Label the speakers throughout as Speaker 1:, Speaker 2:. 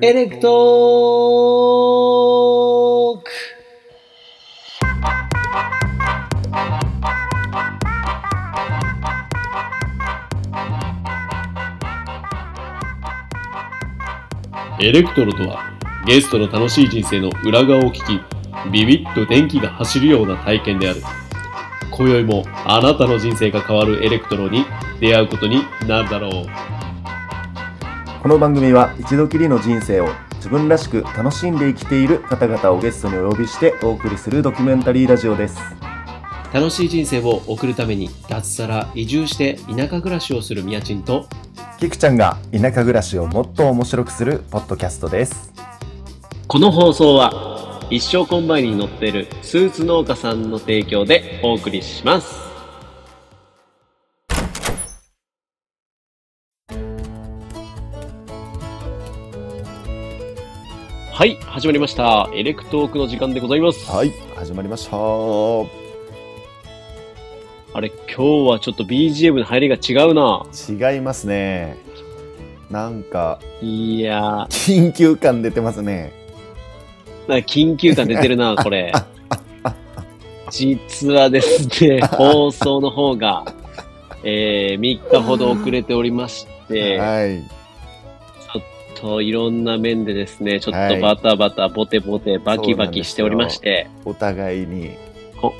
Speaker 1: エレクトーク
Speaker 2: エレクトロとはゲストの楽しい人生の裏側を聞きビビッと電気が走るような体験である今宵もあなたの人生が変わるエレクトロに出会うことになるだろう
Speaker 3: この番組は一度きりの人生を自分らしく楽しんで生きている方々をゲストにお呼びしてお送りするドキュメンタリーラジオです。
Speaker 2: 楽しい人生を送るために脱サラ移住して田舎暮らしをするみやちんと
Speaker 3: キクちゃんが田舎暮らしをもっと面白くするポッドキャストです。
Speaker 2: この放送は一生コンバインに乗っているスーツ農家さんの提供でお送りしますはい始まりましたエレクトークの時間でございます、
Speaker 3: はい、始まりました。違
Speaker 2: あれ今日はちょっと BGM の入りが違うない
Speaker 3: ますね。なんか、
Speaker 2: いやーなんか
Speaker 3: 緊急感出てますね。
Speaker 2: 緊急感出て るなこれ実はです ね放送の方が、えー、3日ほど遅れておりまして、
Speaker 3: はい。
Speaker 2: といろんな面でですね、ちょっ
Speaker 3: は
Speaker 2: と
Speaker 3: い
Speaker 2: バタバタ、ボテボテ、バキバキしておりまして、
Speaker 3: お互いに
Speaker 2: こ、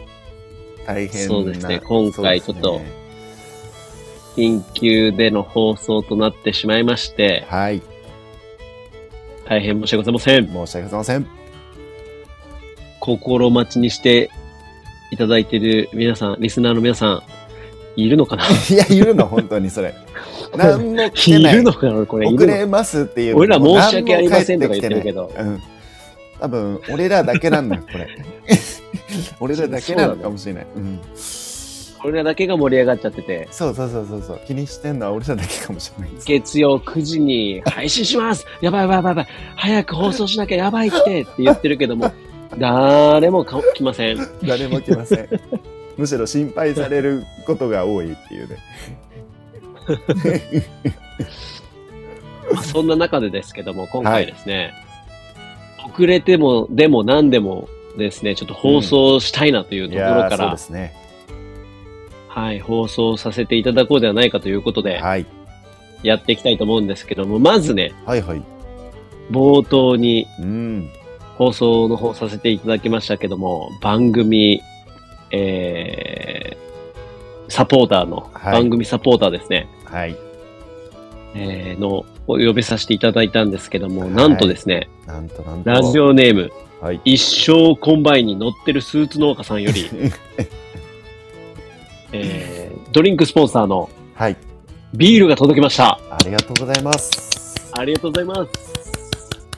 Speaker 3: 大変な。
Speaker 2: そうですね今回ちょっと
Speaker 3: そうですね
Speaker 2: 緊急での放送となってしまいまして、
Speaker 3: はい、
Speaker 2: 大変申し訳ございません。
Speaker 3: 申し訳ございません。
Speaker 2: 心待ちにしていただいている皆さん、リスナーの皆さん、いるのかな
Speaker 3: いや、いるの、本当に それ。何も来て
Speaker 2: い
Speaker 3: ない。
Speaker 2: るのかなこれ、い
Speaker 3: 遅
Speaker 2: るの
Speaker 3: れますっていうのも
Speaker 2: 俺ら申し訳ありませんとか言ってるけ
Speaker 3: ど、
Speaker 2: ど、
Speaker 3: うん、多分俺らだけなんだよ これ俺らだけなのかもしれないうん
Speaker 2: 俺らだけが盛り上がっちゃってて、
Speaker 3: そうそうそうそうそう気にしてんのは俺らだけかもしれないです
Speaker 2: 月曜9時に配信しますやばいやばいやばいやばい早く放送しなきゃやばいってって言ってるけども、誰もか来ません。
Speaker 3: 誰も来ません むしろ心配されることが多いっていう ね
Speaker 2: まあそんな中でですけども、今回ですね、遅れても、でも何でもですね、ちょっと放送したいなという
Speaker 3: い
Speaker 2: ところ
Speaker 3: や
Speaker 2: か
Speaker 3: ーそう
Speaker 2: ら
Speaker 3: で、すね
Speaker 2: はい、放送させていただこうではないかということで、
Speaker 3: はい
Speaker 2: やっていきたいと思うんですけども、まずね、
Speaker 3: はいはい
Speaker 2: 冒頭に
Speaker 3: うん
Speaker 2: 放送の方させていただきましたけども、番組、えー、サポーターの、
Speaker 3: はい
Speaker 2: 番組サポーターですね、
Speaker 3: はい
Speaker 2: えーの、お呼びさせていただいたんですけども、
Speaker 3: はい
Speaker 2: なんとですね、
Speaker 3: なんとなんと
Speaker 2: ラジオネーム、
Speaker 3: はい
Speaker 2: 一生コンバインに乗ってるスーツ農家さん より、えードリンクスポンサーの
Speaker 3: はい
Speaker 2: ビールが届きました。
Speaker 3: ありがとうございます
Speaker 2: ありがとうございます。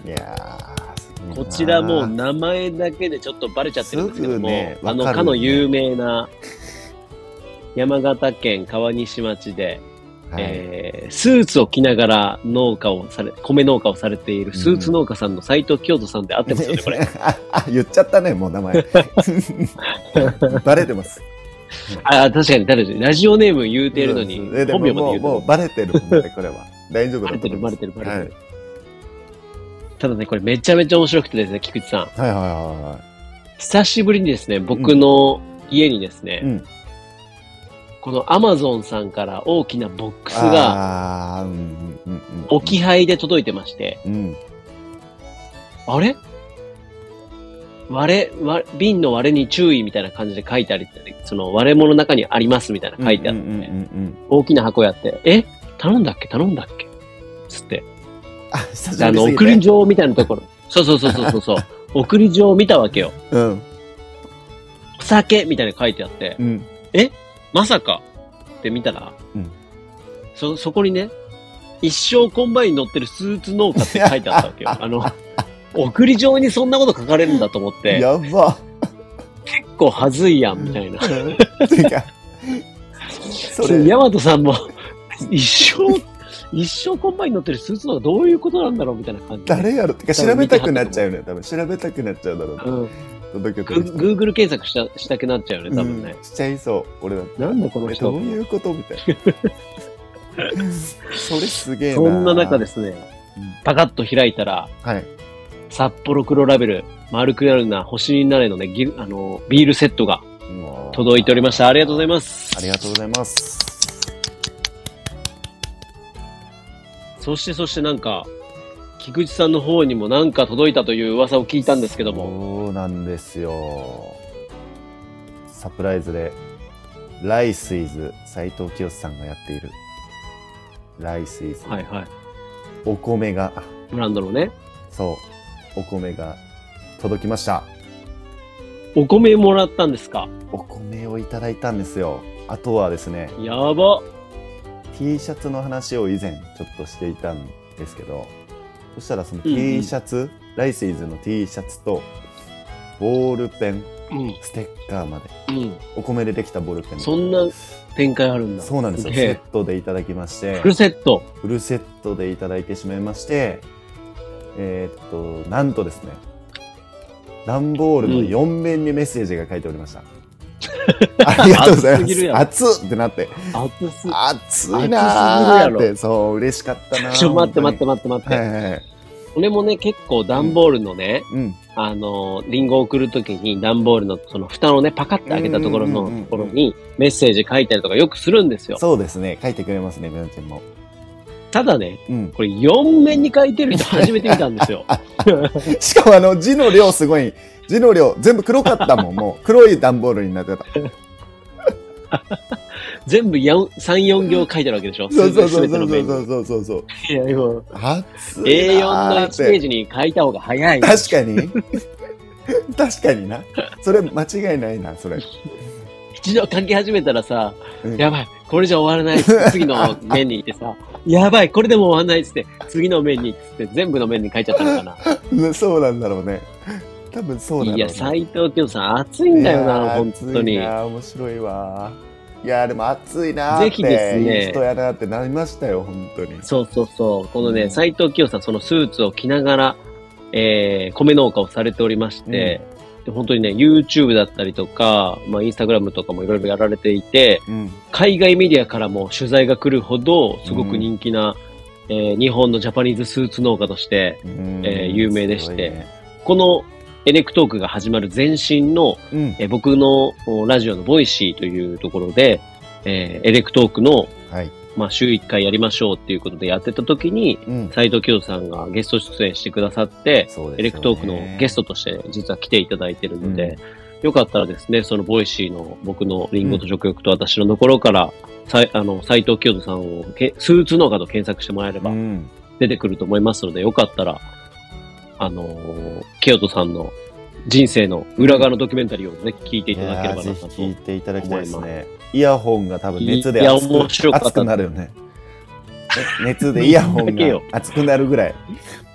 Speaker 3: いやーすごいなー
Speaker 2: こちらもう名前だけでちょっとバレちゃってるんですけども、
Speaker 3: すぐねわ
Speaker 2: あ
Speaker 3: か
Speaker 2: の、
Speaker 3: る
Speaker 2: かの有名な山形県川西町で、
Speaker 3: はい
Speaker 2: えースーツを着ながら農家をされ、米農家をされているスーツ農家さんの斉藤京都さんで合ってますよね、これ。
Speaker 3: あ あ言っちゃったねもう名 前バレてます
Speaker 2: あ、確かに、誰でラジオネーム言うてるのに、
Speaker 3: えで
Speaker 2: 本
Speaker 3: も
Speaker 2: 名ま
Speaker 3: も
Speaker 2: で
Speaker 3: う
Speaker 2: 言う
Speaker 3: も
Speaker 2: と
Speaker 3: う。バレてるもんねこれは大丈夫
Speaker 2: バレ
Speaker 3: だと
Speaker 2: てる、
Speaker 3: 思いま
Speaker 2: バレ
Speaker 3: す
Speaker 2: てる、バレてる。ただね、これめちゃめちゃ面白くてですね、菊池さん。
Speaker 3: はいはいはいは
Speaker 2: 久しぶりにですね、僕の家にですね、
Speaker 3: いうん
Speaker 2: このアマゾンさんから大きなボックスが
Speaker 3: ああーうんうんうんうん
Speaker 2: 置き配で届いてまして、
Speaker 3: うん
Speaker 2: あれ割れ、割れ、瓶の割れに注意みたいな感じで書いてあり、その割れ物の中にありますみたいな書いてあっ
Speaker 3: う
Speaker 2: て、
Speaker 3: んうんうんうん
Speaker 2: 大きな箱やって、え頼んだっけ頼んだっけつって、
Speaker 3: あ久
Speaker 2: で
Speaker 3: し
Speaker 2: あ
Speaker 3: ぶり
Speaker 2: の、
Speaker 3: すぎ
Speaker 2: 送
Speaker 3: て
Speaker 2: り状みたいなところ。そうそうそうそうそう そう。送り状を見たわけよ。
Speaker 3: うん
Speaker 2: お酒みたいなの書いてあって、
Speaker 3: うん
Speaker 2: まさかって見たら、
Speaker 3: うん
Speaker 2: そ、そこにね、一生コンバインに乗ってるスーツ農家って書いてあったわけよ。あの、送り状にそんなこと書かれるんだと思って、
Speaker 3: やば
Speaker 2: 結構はずいやん、みたいな。
Speaker 3: うん てかそ
Speaker 2: それ
Speaker 3: れ
Speaker 2: ヤマトさんも 一生、一生コンバインに乗ってるスーツのがどういうことなんだろうみたいな感じで。
Speaker 3: 誰やろってか調べたくなっちゃうよね多分調べたくなっちゃうだろう
Speaker 2: うん、
Speaker 3: 届けて
Speaker 2: グ
Speaker 3: る人
Speaker 2: ーグル検索したしたくなっちゃうよね、多分ね。
Speaker 3: うんしちゃいそう俺だって
Speaker 2: なんだこの人
Speaker 3: どう いうことみたいなそれすげえな
Speaker 2: そんな中ですね、パカッと開いたら、
Speaker 4: はい。
Speaker 2: 札幌黒ラベル、丸くなるな、星になれのね、ぎあの、ビールセットが届いておりました。ありがとうございます。
Speaker 3: ありがとうございます。
Speaker 2: そしてそしてなんか、菊池さんの方にもなんか届いたという噂を聞いたんですけども、
Speaker 3: そうなんですよ。サプライズで、ライスイズ、斎藤清さんがやっている、ライスイズ、
Speaker 2: はいはい。
Speaker 3: お米が、あ
Speaker 2: ブランドのね、
Speaker 3: そう、お米が届きました。
Speaker 2: お米もらったんですか
Speaker 3: お米をいただいたんですよ。あとはですね、
Speaker 2: やば
Speaker 3: T シャツの話を以前ちょっとしていたんですけど、そしたらその
Speaker 2: うんうん
Speaker 3: T シャツ、ライスイズの T シャツと、ボールペン、
Speaker 2: うん、
Speaker 3: ステッカーまで、
Speaker 2: うん。
Speaker 3: お米でできたボールペン
Speaker 2: そんな展開あるんだ。
Speaker 3: そうなんですよ。
Speaker 2: す
Speaker 3: セ
Speaker 2: げえ
Speaker 3: ットでいただきまして、
Speaker 2: フルセット。
Speaker 3: フルセットでいただいてしまいまして、えーっと、なんとですね、段ボールの
Speaker 2: うん
Speaker 3: 4面にメッセージが書いておりま した。ありがとうござい
Speaker 2: 熱すぎるやろ
Speaker 3: ます。熱っってなって、
Speaker 2: 熱す
Speaker 3: 熱いなーっ
Speaker 2: 熱すぎるや
Speaker 3: て、そう、嬉しかったなー。
Speaker 2: ちょ、待って待
Speaker 3: 本
Speaker 2: って待って
Speaker 3: 当
Speaker 2: 待っ
Speaker 3: には
Speaker 2: て。
Speaker 3: いはいはい。
Speaker 2: 俺もね、結構段ボールのね、
Speaker 3: うん。
Speaker 2: あの、リンゴを送るときに段ボールのその蓋をね、パカッて開けたところ
Speaker 3: うんうんうんうん
Speaker 2: のところにメッセージ書いたりとかよくするんですよ。
Speaker 3: そうですね、書いてくれますね、みょんちゃんも。
Speaker 2: ただね、
Speaker 3: うん。
Speaker 2: これ4面に書い てる人初めて見たんですよ。
Speaker 3: しかも、あの、字の量すごい、字の量、全部黒かった もん、もう、黒い段ボールになってた。
Speaker 2: 全部やん3、4行書いてるわけでしょ
Speaker 3: そうそうそう
Speaker 2: 全て
Speaker 3: そ
Speaker 2: の
Speaker 3: う
Speaker 2: 面に
Speaker 3: そうそうそうそう。
Speaker 2: いや、今、
Speaker 3: 熱
Speaker 2: A4 の1ペー
Speaker 3: ジ
Speaker 2: ジに書いた方が早い。
Speaker 3: 確か に確かになそれ間違いないなそれ、
Speaker 2: 一度書き始めたらさ、
Speaker 3: うん
Speaker 2: やばい、これじゃ終わらない。次の面に行ってさ、 やばい、これでも終わらないっつって、次の面に行って、全部の面に書いちゃったのかな。
Speaker 3: うん そうなんだろうね多分そうだろう
Speaker 2: い
Speaker 3: ね
Speaker 2: や、斎藤清さん、熱いんだよ
Speaker 3: いや
Speaker 2: な、
Speaker 3: ー
Speaker 2: 本当
Speaker 3: 熱い
Speaker 2: に。
Speaker 3: な面白いわいやーでも熱いなーって
Speaker 2: ぜひですね
Speaker 3: いい人やなーってなりましたよ本当に
Speaker 2: そうそうそう。この
Speaker 3: う
Speaker 2: ね、
Speaker 3: ん
Speaker 2: 斎藤清さん、そのスーツを着ながら、えー、米農家をされておりまして、で本当にね、YouTube だったりとか、まあ、インスタグラムとかもいろいろやられていて、
Speaker 3: うん
Speaker 2: 海外メディアからも取材が来るほど、すごく人気な、えー日本のジャパニーズスーツ農家として、
Speaker 3: うん
Speaker 2: えー有名でし
Speaker 3: す
Speaker 2: て
Speaker 3: ごいね
Speaker 2: このエレクトークが始まる前身の、
Speaker 3: うん
Speaker 2: えー僕のおラジオのボイシーというところで、えーエレクトークの、
Speaker 3: はい
Speaker 2: まあ、週1回やりましょうっていうことでやってた時に、
Speaker 3: うん
Speaker 2: 斉藤清さんがゲスト出演してくださって、
Speaker 3: そうですよね
Speaker 2: エレクトークのゲストとして実は来ていただいてるので、よかったらですね、そのボイシーの僕のリンゴと食欲と私のところから、さいあの斉藤清人さんをけスーツ農家と検索してもらえれば
Speaker 3: うん
Speaker 2: 出てくると思いますので、よかったら、あのー、清人さんの人生の裏側のドキュメンタリーをね、聞いていただければ
Speaker 3: いや
Speaker 2: な
Speaker 3: ーぜ
Speaker 2: と。
Speaker 3: ひ聞いていただきたいです
Speaker 2: 思い
Speaker 3: ねイヤホンが多分熱
Speaker 2: い
Speaker 3: で
Speaker 2: や
Speaker 3: 熱く
Speaker 2: 面白かった
Speaker 3: 熱くなるよねね熱 でイヤホン
Speaker 2: どんだけ
Speaker 3: が
Speaker 2: よ
Speaker 3: 熱くなるぐらい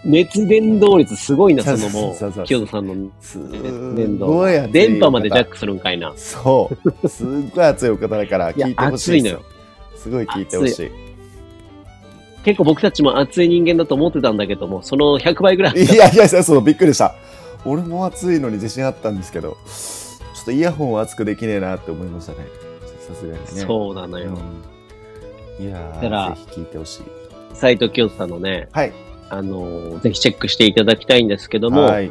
Speaker 2: 熱伝導率すごいな、そ
Speaker 3: そ
Speaker 2: のも
Speaker 3: うそうそうそう
Speaker 2: う、清人さんの
Speaker 3: す
Speaker 2: 伝
Speaker 3: ごい
Speaker 2: 導。
Speaker 3: 熱い
Speaker 2: 電波までジャッ
Speaker 3: ク
Speaker 2: クするんかいな。
Speaker 3: そうすっごい熱いお方だから
Speaker 2: いや
Speaker 3: 聞いてほしいですよ
Speaker 2: 熱
Speaker 3: すごい聞いてほしい
Speaker 2: 結構僕たちも熱い人間だと思ってたんだけども、その100倍ぐらい
Speaker 3: いやいやいやそうびっくりした俺も熱いのに自信あったんですけどちょっとイヤホンを熱くできねえなって思いましたねさすがにね
Speaker 2: そうなの
Speaker 3: う
Speaker 2: よ。
Speaker 3: んいや
Speaker 2: だから
Speaker 3: ーぜひ聞いてほしい
Speaker 2: 斎藤清さんのね、
Speaker 3: はい
Speaker 2: あのーぜひチェックしていただきたいんですけども、
Speaker 3: はい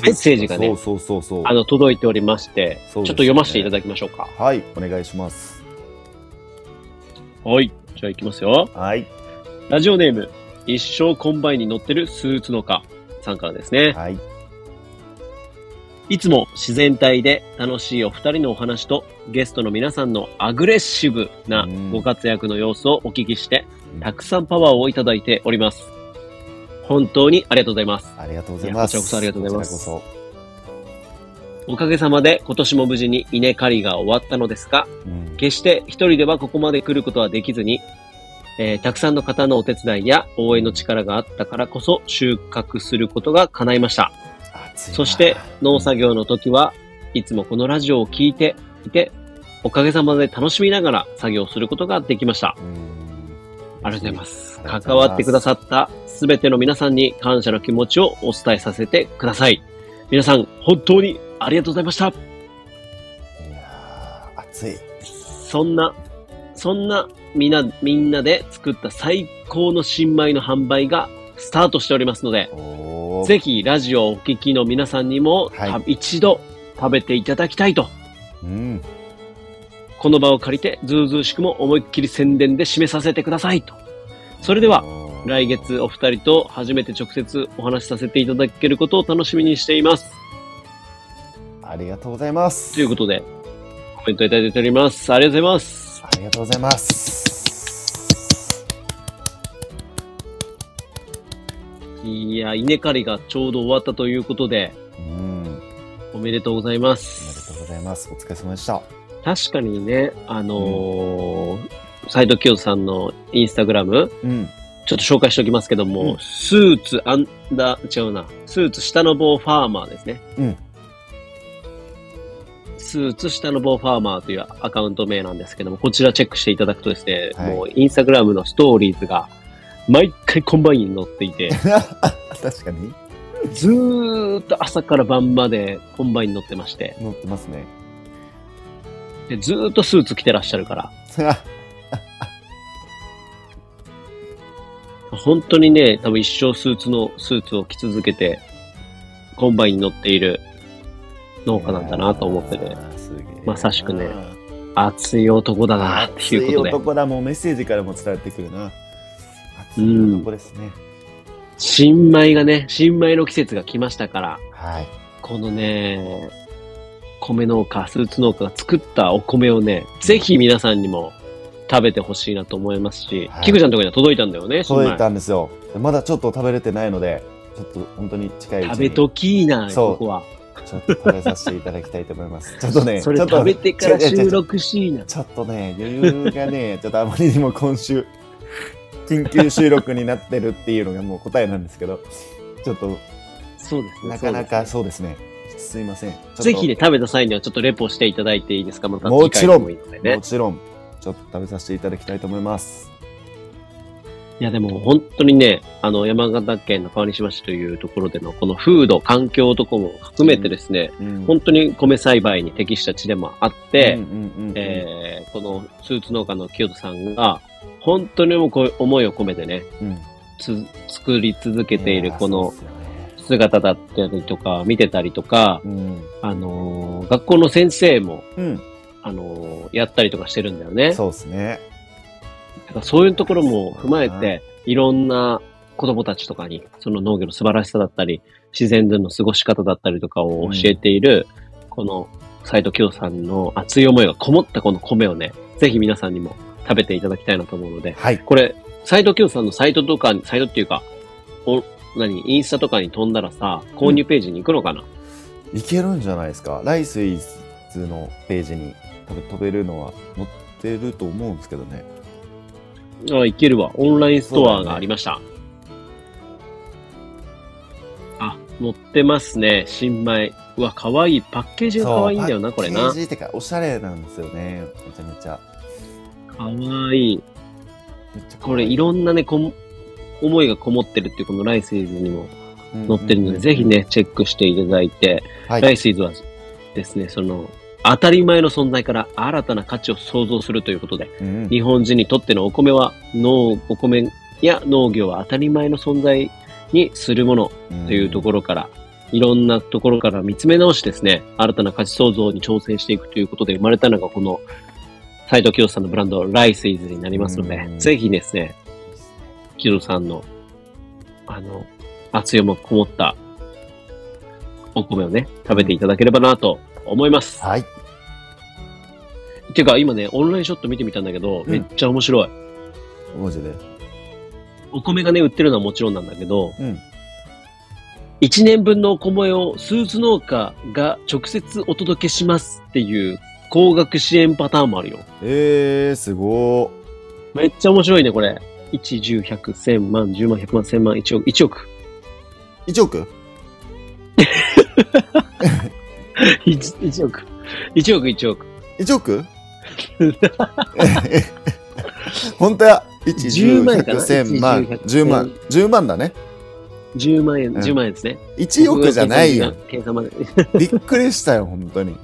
Speaker 2: メッセージがね
Speaker 3: そうそうそうそう
Speaker 2: あの、届いておりまして、ち
Speaker 3: そうですね
Speaker 2: ょっと読ませていただきましょうか。
Speaker 3: はいお願いします
Speaker 2: はい。じゃあ行きますよ。
Speaker 3: はい
Speaker 2: ラジオネーム、一生コンバインに乗ってるスーツの家さんからですね。
Speaker 3: はい
Speaker 2: いつも自然体で楽しいお二人のお話と、ゲストの皆さんのアグレッシブなご活躍の様子をお聞きして、
Speaker 3: うん
Speaker 2: たくさんパワーをいただいております。本当にありがとうございます。
Speaker 3: ありがとうございます
Speaker 2: いやこちらこそありがとうございます
Speaker 3: こちらこ
Speaker 2: おかげさまで今年も無事に稲刈りが終わったのですが、
Speaker 3: そうん
Speaker 2: 決して一人ではここまで来ることはできずに、えーたくさんの方のお手伝いや応援の力があったからこそ収穫することが叶いました。
Speaker 3: 熱いな
Speaker 2: そして農作業の時はいつもこのラジオを聞いていて、おかげさまで楽しみながら作業することができました。
Speaker 3: うん
Speaker 2: ありがとうございます。
Speaker 3: ありがとうござ
Speaker 2: 関
Speaker 3: います
Speaker 2: わってくださったすべての皆さんに感謝の気持ちをお伝えさせてください。皆さん、本当にありがとうございました。
Speaker 3: いやー熱い
Speaker 2: そんな、そんなみんな、みんなで作った最高の新米の販売がスタートしておりますので、
Speaker 3: おー
Speaker 2: ぜひラジオをお聞きの皆さんにも、
Speaker 3: はい
Speaker 2: た一度食べていただきたいと、
Speaker 3: うん。
Speaker 2: この場を借りて、ずうずうしくも思いっきり宣伝で締めさせてくださいと。それでは、
Speaker 3: おー
Speaker 2: 来月お二人と初めて直接お話しさせていただけることを楽しみにしています。
Speaker 3: ありがとうございます。
Speaker 2: ということで、コメントいただいております。ありがとうございます。
Speaker 3: ありがとうございます。
Speaker 2: いや、稲刈りがちょうど終わったということで、
Speaker 3: うん。あり
Speaker 2: おめでとうございま
Speaker 3: がと
Speaker 2: す。
Speaker 3: うございます。お疲れ様でした。
Speaker 2: 確かにね、あのー、斎藤清さんのインスタグラム、
Speaker 3: うん。
Speaker 2: ちょっと紹介しておきますけども、
Speaker 3: うん
Speaker 2: スーツアンダー、違うな、スーツ下の棒ファーマーですね。
Speaker 3: うん
Speaker 2: スーツ下の棒ファーマーというアカウント名なんですけども、こちらチェックしていただくとですね、
Speaker 3: はい
Speaker 2: もうインスタグラムのストーリーズが、毎回コンバインに乗って いて、
Speaker 3: 確かに
Speaker 2: ずーっと朝から晩までコンバインに乗ってまして、
Speaker 3: 乗ってますね。
Speaker 2: でずーっとスーツ着てらっしゃるから、本当にね、多分一生スーツの、スーツを着続けて、コンバインに乗っている農家なんだなと思って
Speaker 3: いや
Speaker 2: ね、
Speaker 3: ー。すげえ
Speaker 2: まさしくね熱い男だなっていうこと
Speaker 3: 熱い
Speaker 2: で、
Speaker 3: 男だもうメッセージからも伝わってくるな。熱い男ですね。
Speaker 2: 新米がね、新米の季節が来ましたから、
Speaker 3: はい。
Speaker 2: このね、米農家、スーツ農家が作ったお米をね、ぜひ皆さんにも食べてほしいなと思いますし
Speaker 3: は、い
Speaker 2: キクちゃんのところには届いたんだよね、新
Speaker 3: 届い
Speaker 2: 米。
Speaker 3: たんですよ。まだちょっと食べれてないので、ちょっと本当に近いうちに
Speaker 2: 食べときーな、
Speaker 3: そう
Speaker 2: ここは。
Speaker 3: ちょっと食べさせていただきたいと思います。ちょっとね、
Speaker 2: それ
Speaker 3: ちょっと
Speaker 2: 食べてから
Speaker 3: 違う違う違う
Speaker 2: 収録しーな。
Speaker 3: ちょっとね、余裕が ね、ちょっとあまりにも今週、緊急収録になってるっていうのがもう答えなんですけど、ちょっと、
Speaker 2: そうですね。
Speaker 3: なかな
Speaker 2: そうですね
Speaker 3: かそうですね。すいません。ちょっと
Speaker 2: ぜひね、食べた際にはちょっとレポしていただいていいですかまた
Speaker 3: もちろん
Speaker 2: 次回でいいのでね
Speaker 3: も。ちろん、ちょっと食べさせていただきたいと思います。
Speaker 2: いや、でも本当にね、あの、山形県の川西町というところでの、この風土、環境とかも含めてですね、
Speaker 3: うん
Speaker 2: 本当に米栽培に適した地でもあっ
Speaker 3: うん
Speaker 2: て、
Speaker 3: うんうんうん
Speaker 2: えーこのスーツ農家の清人さんが、本当にもうこう思いを込めてね、
Speaker 3: うん
Speaker 2: つ作り続けている
Speaker 3: やー
Speaker 2: こ
Speaker 3: そう
Speaker 2: の
Speaker 3: ですよね
Speaker 2: 姿だったりとか、見てたりとか、
Speaker 3: うん
Speaker 2: あのー学校の先生も、
Speaker 3: うん、
Speaker 2: あのーやったりとかしてるんだよね。
Speaker 3: そうですね。
Speaker 2: だからそういうところも踏まえて、いろんな子供たちとかに、その農業の素晴らしさだったり、自然での過ごし方だったりとかを教えている、この斎藤清さんの熱い思いがこもったこの米をね、ぜひ皆さんにも食べていただきたいなと思うので、
Speaker 3: はい。
Speaker 2: これ、斎藤清さんのサイトとかに、サイトっていうか、お何インスタとかに飛んだらさ、購入ページに行くのかな、
Speaker 3: いけるんじゃないですか。ライスイズのページに多分飛べるのは載ってると思うんですけどね。
Speaker 2: あ、いけるわ。オンラインストアがありました。あ、載ってますね。新米。うわ、かわいい。パッケージがかわいいんだよな、
Speaker 3: そう
Speaker 2: これ
Speaker 3: パッ
Speaker 2: な
Speaker 3: ケ。ージってか、おしゃれなんですよね。めちゃめちゃ。
Speaker 2: かわいい。
Speaker 3: めっちゃ可愛
Speaker 2: これ、いろんなね、こん思いがこもってるっていう、このライスイズにも載ってるので、ぜひ。ね、チェックしていただいて、
Speaker 3: うんうんうんは
Speaker 2: ライ
Speaker 3: い。
Speaker 2: スイズはですね、その、当たり前の存在から新たな価値を創造するということで、
Speaker 3: うん
Speaker 2: 日本人にとってのお米は農、お米や農業は当たり前の存在にするものというところから、いろんなところから見つめ直しですね、新たな価値創造に挑戦していくということで生まれたのがこの斉藤清さんのブランドライスイズになりますので、
Speaker 3: うん
Speaker 2: ぜひですね、清さんのあの、熱い思いこもったお米をね、食べていただければなと思います。
Speaker 3: はい。
Speaker 2: てか今ね、オンラインショット見てみたんだけど、
Speaker 3: うん
Speaker 2: めっちゃ面白い。
Speaker 3: マジで。
Speaker 2: お米がね、売ってるのはもちろんなんだけど、
Speaker 3: うん。
Speaker 2: 1年分のお米をスーツ農家が直接お届けしますっていう高額支援パターンもあるよ。
Speaker 3: えー、すご
Speaker 2: めっちゃ面白いね、これ。1、10、100、1000万、10万、100万、1000万、1億、1億。
Speaker 3: ー。1億
Speaker 2: 1, 1億。1億、1億。
Speaker 3: ?1 億 本当や。1、10、
Speaker 2: 10万か
Speaker 3: 100、
Speaker 2: な
Speaker 3: 1000万、
Speaker 2: 10
Speaker 3: 10万、10万だね。
Speaker 2: 10万円、
Speaker 3: ん
Speaker 2: 10万円ですね。
Speaker 3: 1億じゃないよ。
Speaker 2: 計算まで。
Speaker 3: びっくりしたよ、本当に。ま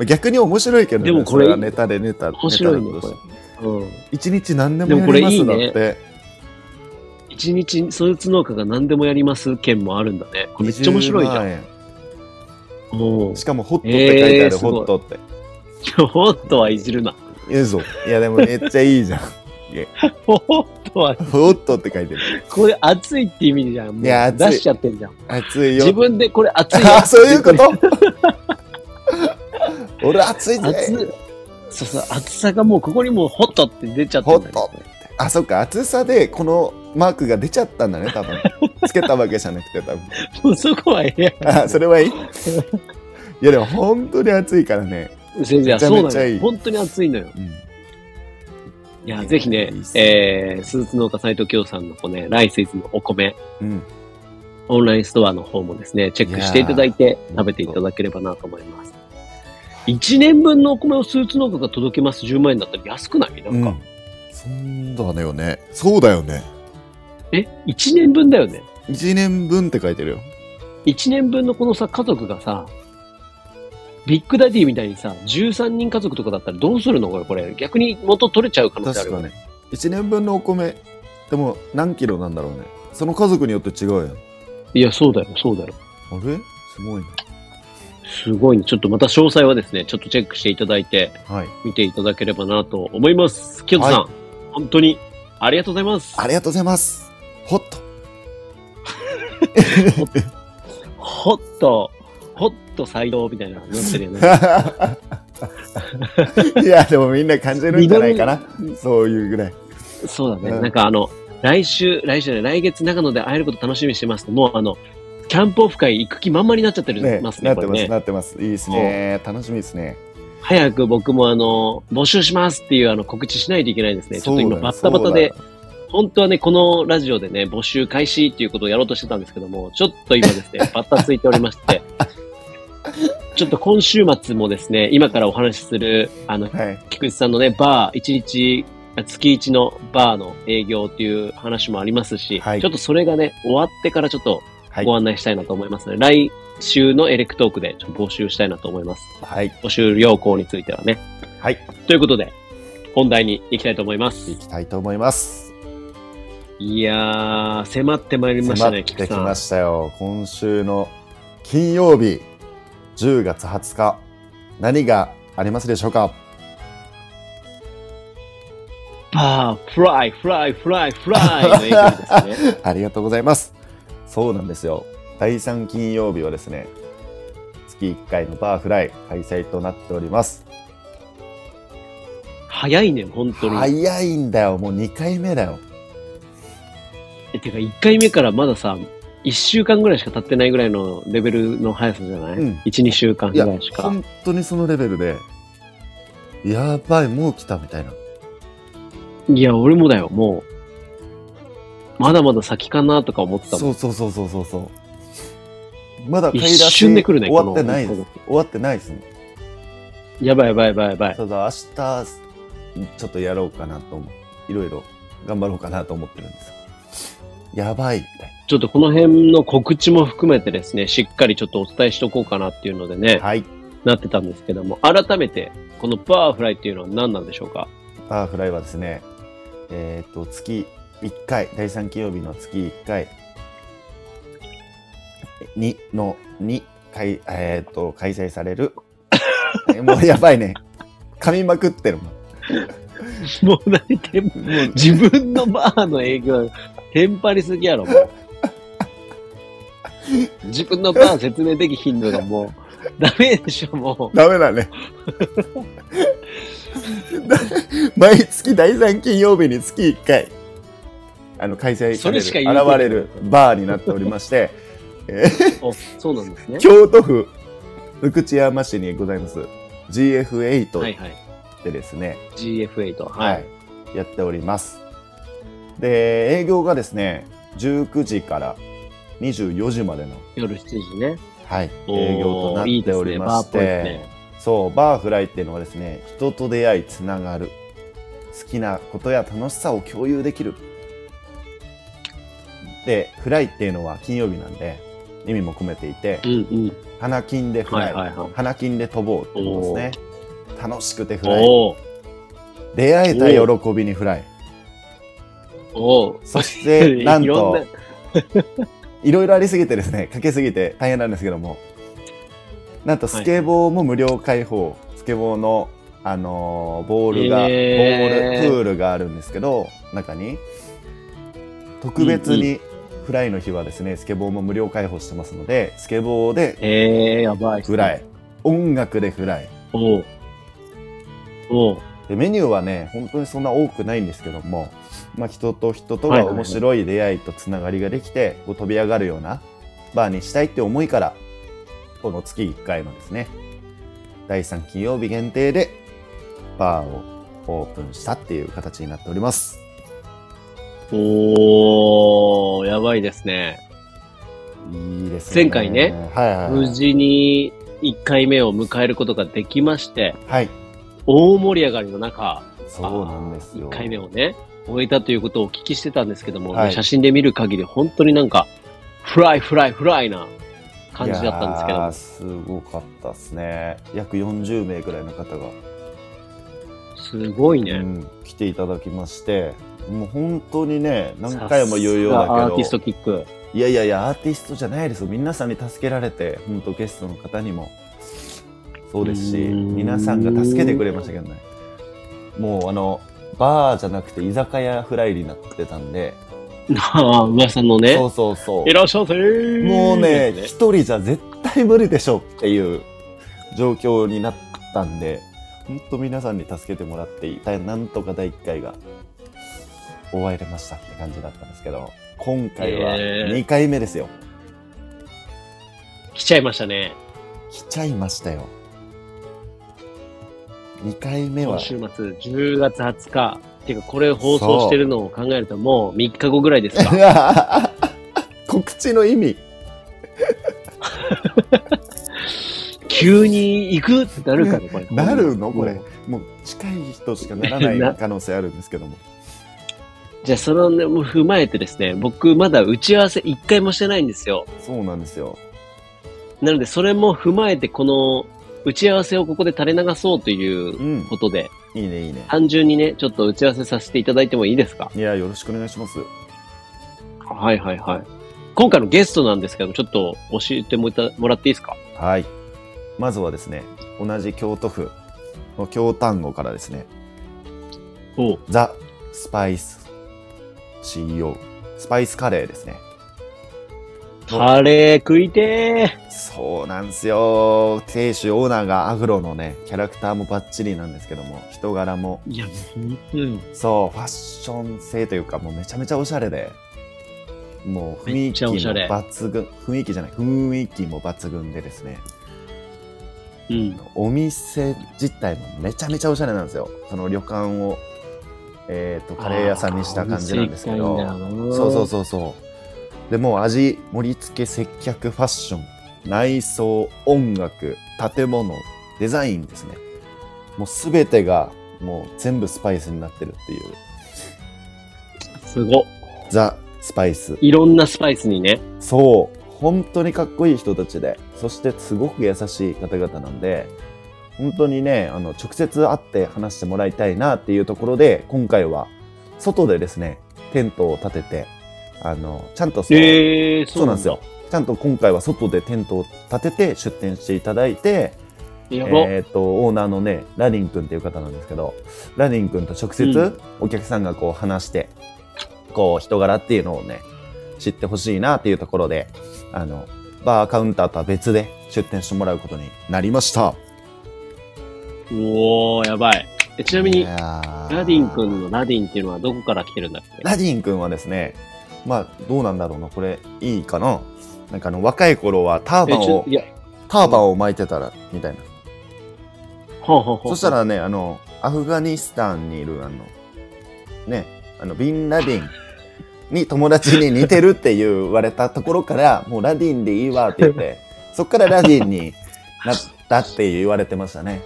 Speaker 3: あ逆に面白いけどね。
Speaker 2: でもこれ
Speaker 3: そはネタでネタ。
Speaker 2: 面白い
Speaker 3: ネ
Speaker 2: ね
Speaker 3: タだとして
Speaker 2: うん。
Speaker 3: 一日何で
Speaker 2: で
Speaker 3: も
Speaker 2: も
Speaker 3: や
Speaker 2: これ
Speaker 3: ります
Speaker 2: いい
Speaker 3: だっ
Speaker 2: ね
Speaker 3: て。
Speaker 2: 一日、スーツ農家が何でもやります件もあるんだね。これめっちゃ面白いじゃん。
Speaker 3: ん。
Speaker 2: うん。
Speaker 3: しかも、ホットって書いてあ
Speaker 2: えー
Speaker 3: る、
Speaker 2: すごい
Speaker 3: ホットって。
Speaker 2: ホットはいじるな。
Speaker 3: いいぞ。いや、でもめっちゃいいじゃん。
Speaker 2: ホットは、
Speaker 3: ホットって書いてる。
Speaker 2: これ熱いって意味じゃん。もう
Speaker 3: いや熱い
Speaker 2: 出しちゃってんじゃん。
Speaker 3: 熱いよ。
Speaker 2: 自分でこれ熱いよ
Speaker 3: あ、そういうこと俺熱い
Speaker 2: 熱
Speaker 3: ぜ。
Speaker 2: そうそう、熱さがもうここにもうホットって出ちゃってんだよ
Speaker 3: ホッあ、そっか、熱さでこのマークが出ちゃったんだね、多分。つけたわけじゃなくて、多分。
Speaker 2: もうそこはええやん
Speaker 3: あ、それはいい。いや、でも本当に熱いからね。
Speaker 2: 先生
Speaker 3: めちゃ
Speaker 2: そう
Speaker 3: め
Speaker 2: な
Speaker 3: ちゃ
Speaker 2: の
Speaker 3: いい
Speaker 2: よ。本当に熱いのよ。
Speaker 3: うん
Speaker 2: い
Speaker 3: い
Speaker 2: や、
Speaker 3: や
Speaker 2: ぜひね
Speaker 3: いいっ、す
Speaker 2: えー、スーツ農家斎藤京さんのこうね、ライスイズのお米、
Speaker 3: うん。
Speaker 2: オンラインストアの方もですね、チェックしていただいて、食べていただければなと思います。1年分のお米をスーツ農家が届けます10万円だったら安くないなんか、
Speaker 3: うん。そんだよね。そうだよね。
Speaker 2: え、1年分だよね。
Speaker 3: 1年分って書いてるよ。
Speaker 2: 1年分のこのさ、家族がさ、ビッグダディみたいにさ、13人家族とかだったらどうするのこれ、これ。逆に元取れちゃう可能性ある
Speaker 3: 確
Speaker 2: よ
Speaker 3: か
Speaker 2: ね
Speaker 3: に。。1年分のお米、でも何キロなんだろうね。その家族によって違うやん。あ
Speaker 2: いや、そうだよ、そうだよ。
Speaker 3: れすごいね。
Speaker 2: すごいね。ちょっとまた詳細はですね、ちょっとチェックしていただいて、
Speaker 3: はい。
Speaker 2: 見ていただければなと思います。清人さん、
Speaker 3: は
Speaker 2: 本当にありがとうございます。
Speaker 3: ありがとうございます。ホット。
Speaker 2: ほっと、ほっと採用みたいなのになってるよ ね。
Speaker 3: いや、でもみんな感じるんじゃないかな。そういうぐらい。
Speaker 2: そうだね。
Speaker 3: うん
Speaker 2: なんかあの、来週、来週じゃない来月長野で会えること楽しみにしてます。もうあの、キャンプオフ会行く気満々になっちゃってる
Speaker 3: ね、な
Speaker 2: ま
Speaker 3: っ
Speaker 2: すね、こ
Speaker 3: て
Speaker 2: れ
Speaker 3: ます、
Speaker 2: ね。
Speaker 3: なってます。いいですね。楽しみですね。
Speaker 2: 早く僕もあの、募集しますっていうあの告知しないといけないですね。ちょっと今
Speaker 3: そうだよ
Speaker 2: バッタバタで
Speaker 3: そ、うだよ
Speaker 2: 本当はね、このラジオでね、募集開始っていうことをやろうとしてたんですけども、ちょっと今です ね、バッタついておりまして、ちょっと今週末もですね、今からお話しする、あの、
Speaker 3: はい。
Speaker 2: 菊池さんのね、バー、一日、月一のバーの営業っていう話もありますし、
Speaker 3: はい
Speaker 2: ちょっとそれがね、終わってからちょっと
Speaker 3: はい
Speaker 2: ご案内したいなと思いますので、来週のエレクトークでちょっと募集したいなと思います。
Speaker 3: はい。
Speaker 2: 募集要項についてはね。
Speaker 3: はい。
Speaker 2: ということで、本題に行きたいと思います。
Speaker 3: いきたいと思います。
Speaker 2: いやー、迫ってまいりまし
Speaker 3: 迫っ
Speaker 2: たね、菊
Speaker 3: て
Speaker 2: 池
Speaker 3: き
Speaker 2: さん
Speaker 3: ま。したよ。今週の金曜日、10月20日、何がありますでしょうか
Speaker 2: バー、フライ、フライ、フライ、フライの営業ですね。
Speaker 3: ありがとうございます。そうなんですよ。第3金曜日はですね、月1回のバーフライ開催となっております。
Speaker 2: 早いね、本当に。
Speaker 3: 早いんだよ、もう2回目だよ。
Speaker 2: えてか、1回目からまださ、1週間ぐらいしか経ってないぐらいのレベルの速さじゃない、
Speaker 3: うん
Speaker 2: ?1、2週間
Speaker 3: い
Speaker 2: ぐ
Speaker 3: や、
Speaker 2: らいしか。
Speaker 3: 本当にそのレベルで、やばい、もう来たみたいな。
Speaker 2: いや、俺もだよ、もう。まだまだ先かなとか思ってたもん。
Speaker 3: そうそうそうそうそうそう。まだ買い出し
Speaker 2: 一瞬で来るね
Speaker 3: 終わってないで
Speaker 2: こ
Speaker 3: す
Speaker 2: の。
Speaker 3: 終わってないですね。
Speaker 2: やばいやばいやばいやばい。
Speaker 3: ただ明日、ちょっとやろうかなと思う。いろいろ頑張ろうかなと思ってるんですよ。やばい、みたい
Speaker 2: ちょっとこの辺の告知も含めてですね、しっかりちょっとお伝えしとこうかなっていうのでね、
Speaker 3: な。はい。
Speaker 2: なってたんですけども、改めて、このバーフライっていうのは何なんでしょうか
Speaker 3: パワーフライはですね、えっと月1回第3金曜日の月1回にのに開,、えっと開催され るえもうやばいね噛みまくってるもん
Speaker 2: もう何テンパ、自分のバーの営業、テンパりすぎやろ、 もう。自分のバー説明できひんのがもう、 ダメでしょ、も
Speaker 3: ダメだね だ毎月第3金曜日に月1回あの開催される
Speaker 2: それし
Speaker 3: 現
Speaker 2: か言うことない
Speaker 3: れるバーになっておりまして
Speaker 2: う。お、そうなんですね。
Speaker 3: 京都府福知山市にございます GF8
Speaker 2: はいはい。
Speaker 3: でですね、
Speaker 2: GF8。はい。
Speaker 3: はいやっておりますで営業がですね19時から24時までの、
Speaker 2: 夜7時ね。
Speaker 3: はい、
Speaker 2: おー
Speaker 3: 営業となっておりまして
Speaker 2: いいですねバーっぽいですね
Speaker 3: そうバーフライっていうのはですね人と出会いつながる好きなことや楽しさを共有できるでフライっていうのは金曜日なんで意味も込めていて
Speaker 2: う、んうん。
Speaker 3: 花金でフ
Speaker 2: は
Speaker 3: ラ
Speaker 2: い
Speaker 3: イ、
Speaker 2: はいはい。
Speaker 3: 花金で飛ぼうってことですね。楽しくてフライ、
Speaker 2: おお
Speaker 3: 出会えた喜びにフライ、
Speaker 2: おお
Speaker 3: そ してなん
Speaker 2: いろんな
Speaker 3: と、いろいろありすぎてですね、かけすぎて大変なんですけども、なんとスケボーも無料開放、スケボーの、あのーボールが、ボ
Speaker 2: えー
Speaker 3: ール、プールがあるんですけど、中に、特別にフライの日はですね、スケボーも無料開放してますので、スケボーで
Speaker 2: えー、やばいっす
Speaker 3: フ
Speaker 2: ね
Speaker 3: ライ、音楽でフライ。
Speaker 2: おうおう
Speaker 3: でメニューはね本当にそんな多くないんですけども、まあ、人と人と
Speaker 2: はい
Speaker 3: が
Speaker 2: はいはい
Speaker 3: 面白い出会いとつながりができて、こう飛び上がるようなバーにしたいって思いからこの月1回のですね第3金曜日限定でバーをオープンしたっていう形になっております
Speaker 2: おおやばいですね。
Speaker 3: いいですね
Speaker 2: 前回ね
Speaker 3: はいはい
Speaker 2: 無事に1回目を迎えることができまして、
Speaker 3: はい
Speaker 2: 大盛り上がりの中、
Speaker 3: そうなんですよ
Speaker 2: 1回目をね、終えたということをお聞きしてたんですけども、
Speaker 3: はい
Speaker 2: 写真で見る限り本当になんか、フライフライフライな感じだったんですけ
Speaker 3: いやー
Speaker 2: ど、
Speaker 3: すごかったですね約40名ぐらいの方が
Speaker 2: すごいね。
Speaker 3: うん、来ていただきましてもう本当にね何回も言うようだけ
Speaker 2: さすが
Speaker 3: ど
Speaker 2: アーティストキック。
Speaker 3: いやいやいやアーティストじゃないですよ皆さんに助けられて本当ゲストの方にもそうですし
Speaker 2: うーん
Speaker 3: 皆さんが助けてくれましたけどねもうあのバーじゃなくて居酒屋フライになってたんで
Speaker 2: ああ、噂のね
Speaker 3: そ。うそうそ
Speaker 2: いうらっしゃいませー
Speaker 3: もうね一人じゃ絶対無理でしょっていう状況になったんで本当皆さんに助けてもらっていたなんとか第1回が終われましたって感じだったんですけど今回は
Speaker 2: えー
Speaker 3: 2回目ですよ、
Speaker 2: 来ちゃいましたね。
Speaker 3: 来ちゃいましたよ2回目は
Speaker 2: 今週末、10月20日。ていうか、これ放送してるのを考えると、もう3日後ぐらいです か。
Speaker 3: 告知の意味
Speaker 2: 急に行くってなるかね、これ。
Speaker 3: なるのこれ
Speaker 2: もう
Speaker 3: もう近い人しかならない可能性あるんですけども
Speaker 2: じゃあ、そのね、もう踏まえてですね、僕、まだ打ち合わせ1回もしてないんですよ。
Speaker 3: そうなんですよ
Speaker 2: なので、それも踏まえて、この、打ち合わせをここで垂れ流そうといううんことで、
Speaker 3: いいねいいね
Speaker 2: 単純にね、ちょっと打ち合わせさせていただいてもいいですか
Speaker 3: いやよろしくお願いします
Speaker 2: はいはいはい。今回のゲストなんですけど、ちょっと教えてもらもらっていいですか
Speaker 3: はい。まずはですね、同じ京都府の京丹後からですね、
Speaker 2: お
Speaker 3: ザ・スパイス CEO、スパイスカレーですね。
Speaker 2: カレー食いて
Speaker 3: そうなんですよ。亭主オーナーがアフロのね、キャラクターもバッチリなんですけども、人柄も、
Speaker 2: ーいや、うん。
Speaker 3: そう、ファッション性というか、もうめちゃめちゃおしゃれで、もう雰
Speaker 2: め
Speaker 3: 囲
Speaker 2: っ
Speaker 3: 気
Speaker 2: ちゃ
Speaker 3: も
Speaker 2: おしゃれ
Speaker 3: 抜群、雰囲気じゃない、雰囲気も抜群でですね、
Speaker 2: うん。
Speaker 3: お店自体もめちゃめちゃおしゃれなんですよその旅館を、えー、とカレー屋さんにした感じなんですけどそうそうそうそうでもう味盛り付け接客ファッション内装音楽建物デザインですねもう全てがもう全部スパイスになってるっていう
Speaker 2: う。すごっ。
Speaker 3: ザ・スパイス
Speaker 2: いろんなスパイスにね。
Speaker 3: そう本当にかっこいい人たちでそしてすごく優しい方々なんで本当にねあの直接会って話してもらいたいなっていうところで今回は外でですねテントを立ててあのちゃんとそう,、
Speaker 2: えー、
Speaker 3: そうなんですよちゃんと今回は外でテントを立てて出店していただいて
Speaker 2: やば。
Speaker 3: えー、とオーナーのねラディン君っていう方なんですけどラディン君と直
Speaker 2: う
Speaker 3: 接お客さんがこう話して、こう人柄っていうのをね知ってほしいなっていうところであのバーカウンターとは別で出店してもらうことになりました
Speaker 2: おー、やばい。えち
Speaker 3: ち
Speaker 2: なみに、ラ
Speaker 3: ラ
Speaker 2: ディン君のラディンっていうのはどこから来てるんだっけ
Speaker 3: ラディン君はですねまあどうなんだろうなこれいいかななんかあの若い頃はターバ
Speaker 2: え
Speaker 3: ン
Speaker 2: ちょ
Speaker 3: を
Speaker 2: いや、
Speaker 3: ターバンを巻いてたらみたいな
Speaker 2: ほうほうほう。
Speaker 3: そした、らね、あの、アフガニスタンにいる、あの、ね、あの、ビンラディンに友達に似てるって言われたところから、もうラディンでいいわって言って、 そっからラディンになったって言われてましたね。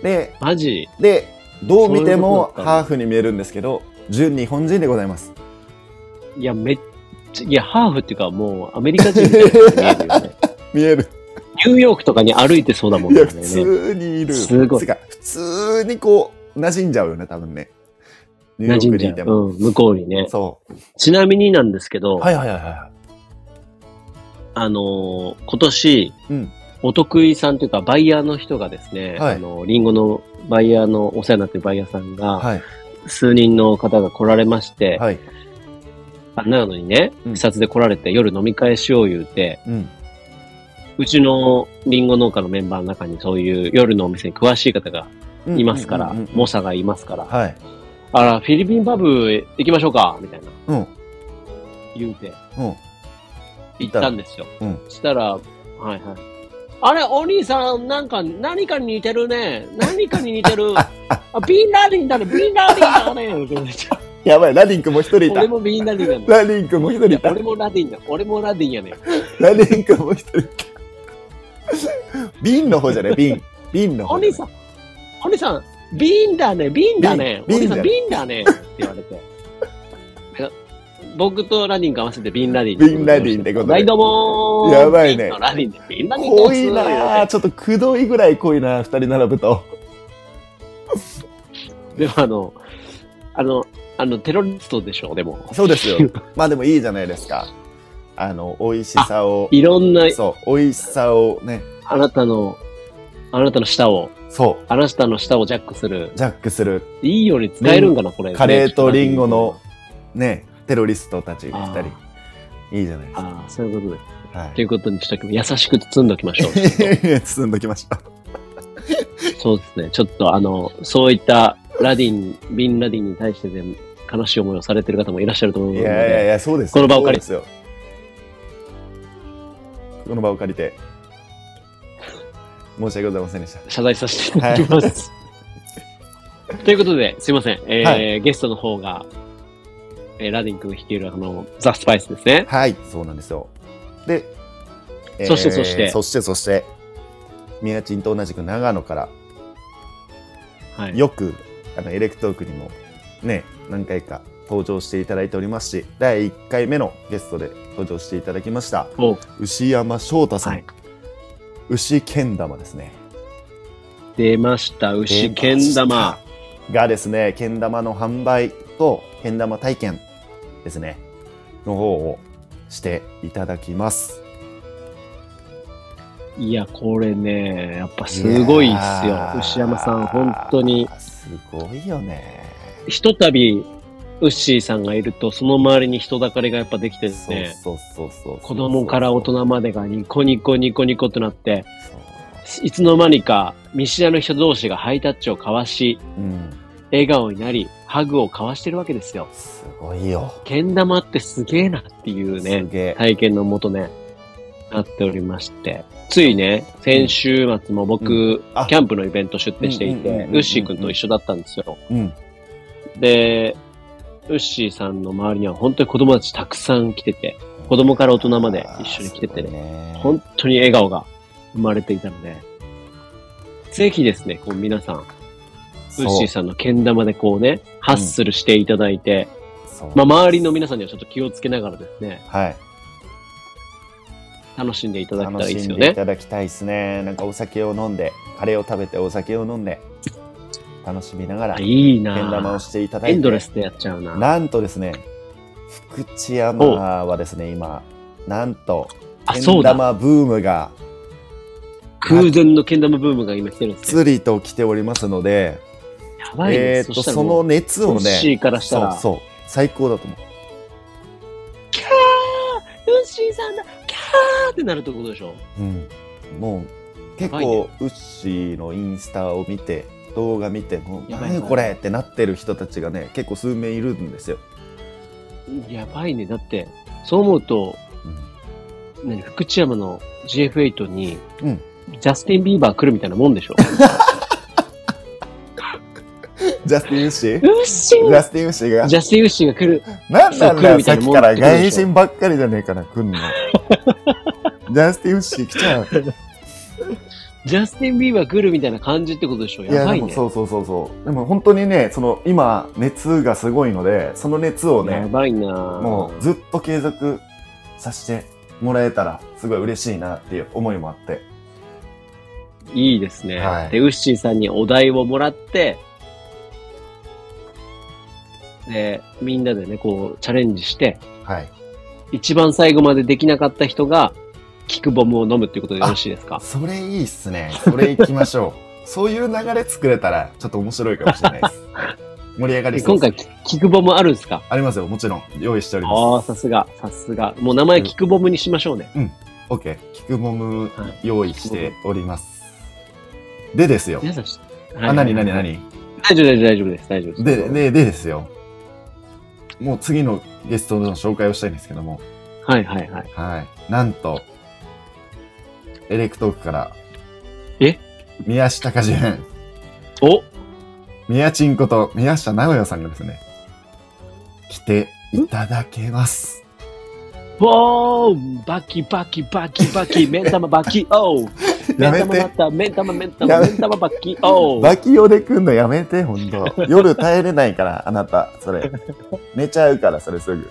Speaker 3: で、
Speaker 2: マジ
Speaker 3: で、どう見ても
Speaker 2: そういうことだったの
Speaker 3: ハーフに見えるんですけど、純日本人でございます。
Speaker 2: いや、めっいや、ハーフっていうか、もうアメリカ人みたいな人に見え
Speaker 3: 見え
Speaker 2: るよね。
Speaker 3: る。
Speaker 2: ニューヨークとかに歩いてそうだもん
Speaker 3: い
Speaker 2: ね。
Speaker 3: や、
Speaker 2: あれ
Speaker 3: 普
Speaker 2: ね
Speaker 3: 通にいる。
Speaker 2: すごい
Speaker 3: てか普通にこう、馴染んじゃうよね、多分ね。ニューヨ
Speaker 2: 馴
Speaker 3: ーク
Speaker 2: 染ん
Speaker 3: に
Speaker 2: じ
Speaker 3: いて
Speaker 2: ゃ
Speaker 3: も。
Speaker 2: う。うん、向こうにね。
Speaker 3: そ
Speaker 2: ちなみになんですけど、
Speaker 3: う。はいはいはいは
Speaker 2: あのー今年、
Speaker 3: い。うん。
Speaker 2: お得意さんというか、バイヤーの人がですね、
Speaker 3: はい
Speaker 2: あの、リンゴのバイヤーのお世話になってるバイヤーさんが、
Speaker 3: はい。
Speaker 2: 数人の方が来られまして、
Speaker 3: はい。
Speaker 2: あ長野にね、
Speaker 3: うん
Speaker 2: 視察で来られて夜飲み会しよう言うて、
Speaker 3: うん。
Speaker 2: うちのリンゴ農家のメンバーの中にそういう夜のお店に詳しい方が
Speaker 3: うん
Speaker 2: いますから、
Speaker 3: うんうんうん
Speaker 2: 猛者がいますから、
Speaker 3: はい。
Speaker 2: あら、フィリピンパブへ行きましょうか、みたいな
Speaker 3: うん。うん。
Speaker 2: 言うて、
Speaker 3: 行
Speaker 2: 行
Speaker 3: っ
Speaker 2: ったた
Speaker 3: の
Speaker 2: んですよ。
Speaker 3: うん
Speaker 2: したら、はいはい。あれ、お兄さん、なんか、何かに似てるね。何かに似 てる。あ、ビンラディンだね、ビンラディンだねって言われちゃう。
Speaker 3: やばい、ラディン君も一人いた
Speaker 2: 俺。もビンラディンだね。
Speaker 3: ラディン君も一人いた。
Speaker 2: 俺もラディンだ。俺もラディンやね。
Speaker 3: ラディン君も一人いた。瓶の方じゃない、瓶。瓶の
Speaker 2: お
Speaker 3: 方じゃな
Speaker 2: 兄
Speaker 3: い。
Speaker 2: さん、お兄さん、ビンだね、ビンだね、お
Speaker 3: ビン
Speaker 2: 兄さん、
Speaker 3: ビ
Speaker 2: ビンだねって言われて。なんか僕とラディンが合わせてビンラディン。
Speaker 3: ビンラディンってことで
Speaker 2: はい、どうもー
Speaker 3: やばいね
Speaker 2: ビンのラディンで、ビンラディンです
Speaker 3: 濃いなぁ。ちょっとくどいぐらい濃いなぁ、二人並ぶと。
Speaker 2: でもあの、あの、あの、テロリストでしょ、でも。
Speaker 3: そうですよ。まあでもいいじゃないですか。あの、美味しさを。
Speaker 2: いろんな、
Speaker 3: そう、美味しさをね、
Speaker 2: あなたの、あなたの舌を、
Speaker 3: そ
Speaker 2: あなたの舌をジャックする
Speaker 3: う、。ジャックする、
Speaker 2: いいように使えるんかな、これ。
Speaker 3: カレーとリンゴの。ね、テロリストたち二人
Speaker 2: あ。
Speaker 3: いいじゃないですか。
Speaker 2: ああ、そういうことで。
Speaker 3: はい
Speaker 2: ということにしとき、優しく包んどきまし ょう。
Speaker 3: 進んどきました。
Speaker 2: そうですね。ちょっとあの、そういったラディン、ビンラディンに対してで悲しい思いをされてる方もいらっしゃると思う
Speaker 3: い
Speaker 2: の
Speaker 3: や
Speaker 2: で、
Speaker 3: いやいや、そうですよ
Speaker 2: この場を借り
Speaker 3: そうですよ。この場を借りて。申し訳ございませんでした。
Speaker 2: 謝罪させていただきます。ということで、すいません。えー
Speaker 3: は
Speaker 2: ゲストの方が、えーラディン君率いるあの、ザ・スパイスですね。
Speaker 3: はい、そうなんですよ。で、えー
Speaker 2: そしてそして
Speaker 3: そして、そして、宮地と同じく長野から、
Speaker 2: はい。
Speaker 3: よくあのエレクトークにもね何回か登場していただいておりますし第1回目のゲストで登場していただきました
Speaker 2: お
Speaker 3: 牛山翔太さん、
Speaker 2: はい
Speaker 3: 牛けん玉ですね
Speaker 2: 出ました、牛、けん玉。
Speaker 3: がですねけん玉の販売とけん玉体験ですねの方をしていただきます
Speaker 2: いや、これね、やっぱすごいっすよ。牛山さん、本当に。
Speaker 3: すごいよね
Speaker 2: ひとたび、ウッシーさんがいると、その周りに人だかりがやっぱできてですね。
Speaker 3: そうそうそうそう
Speaker 2: 子供から大人までがニコニコニコニコとなって、
Speaker 3: そう
Speaker 2: いつの間にか見知らぬ人同士がハイタッチを交わし、
Speaker 3: うん
Speaker 2: 笑顔になり、ハグを交わしてるわけですよ。
Speaker 3: すごいよ
Speaker 2: けん玉ってすげえなっていうね
Speaker 3: す、げえ、
Speaker 2: 体験のもとね、なっておりまして。ついね、先週末も僕、
Speaker 3: あ
Speaker 2: キャンプのイベント出店していて、
Speaker 3: うんうんうんうんうん
Speaker 2: ウッシー君と一緒だったんですよ。
Speaker 3: うん
Speaker 2: で、ウッシーさんの周りには本当に子供たちたくさん来てて、子供から大人まで一緒に来てて
Speaker 3: あーすご
Speaker 2: ね
Speaker 3: いね
Speaker 2: 本当に笑顔が生まれていたので、ぜひですね、こう皆さん、ウ
Speaker 3: そう
Speaker 2: ッシーさんのけん玉でこうね、ハッスルしていただいて、
Speaker 3: そう
Speaker 2: まあ周りの皆さんにはちょっと気をつけながらですね、
Speaker 3: はい、
Speaker 2: 楽しんでいただけた
Speaker 3: 楽
Speaker 2: らいいです
Speaker 3: しん
Speaker 2: よ
Speaker 3: でい
Speaker 2: ね。
Speaker 3: ただきたいですね。なんかお酒を飲んで、カレーを食べてお酒を飲んで、楽しみながら、
Speaker 2: あ
Speaker 3: けん
Speaker 2: いいな
Speaker 3: 玉を
Speaker 2: ぁ
Speaker 3: していただい
Speaker 2: エ
Speaker 3: て、
Speaker 2: ンドレスでやっちゃうな
Speaker 3: なんとですね、福知山はですね、今、なんと、
Speaker 2: あ、
Speaker 3: け
Speaker 2: そ
Speaker 3: ん
Speaker 2: うだ。
Speaker 3: 玉ブームが
Speaker 2: 空前のけん玉ブームが今来てるんですね。
Speaker 3: 釣りと来ておりますので、
Speaker 2: やばいね。
Speaker 3: えーっ
Speaker 2: そ
Speaker 3: と、
Speaker 2: したら
Speaker 3: そ
Speaker 2: も
Speaker 3: の
Speaker 2: う、
Speaker 3: 熱を
Speaker 2: ウッシ
Speaker 3: ね
Speaker 2: ー、からしたら
Speaker 3: そうそう、最高だと思う。
Speaker 2: キャーウッシーさんだキャーってなるってことでしょ
Speaker 3: うん、もう結
Speaker 2: やばい
Speaker 3: 構、
Speaker 2: ね
Speaker 3: ウッシーのインスタを見て動画見てもう
Speaker 2: やばいやばい
Speaker 3: 何これってなってる人たちがね結構数名いるんですよ、
Speaker 2: やばいね。だって、そう思うと、何福知山の GF8 に、
Speaker 3: うん
Speaker 2: ジャスティン・ビーバー来るみたいなもんでしょ
Speaker 3: ジャスティン・ウッシー
Speaker 2: ウッシ
Speaker 3: ジャスティン・ウッシー
Speaker 2: ー
Speaker 3: が
Speaker 2: ジャスティン・ウッシーが来る。
Speaker 3: 何なん
Speaker 2: 来
Speaker 3: だ
Speaker 2: る
Speaker 3: よ
Speaker 2: み
Speaker 3: さ
Speaker 2: たい
Speaker 3: っ
Speaker 2: な
Speaker 3: き
Speaker 2: もん
Speaker 3: から
Speaker 2: 来るでしょ
Speaker 3: 外人ばっ かりじゃねえかな来んのジャスティン・ウッシー来ちゃう
Speaker 2: ジャスティン・ビーバー来るみたいな感じってことでしょやばい
Speaker 3: でも
Speaker 2: ね。
Speaker 3: そうそうそうそうでも本当にねその今熱がすごいのでその熱を
Speaker 2: や
Speaker 3: ね
Speaker 2: ばいな
Speaker 3: もうずっと継続させてもらえたらすごい嬉しいなっていう思いもあって
Speaker 2: いいですね。
Speaker 3: はい
Speaker 2: で、ウッシーさんにお題をもらって、で、みんなでね、こう、チャレンジして、
Speaker 3: はい
Speaker 2: 一番最後までできなかった人が、キクボムを飲むっていうことでよろしいですか
Speaker 3: それいいっすねそれいきましょ うそういう流れ作れたらちょっと面白いかもしれないです盛り上がり
Speaker 2: で
Speaker 3: そう
Speaker 2: 今
Speaker 3: です
Speaker 2: 回、キキクボムあるんですか
Speaker 3: ありますよもちろん用意しており
Speaker 2: あ
Speaker 3: ま
Speaker 2: あ、
Speaker 3: す
Speaker 2: さすが、さすが。もう名前キクボムにしましょうね。
Speaker 3: OK キクボム
Speaker 2: はい
Speaker 3: 用意しておりますでですよ
Speaker 2: 皆さん知って、はい
Speaker 3: あ何何何
Speaker 2: 大丈夫、大丈夫、大丈夫です。大丈夫です。
Speaker 3: で、で、でですよ。もう次のゲストの紹介をしたいんですけども、
Speaker 2: はいはいはい。
Speaker 3: はい。なんと、エレクトークから、
Speaker 2: え
Speaker 3: 宮下果樹園、
Speaker 2: お
Speaker 3: 宮ちんこと宮下直哉さんがですね、来ていただけます。
Speaker 2: ボーンバキバキバキ バキ、目ん玉バキ、おう
Speaker 3: やめ、
Speaker 2: 目ん玉だってた、目ん玉、目ん
Speaker 3: や
Speaker 2: 玉、
Speaker 3: め
Speaker 2: 目ん玉バキ、おう
Speaker 3: バキヨでくんのやめて、ほんと。夜耐えれないから、あなた、それ。寝ちゃうから、それすぐ。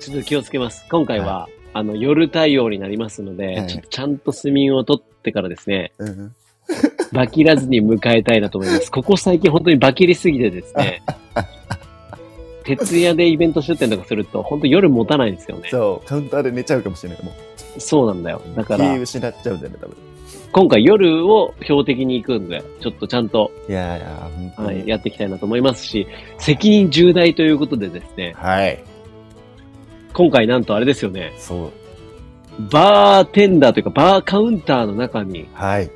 Speaker 2: ちょっと気をつけます。今回は、あの、夜対応になりますので、
Speaker 3: はい
Speaker 2: ちょっとちゃんと睡眠をとってからですね、
Speaker 3: うん、
Speaker 2: バキらずに迎えたいなと思います。ここ最近本当にバキりすぎてで すね、徹夜でイベント出店とかすると、本当夜持たないんですよね。
Speaker 3: そう、カウンターで寝ちゃうかもしれない。もう、
Speaker 2: そうなんだよ。だか
Speaker 3: 気
Speaker 2: ら、
Speaker 3: 失っちゃうんだよね、多分。
Speaker 2: 今回夜を標的に行くんで、ちょっとちゃんと、
Speaker 3: いやいや、本当
Speaker 2: は
Speaker 3: に
Speaker 2: い、。やっていきたいなと思いますし、責任重大ということでですね、
Speaker 3: はい。
Speaker 2: 今回なんとあれですよね、
Speaker 3: そう。
Speaker 2: バーテンダーというかバーカウンターの中に
Speaker 3: はい。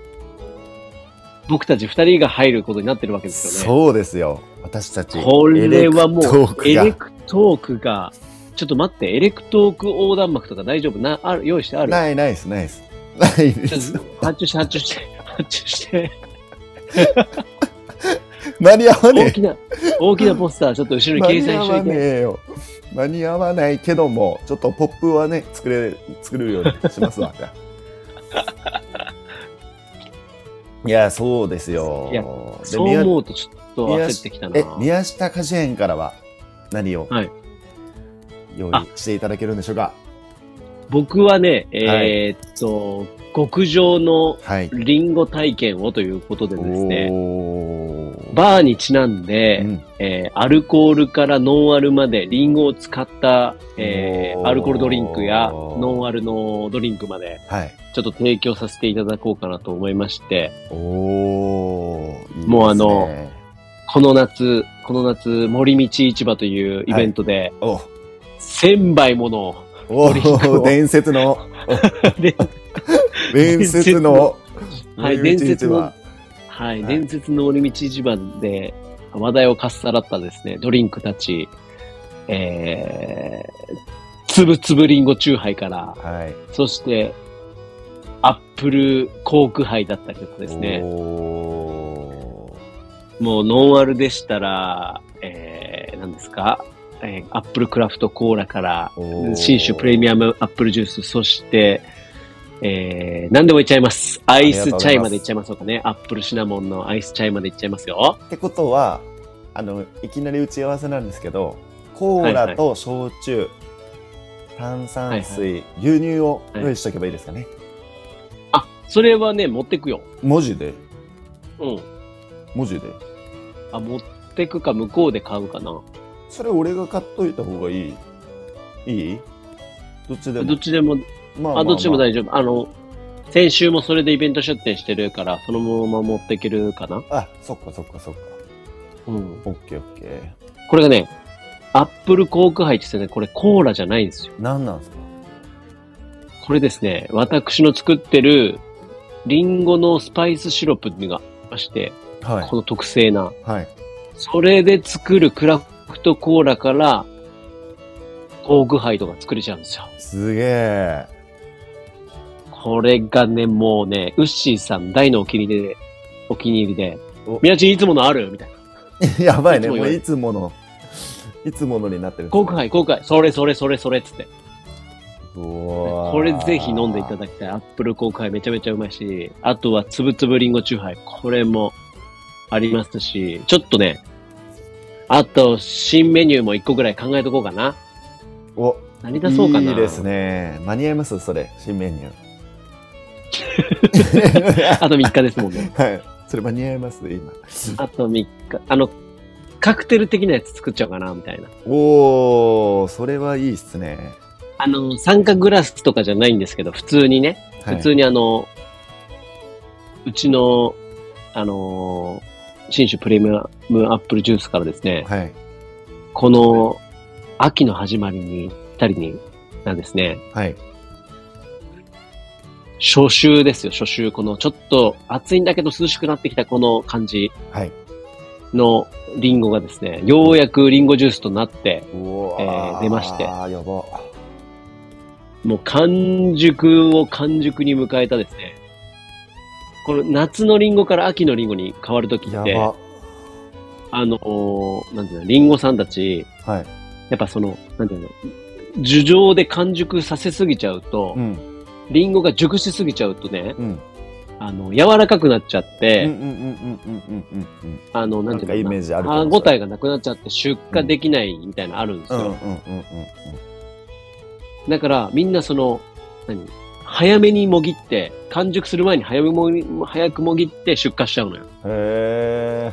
Speaker 2: 僕たち二人が入ることになってるわけですよね。
Speaker 3: そうですよ。私たち。
Speaker 2: これはもうエ
Speaker 3: エレ
Speaker 2: レ
Speaker 3: ク
Speaker 2: クトークが、ちょっと待って、エレクトーク横断幕とか大丈夫な、ある用意してあ
Speaker 3: ト
Speaker 2: る
Speaker 3: ないないです、ないです。ないで
Speaker 2: ちょっ
Speaker 3: す。
Speaker 2: と発注して、発注して、発注して、
Speaker 3: 間に合わ
Speaker 2: 大
Speaker 3: ね
Speaker 2: きな、大きなポスターちょっと後
Speaker 3: え。
Speaker 2: ろに
Speaker 3: 間
Speaker 2: 掲
Speaker 3: に
Speaker 2: 載
Speaker 3: 合
Speaker 2: しと
Speaker 3: わ
Speaker 2: い
Speaker 3: ね
Speaker 2: て。
Speaker 3: えよ。間に合わないけども、ちょっとポップはね、作れ、作るようにします わ。じゃあいや、そうですよ。
Speaker 2: いや
Speaker 3: で
Speaker 2: そう
Speaker 3: 宮
Speaker 2: 思うとちょっと焦ってきたな。
Speaker 3: え、宮下果樹園からは何を、
Speaker 2: はい
Speaker 3: 用意
Speaker 2: あ
Speaker 3: していただけるんでしょうか
Speaker 2: 僕はね、えーっと、極上の
Speaker 3: はい。
Speaker 2: リンゴ体験をということでですね、
Speaker 3: おー
Speaker 2: バーにちなんで、
Speaker 3: うん
Speaker 2: えーアルコールからノンアルまでリンゴを使った、えー
Speaker 3: おー
Speaker 2: アルコールドリンクやノンアルのドリンクまで
Speaker 3: はい。
Speaker 2: ちょっと提供させていただこうかなと思いまして、
Speaker 3: おーいいですね
Speaker 2: もうあのこの夏、この夏、森道市場というイベントで、
Speaker 3: お
Speaker 2: 1000杯もの、
Speaker 3: お
Speaker 2: ドリンクを
Speaker 3: 伝説の
Speaker 2: で
Speaker 3: 伝説の
Speaker 2: はい、
Speaker 3: 森
Speaker 2: 伝
Speaker 3: 口
Speaker 2: 説
Speaker 3: 市
Speaker 2: の
Speaker 3: 場、
Speaker 2: はい、
Speaker 3: はい
Speaker 2: 伝説の森道市場で話題をかっさらったですね、ドリンクたち、えー、つぶつぶりんごチューハイから、
Speaker 3: はい
Speaker 2: そして、アップルコークハイだったりとかですね、
Speaker 3: おー
Speaker 2: もうノンアルでしたら、えー、何ですか、えーアップルクラフトコーラから、
Speaker 3: おー
Speaker 2: 新種プレミアムアップルジュース、そして、えー、何でもいっちゃいます。アイスチャイまでいっちゃいますとかね。アップルシナモンのアイスチャイまでいっちゃいますよ。
Speaker 3: ってことはあのいきなり打ち合わせなんですけどコーラと焼酎、炭酸水、牛乳を用意しておけばいいですかね、
Speaker 2: あ、それはね、持ってくよ。
Speaker 3: 文字で
Speaker 2: うん。
Speaker 3: 文字で
Speaker 2: あ、持ってくか向こうで買うかな。
Speaker 3: それ俺が買っといた方がいいいいどっちでも
Speaker 2: どっちでも、
Speaker 3: ま
Speaker 2: あ、どっちでも
Speaker 3: 丈夫
Speaker 2: 大丈夫。あの、先週もそれでイベント出店してるから、そのまま持っていけるかな。
Speaker 3: あそっかそっかそっか
Speaker 2: うん。
Speaker 3: オッケーオッケー
Speaker 2: これがね、アップルコークハイって言ってね、これコーラじゃないんですよ。
Speaker 3: 何なんですか
Speaker 2: これですね、私の作ってるリンゴのスパイスシロップっていうのがありまして、
Speaker 3: はい
Speaker 2: この特製な。
Speaker 3: はい
Speaker 2: それで作るクラフトコーラから、コークハイとか作れちゃうんですよ。
Speaker 3: すげえ
Speaker 2: これがね、もうね、ウッシーさん大のお気に入りで、お気に入りで
Speaker 3: お、
Speaker 2: みなちんいつものあるみたい な。
Speaker 3: やばいね
Speaker 2: いつも
Speaker 3: も
Speaker 2: よ
Speaker 3: う
Speaker 2: り
Speaker 3: いつものいつものになってる
Speaker 2: コークハイ、コークハイ、それそれそれそれっつって。これぜひ飲んでいただきたい。アップル公開めちゃめちゃうまいし、あとはつぶつぶりんごチューハイ。これもありますし、ちょっとね、あと新メニューも一個ぐらい考えとこうかな。
Speaker 3: お
Speaker 2: 何出そうかな。
Speaker 3: いいですね間に合いますそれ新メニュ
Speaker 2: あ
Speaker 3: ー
Speaker 2: と3日ですも んね。
Speaker 3: はいそれ間に合います今
Speaker 2: あと3日。あの、カクテル的なやつ作っちゃおうかな、みたいな。
Speaker 3: おおそれはいいっすね、
Speaker 2: あの、酸化グラスとかじゃないんですけど、普通にね、
Speaker 3: はい、
Speaker 2: 普通にあの、うちの、あのー新種プレミアムアップルジュースからですね、
Speaker 3: はい
Speaker 2: この秋の始まりに二人に、なんですね、
Speaker 3: はい
Speaker 2: 初秋ですよ、初秋。このちょっと暑いんだけど涼しくなってきたこの感じ
Speaker 3: はい
Speaker 2: のリンゴがですね、ようやくリンゴジュースとなって、
Speaker 3: お
Speaker 2: えー出まして
Speaker 3: ああやば
Speaker 2: もう完熟を完熟に迎えたですね、この夏のリンゴから秋のリンゴに変わるとき
Speaker 3: や
Speaker 2: って、
Speaker 3: ば
Speaker 2: あのー、なんていうの、リンゴさんたち、
Speaker 3: はい
Speaker 2: やっぱその、なんていうの、樹上で完熟させすぎちゃうと
Speaker 3: う、ん
Speaker 2: リンゴが熟しすぎちゃうとね、
Speaker 3: うん
Speaker 2: あの、柔らかくなっちゃっ
Speaker 3: うんうんう
Speaker 2: て、
Speaker 3: んうんうんうんうん
Speaker 2: あの、なんていう
Speaker 3: なんかイ
Speaker 2: の
Speaker 3: メージあるか
Speaker 2: 歯
Speaker 3: も
Speaker 2: 応えがなくなっちゃって出荷できないみたいなのあるんです
Speaker 3: うんうんうん
Speaker 2: よ。
Speaker 3: うんうん
Speaker 2: だから、みんなその、何早めにもぎって、完熟する前に早めもぎ早くもぎって出荷しちゃうのよ。
Speaker 3: へえ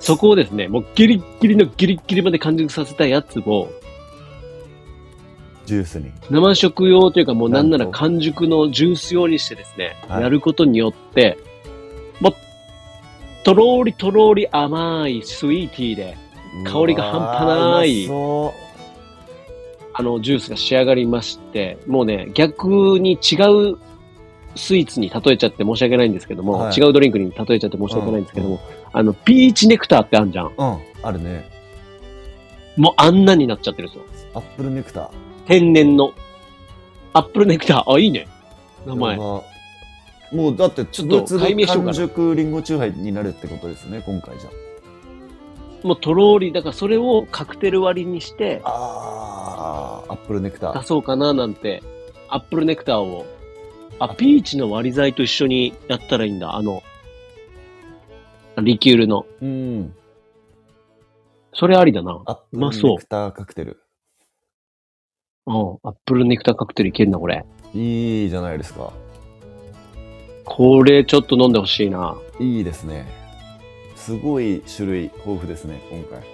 Speaker 2: そこをですね、もうギリッギリのギリッギリまで完熟させたやつを、
Speaker 3: ジュースに
Speaker 2: 生食用というかもうなんなら
Speaker 3: なんと
Speaker 2: 完熟のジュース用にしてですね、
Speaker 3: はい
Speaker 2: やることによって、もう、とろーりとろーり甘いスイーティーで、香りが半端ない
Speaker 3: うんうわ
Speaker 2: あの、ジュースが仕上がりまして、もうね、逆に違うスイーツに例えちゃって申し訳ないんですけども、
Speaker 3: はい
Speaker 2: 違うドリンクに例えちゃって申し訳ないんですけども、あの、ピーチネクターってあんじゃん。
Speaker 3: うまそううんあるね
Speaker 2: もうあんなになっちゃってるんですよ。
Speaker 3: アップルネクター
Speaker 2: 天然の。アップルネクター。あ、いいね。名前。
Speaker 3: やばもうだってちょっ
Speaker 2: ちょ
Speaker 3: と
Speaker 2: っと解明しよう
Speaker 3: 完
Speaker 2: かな
Speaker 3: 熟リンゴチューハイになるってことですね今回じゃ
Speaker 2: もうとろーり、だからそれをカクテル割りにして
Speaker 3: ああアップルネクタ
Speaker 2: 出
Speaker 3: ー
Speaker 2: そうかななんて、アップルネクターを、あ、ピーチの割り剤と一緒にやったらいいんだ。あの、リキュールの。
Speaker 3: うん
Speaker 2: それありだな。
Speaker 3: アップ
Speaker 2: うま
Speaker 3: ル
Speaker 2: そう
Speaker 3: ネクターカクテル
Speaker 2: うん。アップルネクターカクテルいけるな、これ。
Speaker 3: いいじゃないですか
Speaker 2: これちょっと飲んでほしいな。
Speaker 3: いいですねすごい種類豊富ですね今回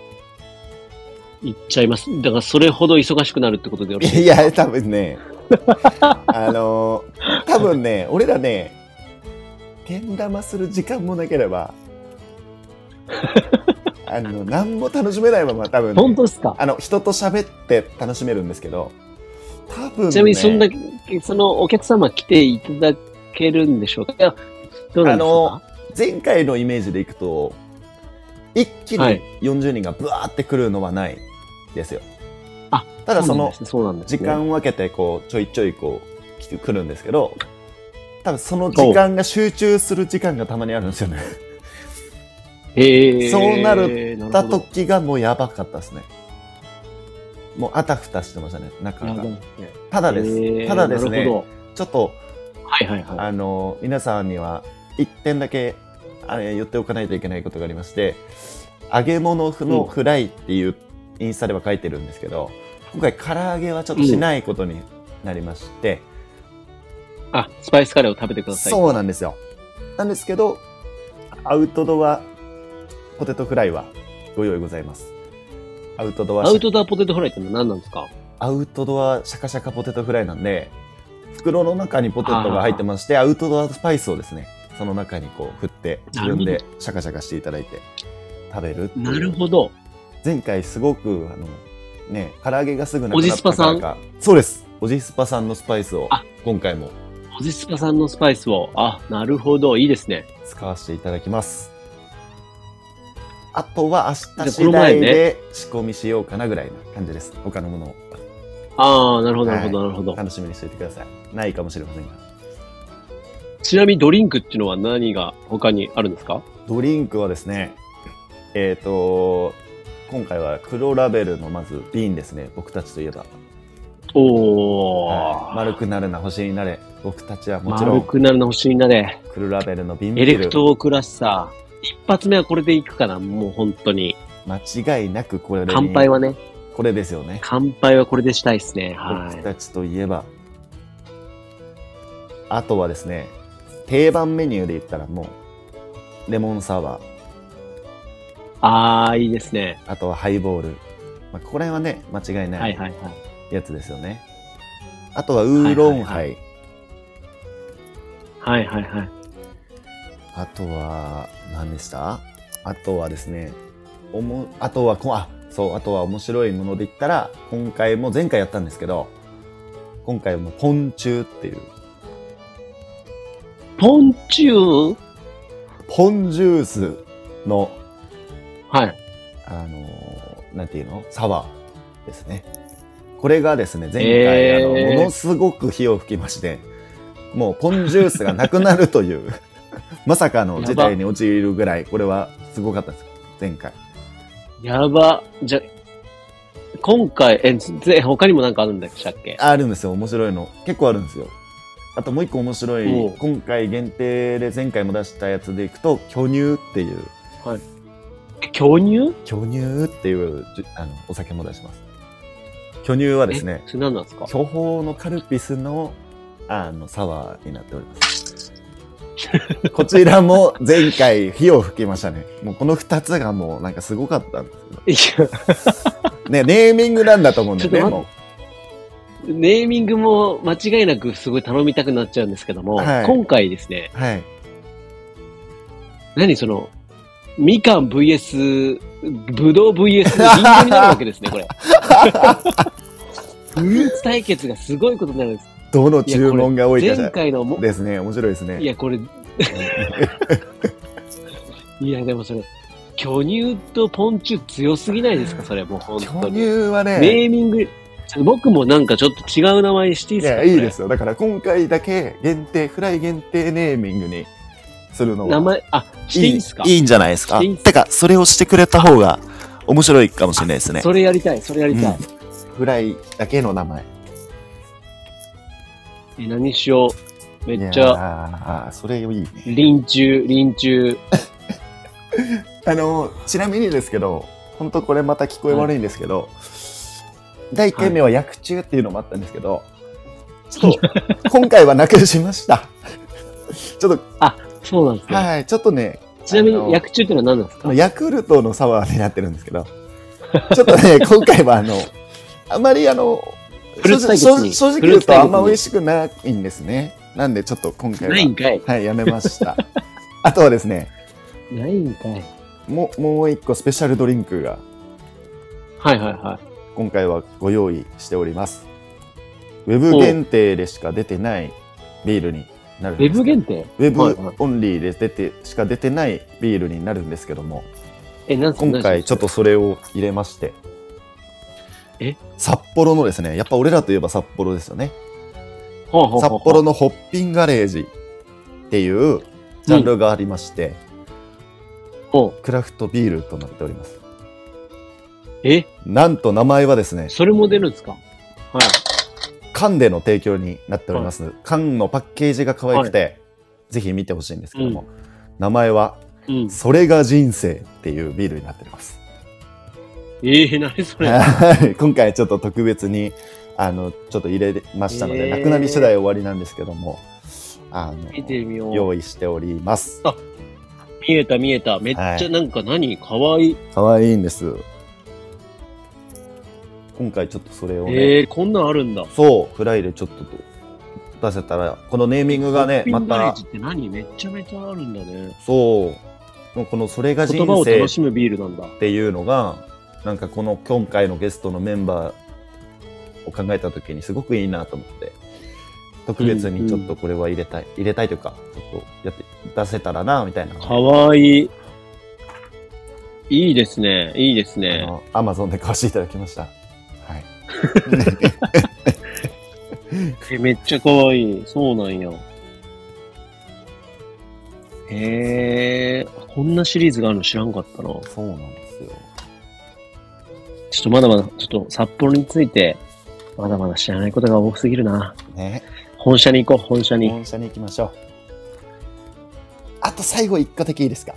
Speaker 2: いっちゃいます。だからそれほど忙しくなるってことでよろしい
Speaker 3: いや、多分ね、 あのー、多分ね、俺らね、けん玉する時間もなけれ ば、あの、何も楽しめないまま、多分、ね、
Speaker 2: 本当ですか
Speaker 3: あの、人と喋って楽しめるんですけど、多分、ね、
Speaker 2: ちなみにそんだけ、そのお客様来ていただけるんでしょうかいや、どうなんですか
Speaker 3: 前回のイメージでいくと、一気
Speaker 2: は
Speaker 3: に
Speaker 2: い
Speaker 3: 40人がブワーって来るのはないですよ。
Speaker 2: あ
Speaker 3: ただその、
Speaker 2: そうなんですね
Speaker 3: 時間を分けてこうちょいちょいこう来てくるんですけど多分その時間が集中する時間がたまにあるんですよね
Speaker 2: へー
Speaker 3: そうなる
Speaker 2: るほ
Speaker 3: た
Speaker 2: ど
Speaker 3: 時がもうやばかったですねもうあたふたしてましたね中
Speaker 2: なる
Speaker 3: が
Speaker 2: ほど
Speaker 3: ただです、
Speaker 2: へー
Speaker 3: ただです
Speaker 2: なる
Speaker 3: ね
Speaker 2: ほ
Speaker 3: ちょっと
Speaker 2: ど。はいはいはい。
Speaker 3: あの皆さんには一点だけあれ言っておかないといけないことがありまして揚げ物の
Speaker 2: うん
Speaker 3: フライっていうインスタでは書いてるんですけど、今回唐揚げはちょっとしないことになりまして、
Speaker 2: あ、スパイスカレーを食べてください。
Speaker 3: そうなんですよ。なんですけど、アウトドアポテトフライはご用意ございます。アウトドア
Speaker 2: アウトドアポテトフライってのは何なんですか
Speaker 3: アウトドアシャカシャカポテトフライなんで、袋の中にポテトが入ってまして、アウトドアスパイスをですね、その中にこう振って、自分
Speaker 2: な
Speaker 3: で
Speaker 2: る
Speaker 3: シャカシャカしていただいて食べるっていう
Speaker 2: なるほど。
Speaker 3: 前回すごく、あの、ね、唐揚げがすぐなく
Speaker 2: お
Speaker 3: な
Speaker 2: じ
Speaker 3: っ
Speaker 2: ス
Speaker 3: た
Speaker 2: パさ
Speaker 3: か
Speaker 2: ん
Speaker 3: らか。そうです。おじスパさんのスパイスを
Speaker 2: あ
Speaker 3: 今回も
Speaker 2: おじスパさんのスパイスを。あ、なるほど。いいですね。
Speaker 3: 使わせていただきますあとは明日
Speaker 2: じゃあこの
Speaker 3: 次
Speaker 2: 前
Speaker 3: 第
Speaker 2: ね
Speaker 3: で仕込みしようかなぐらいな感じです他のものを
Speaker 2: ああ、なるほど、なるほど、なるほど。
Speaker 3: 楽しみにしておいてくださいないかもしれませんが
Speaker 2: ちなみにドリンクっていうのは何が他にあるんですか
Speaker 3: ドリンクはですねえっ、と今回は黒ラベルのまず瓶ですね僕たちといえば
Speaker 2: おー。
Speaker 3: はい丸くなるな星になれ僕たちはもちろ
Speaker 2: 丸
Speaker 3: ん
Speaker 2: くなるな星になれ。
Speaker 3: クルラベルのビンビ
Speaker 2: エレク
Speaker 3: ル
Speaker 2: トークらしさ。一発目はこれでいくかな、もう本当に。
Speaker 3: 間違いなくこれに
Speaker 2: 乾杯はね、
Speaker 3: これですよね
Speaker 2: 乾杯はこれでしたいですね。は
Speaker 3: 僕たちといえばあとはですね定番メニューで言ったらもうレモンサワー
Speaker 2: い。あー、いいですね。
Speaker 3: あとはハイボール、まあ、ここら辺はね間違いな
Speaker 2: はい
Speaker 3: い
Speaker 2: はいはい。
Speaker 3: やつですよね、あとはウーロンハイ、
Speaker 2: はいはいはいはい。
Speaker 3: あとは何でしたあとはですねおもあとはこあそうあとは面白いもので言ったら今回も前回やったんですけど今回もポンチューっていう
Speaker 2: ポンチュー
Speaker 3: ポンジュースの
Speaker 2: はい。
Speaker 3: あのーなんていうのサワーですね。これがですね、前回、
Speaker 2: えー
Speaker 3: あの、ものすごく火を吹きまして、もうポンジュースがなくなるという、 まさかの事態に陥るぐらい、これはすごかったです。前回。
Speaker 2: やば。じゃ、今回、え、ぜ他にもなんかあるんでしたっけ
Speaker 3: あるんですよ、面白いの。結構あるんですよ。あともう一個面白
Speaker 2: お、
Speaker 3: いう今回限定で前回も出したやつでいくと、巨乳っていう、
Speaker 2: 巨乳
Speaker 3: 巨乳っていうじゅあのお酒も出します。巨乳はですね
Speaker 2: え、それ何なんで すか
Speaker 3: 巨峰のカルピスのあのサワーになっております。 こちらも前回火を吹きましたね。もうこの2つがもうなんかすごかったんですけど。
Speaker 2: いや、
Speaker 3: ね、ネーミングなんだと思うんだよね。
Speaker 2: ちょっと
Speaker 3: も
Speaker 2: ネーミングも間違いなくすごい頼みたくなっちゃうんですけども、
Speaker 3: はい
Speaker 2: 今回ですね、
Speaker 3: うはい。
Speaker 2: 何その、みかん VS、ぶどう VS リンゴになるわけです ね、これ。フルーツ対決がすごいことになるんです。
Speaker 3: どの注文が多いかじ
Speaker 2: 前
Speaker 3: ゃ
Speaker 2: 回のも、
Speaker 3: ですね。面白いです
Speaker 2: い
Speaker 3: ね。
Speaker 2: や、これ、いや、でもそれ、巨乳とポンチュ強すぎないですか、それ、もう本当
Speaker 3: 巨
Speaker 2: に。
Speaker 3: 乳は
Speaker 2: ネ
Speaker 3: ね、
Speaker 2: ーミング、僕もなんかちょっと違う名前にしていい
Speaker 3: い
Speaker 2: ですか
Speaker 3: や、いいですよ。だから今回だけ限定、フライ限定ネーミングにするの
Speaker 2: これ
Speaker 3: が
Speaker 2: 名前、あ、していいですか
Speaker 3: いいいんじゃないですか
Speaker 2: していいんす
Speaker 3: てか、それをしてくれた方が面白いかもしれないですね。
Speaker 2: それやりたい、それやりたい。
Speaker 3: フライだけの名前。
Speaker 2: え何しよう。めっちゃ、
Speaker 3: ゃ。あーそれいいね。
Speaker 2: 臨中、臨中。
Speaker 3: あの、ちなみにですけど、本当これまた聞こえ悪いんですけど、第1回目は薬中っていうのもあったんですけど、ちょっ と、今回はなくしました。ちょっ
Speaker 2: そうなんです
Speaker 3: と、
Speaker 2: ね。
Speaker 3: はい、ちょっとね、
Speaker 2: ちなみ
Speaker 3: あの
Speaker 2: に、薬中ってのは何なんです
Speaker 3: あの
Speaker 2: か
Speaker 3: ヤクルトのサワーになってるんですけど、ちょっと ね、今回はあの、あまりあの、
Speaker 2: フルーツ対決に
Speaker 3: 正直
Speaker 2: フ
Speaker 3: 言
Speaker 2: ルー
Speaker 3: う
Speaker 2: ツ
Speaker 3: と
Speaker 2: 対
Speaker 3: あ
Speaker 2: 決
Speaker 3: ん
Speaker 2: に
Speaker 3: ま美味しくないんですね。なんでちょっと今回
Speaker 2: ないん
Speaker 3: は、
Speaker 2: かい。
Speaker 3: はい、やめました。 あとはですね、
Speaker 2: ないんかい。
Speaker 3: もうもう一個スペシャルドリンクが
Speaker 2: はいはいは
Speaker 3: 今回はご用意しておりますウェブ限定でしか出てないビールになるん
Speaker 2: い。ウ
Speaker 3: で
Speaker 2: ェ
Speaker 3: す
Speaker 2: ブ
Speaker 3: けど
Speaker 2: 限定
Speaker 3: ウ
Speaker 2: はい
Speaker 3: ェブオンリーで出てしか出てないビールになるんですけども
Speaker 2: え、なんす
Speaker 3: 今回ちょっ。とそれを入れまして
Speaker 2: え
Speaker 3: 札幌のですねやっぱ俺らといえば札幌ですよね
Speaker 2: なんすほうほう
Speaker 3: 札
Speaker 2: ほうほう
Speaker 3: 幌のホッピンガレージっていうジャンルがありまして、
Speaker 2: ほう
Speaker 3: クラフトビールとなっております
Speaker 2: え、
Speaker 3: なんと名前はですね
Speaker 2: それも出るんですかはい。
Speaker 3: 缶での提供になっております、缶のパッケージが可愛くて、ぜひ見てほしいんですけども、名前は
Speaker 2: う
Speaker 3: 「
Speaker 2: ん
Speaker 3: それが人生」っていうビールになっております、
Speaker 2: ええ 何 それ。
Speaker 3: はい今回ちょっと特別にあのちょっと入れましたので、
Speaker 2: え
Speaker 3: な
Speaker 2: ー
Speaker 3: くなり次第終わりなんですけどもあの
Speaker 2: 見てみよう。
Speaker 3: 用意しております
Speaker 2: 見えた見えた。めっ
Speaker 3: は
Speaker 2: ち
Speaker 3: い
Speaker 2: ゃなんか何かわいい。
Speaker 3: 可愛いんです今回ちょっとそれをね、
Speaker 2: えー、こんなんあるんだ。
Speaker 3: そうフライでちょっと出せたらこのネーミングがね
Speaker 2: ホッピン
Speaker 3: ま
Speaker 2: ガレ
Speaker 3: た
Speaker 2: ージって何めっちゃめちゃあるんだね。
Speaker 3: そう。このそれが人
Speaker 2: 言葉を
Speaker 3: 生
Speaker 2: 楽
Speaker 3: っ
Speaker 2: しむビールなんだ。
Speaker 3: ていうのが、なんかこの今回のゲストのメンバーを考えた時にすごくいいなと思って、特別にちょっとこれは入れたい、入れたいというか、ちょっとやって出せたらな、みたいな。
Speaker 2: かわいい。いいですね。いいです
Speaker 3: あ
Speaker 2: ね。
Speaker 3: の、アマゾンで買わせていただきました。はい。
Speaker 2: えめっちゃかわいい。そうなんや。へえ、こんなシリーズがあるの知らんかったな。ちょ
Speaker 3: そうなんですよ。
Speaker 2: っとまだまだ、ちょっと札幌についてまだまだ知らないことが多すぎるな。
Speaker 3: ね、
Speaker 2: 本社に行こう、本社に。
Speaker 3: 本社に行きましょう。あと最後一個だけいいですか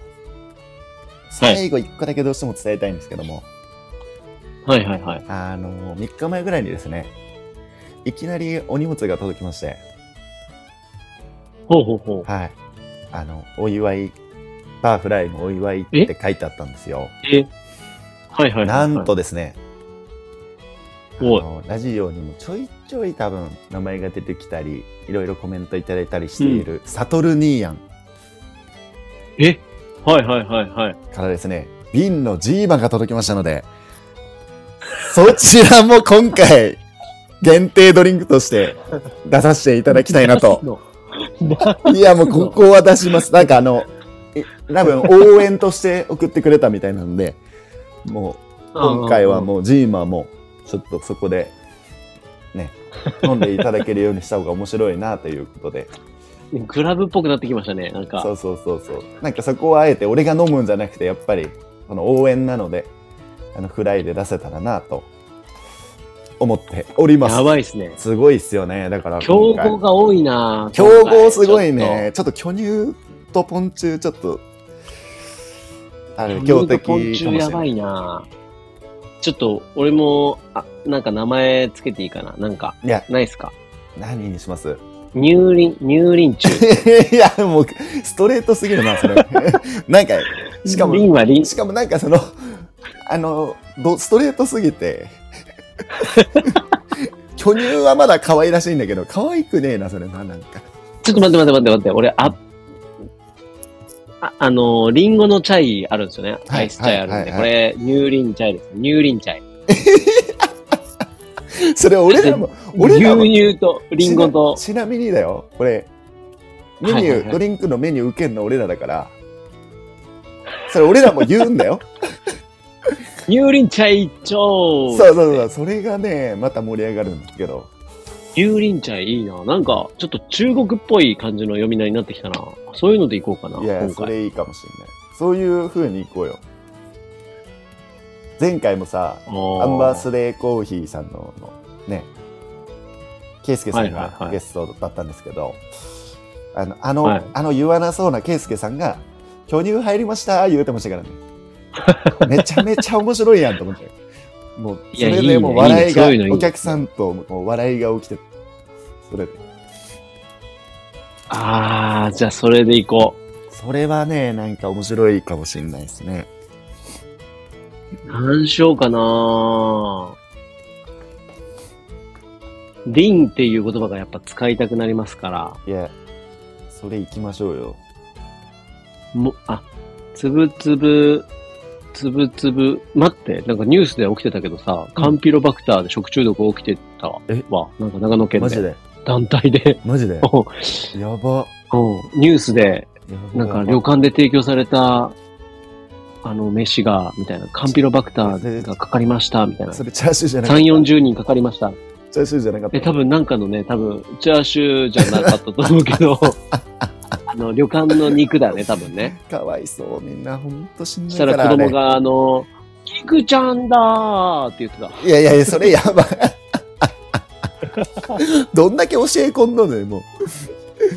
Speaker 3: 最後一個だけどうしても伝えたいんですけども、
Speaker 2: はいはいはい。
Speaker 3: あの、3日前ぐらいにですね、いきなりお荷物が届きまして、
Speaker 2: ほうほうほう。
Speaker 3: はい。あの、お祝い、バーフライのお祝いって書いてあったんですよ。
Speaker 2: えはいはいはいはい。
Speaker 3: なんとですね、あ
Speaker 2: おい
Speaker 3: のラジオにもちょいちょい多分名前が出てきたり、いろいろコメントいただいたりしている、サトルニーヤン
Speaker 2: えはいはいはいはい。
Speaker 3: からですね、瓶のジーマが届きましたので、そちらも今回、限定ドリンクとして出させていただきたいなと。いや、もうここは出します。なんかあの、え多分応援として送ってくれたみたいなので、もう今回はもうジーマもちょっとそこで、ね、飲んでいただけるようにした方が面白いなということで、
Speaker 2: うん。クラブっぽくなってきましたね、なんか。
Speaker 3: そうそうそうそう。なんかそこはあえて俺が飲むんじゃなくて、やっぱりこの応援なので、あのフライで出せたらなと思っております。
Speaker 2: やばいっすね。
Speaker 3: すごいっすよね。だから
Speaker 2: 競
Speaker 3: 今
Speaker 2: 合
Speaker 3: 回。
Speaker 2: が多いな
Speaker 3: 競合すごいね。ちょっと巨乳とポンチュちょっと、あれ、
Speaker 2: 今回。ちょ
Speaker 3: 強
Speaker 2: っと
Speaker 3: 敵か
Speaker 2: 昆
Speaker 3: もし
Speaker 2: 虫
Speaker 3: れな
Speaker 2: や
Speaker 3: い。
Speaker 2: ばいなちょっと、俺も、あ、なんか名前つけていいかななんか、
Speaker 3: いや、
Speaker 2: ないっすか
Speaker 3: 何にします
Speaker 2: 乳輪、 乳輪中。
Speaker 3: いや、もう、ストレートすぎるな、それ。 なんか、しかも、
Speaker 2: 輪は輪。
Speaker 3: しかもなんかその、あの、どストレートすぎ て、巨乳はまだ可愛らしいんだけど、可愛くねえな、それな、なんか。
Speaker 2: ちょっと待って待って待って待って、俺、あ、あ、あのー、リンゴのチャイあるんですよね。アイスチャイあるんで、
Speaker 3: はいは
Speaker 2: これ、乳輪チャイです。乳輪チャイ。
Speaker 3: それ俺らも、俺
Speaker 2: 牛
Speaker 3: らも、
Speaker 2: 乳とリンゴと、
Speaker 3: ちなちなみにだよ、これ、メニュー、
Speaker 2: はいはいはい
Speaker 3: ドリンクのメニュー受けんの俺らだから、それ俺らも言うんだ よ。
Speaker 2: 乳輪チャイ一丁
Speaker 3: そうそうそう、それがね、また盛り上がるんだけど、
Speaker 2: 牛輪茶いいな。なんか、ちょっと中国っぽい感じの読み名になってきたな。そういうのでいこうかな、
Speaker 3: いや、
Speaker 2: 今
Speaker 3: そ
Speaker 2: 回。
Speaker 3: れいいかもしれない。そういう風に行こうよ。前回もさ、
Speaker 2: あー
Speaker 3: アンバースデーコーヒーさんののね、ケイスケさん
Speaker 2: はいはいは
Speaker 3: が
Speaker 2: い
Speaker 3: ゲストだったんですけど、あの、あの、
Speaker 2: はい
Speaker 3: あの言わなそうなケイスケさんが、巨乳入りました言うてましたからね。 めちゃめちゃ面白いやんと思って。もう、
Speaker 2: い
Speaker 3: そ
Speaker 2: や
Speaker 3: れでもう
Speaker 2: い
Speaker 3: い
Speaker 2: いね
Speaker 3: 笑いが、
Speaker 2: いいねそういうのいいね
Speaker 3: お客さんともう笑いが起きて、それ、
Speaker 2: あー、じゃあそれでいこ
Speaker 3: それはね、なんか面白いかもしれないですね。
Speaker 2: う。何しようかなリンっていう言葉がやっぱ使いたくなりますから。
Speaker 3: いや、それ行きましょうよ。
Speaker 2: も、あ、つぶつぶ、つぶつぶ、待って、なんかニュースで起きてたけどさ、カンピロバクターで食中毒起きてたわ。
Speaker 3: え
Speaker 2: なんか長野県
Speaker 3: マジ
Speaker 2: で。
Speaker 3: で
Speaker 2: 団体で。
Speaker 3: マジで
Speaker 2: うん
Speaker 3: やば。
Speaker 2: うんニュースで、
Speaker 3: やば
Speaker 2: なんか旅館で提供された、あの、飯が、みたいな、カンピロバクターがかかりました、みたいな。
Speaker 3: そ
Speaker 2: 3、
Speaker 3: れチャーシューじゃなかった。
Speaker 2: 40人かかりました。
Speaker 3: チャーシューじゃなかった。
Speaker 2: で、多分なんかのね、多分、チャーシューじゃなかったと思うけ ど、あの、旅館の肉だね、多分ね。
Speaker 3: かわいそう、みんな、ほんとしん
Speaker 2: そ
Speaker 3: どいか
Speaker 2: した
Speaker 3: ら。
Speaker 2: ら子供
Speaker 3: あ
Speaker 2: が、あの、キクちゃんだーって言ってた。
Speaker 3: れいやいやいや、それや ばい。どんだけ教え込んだのよ、もう。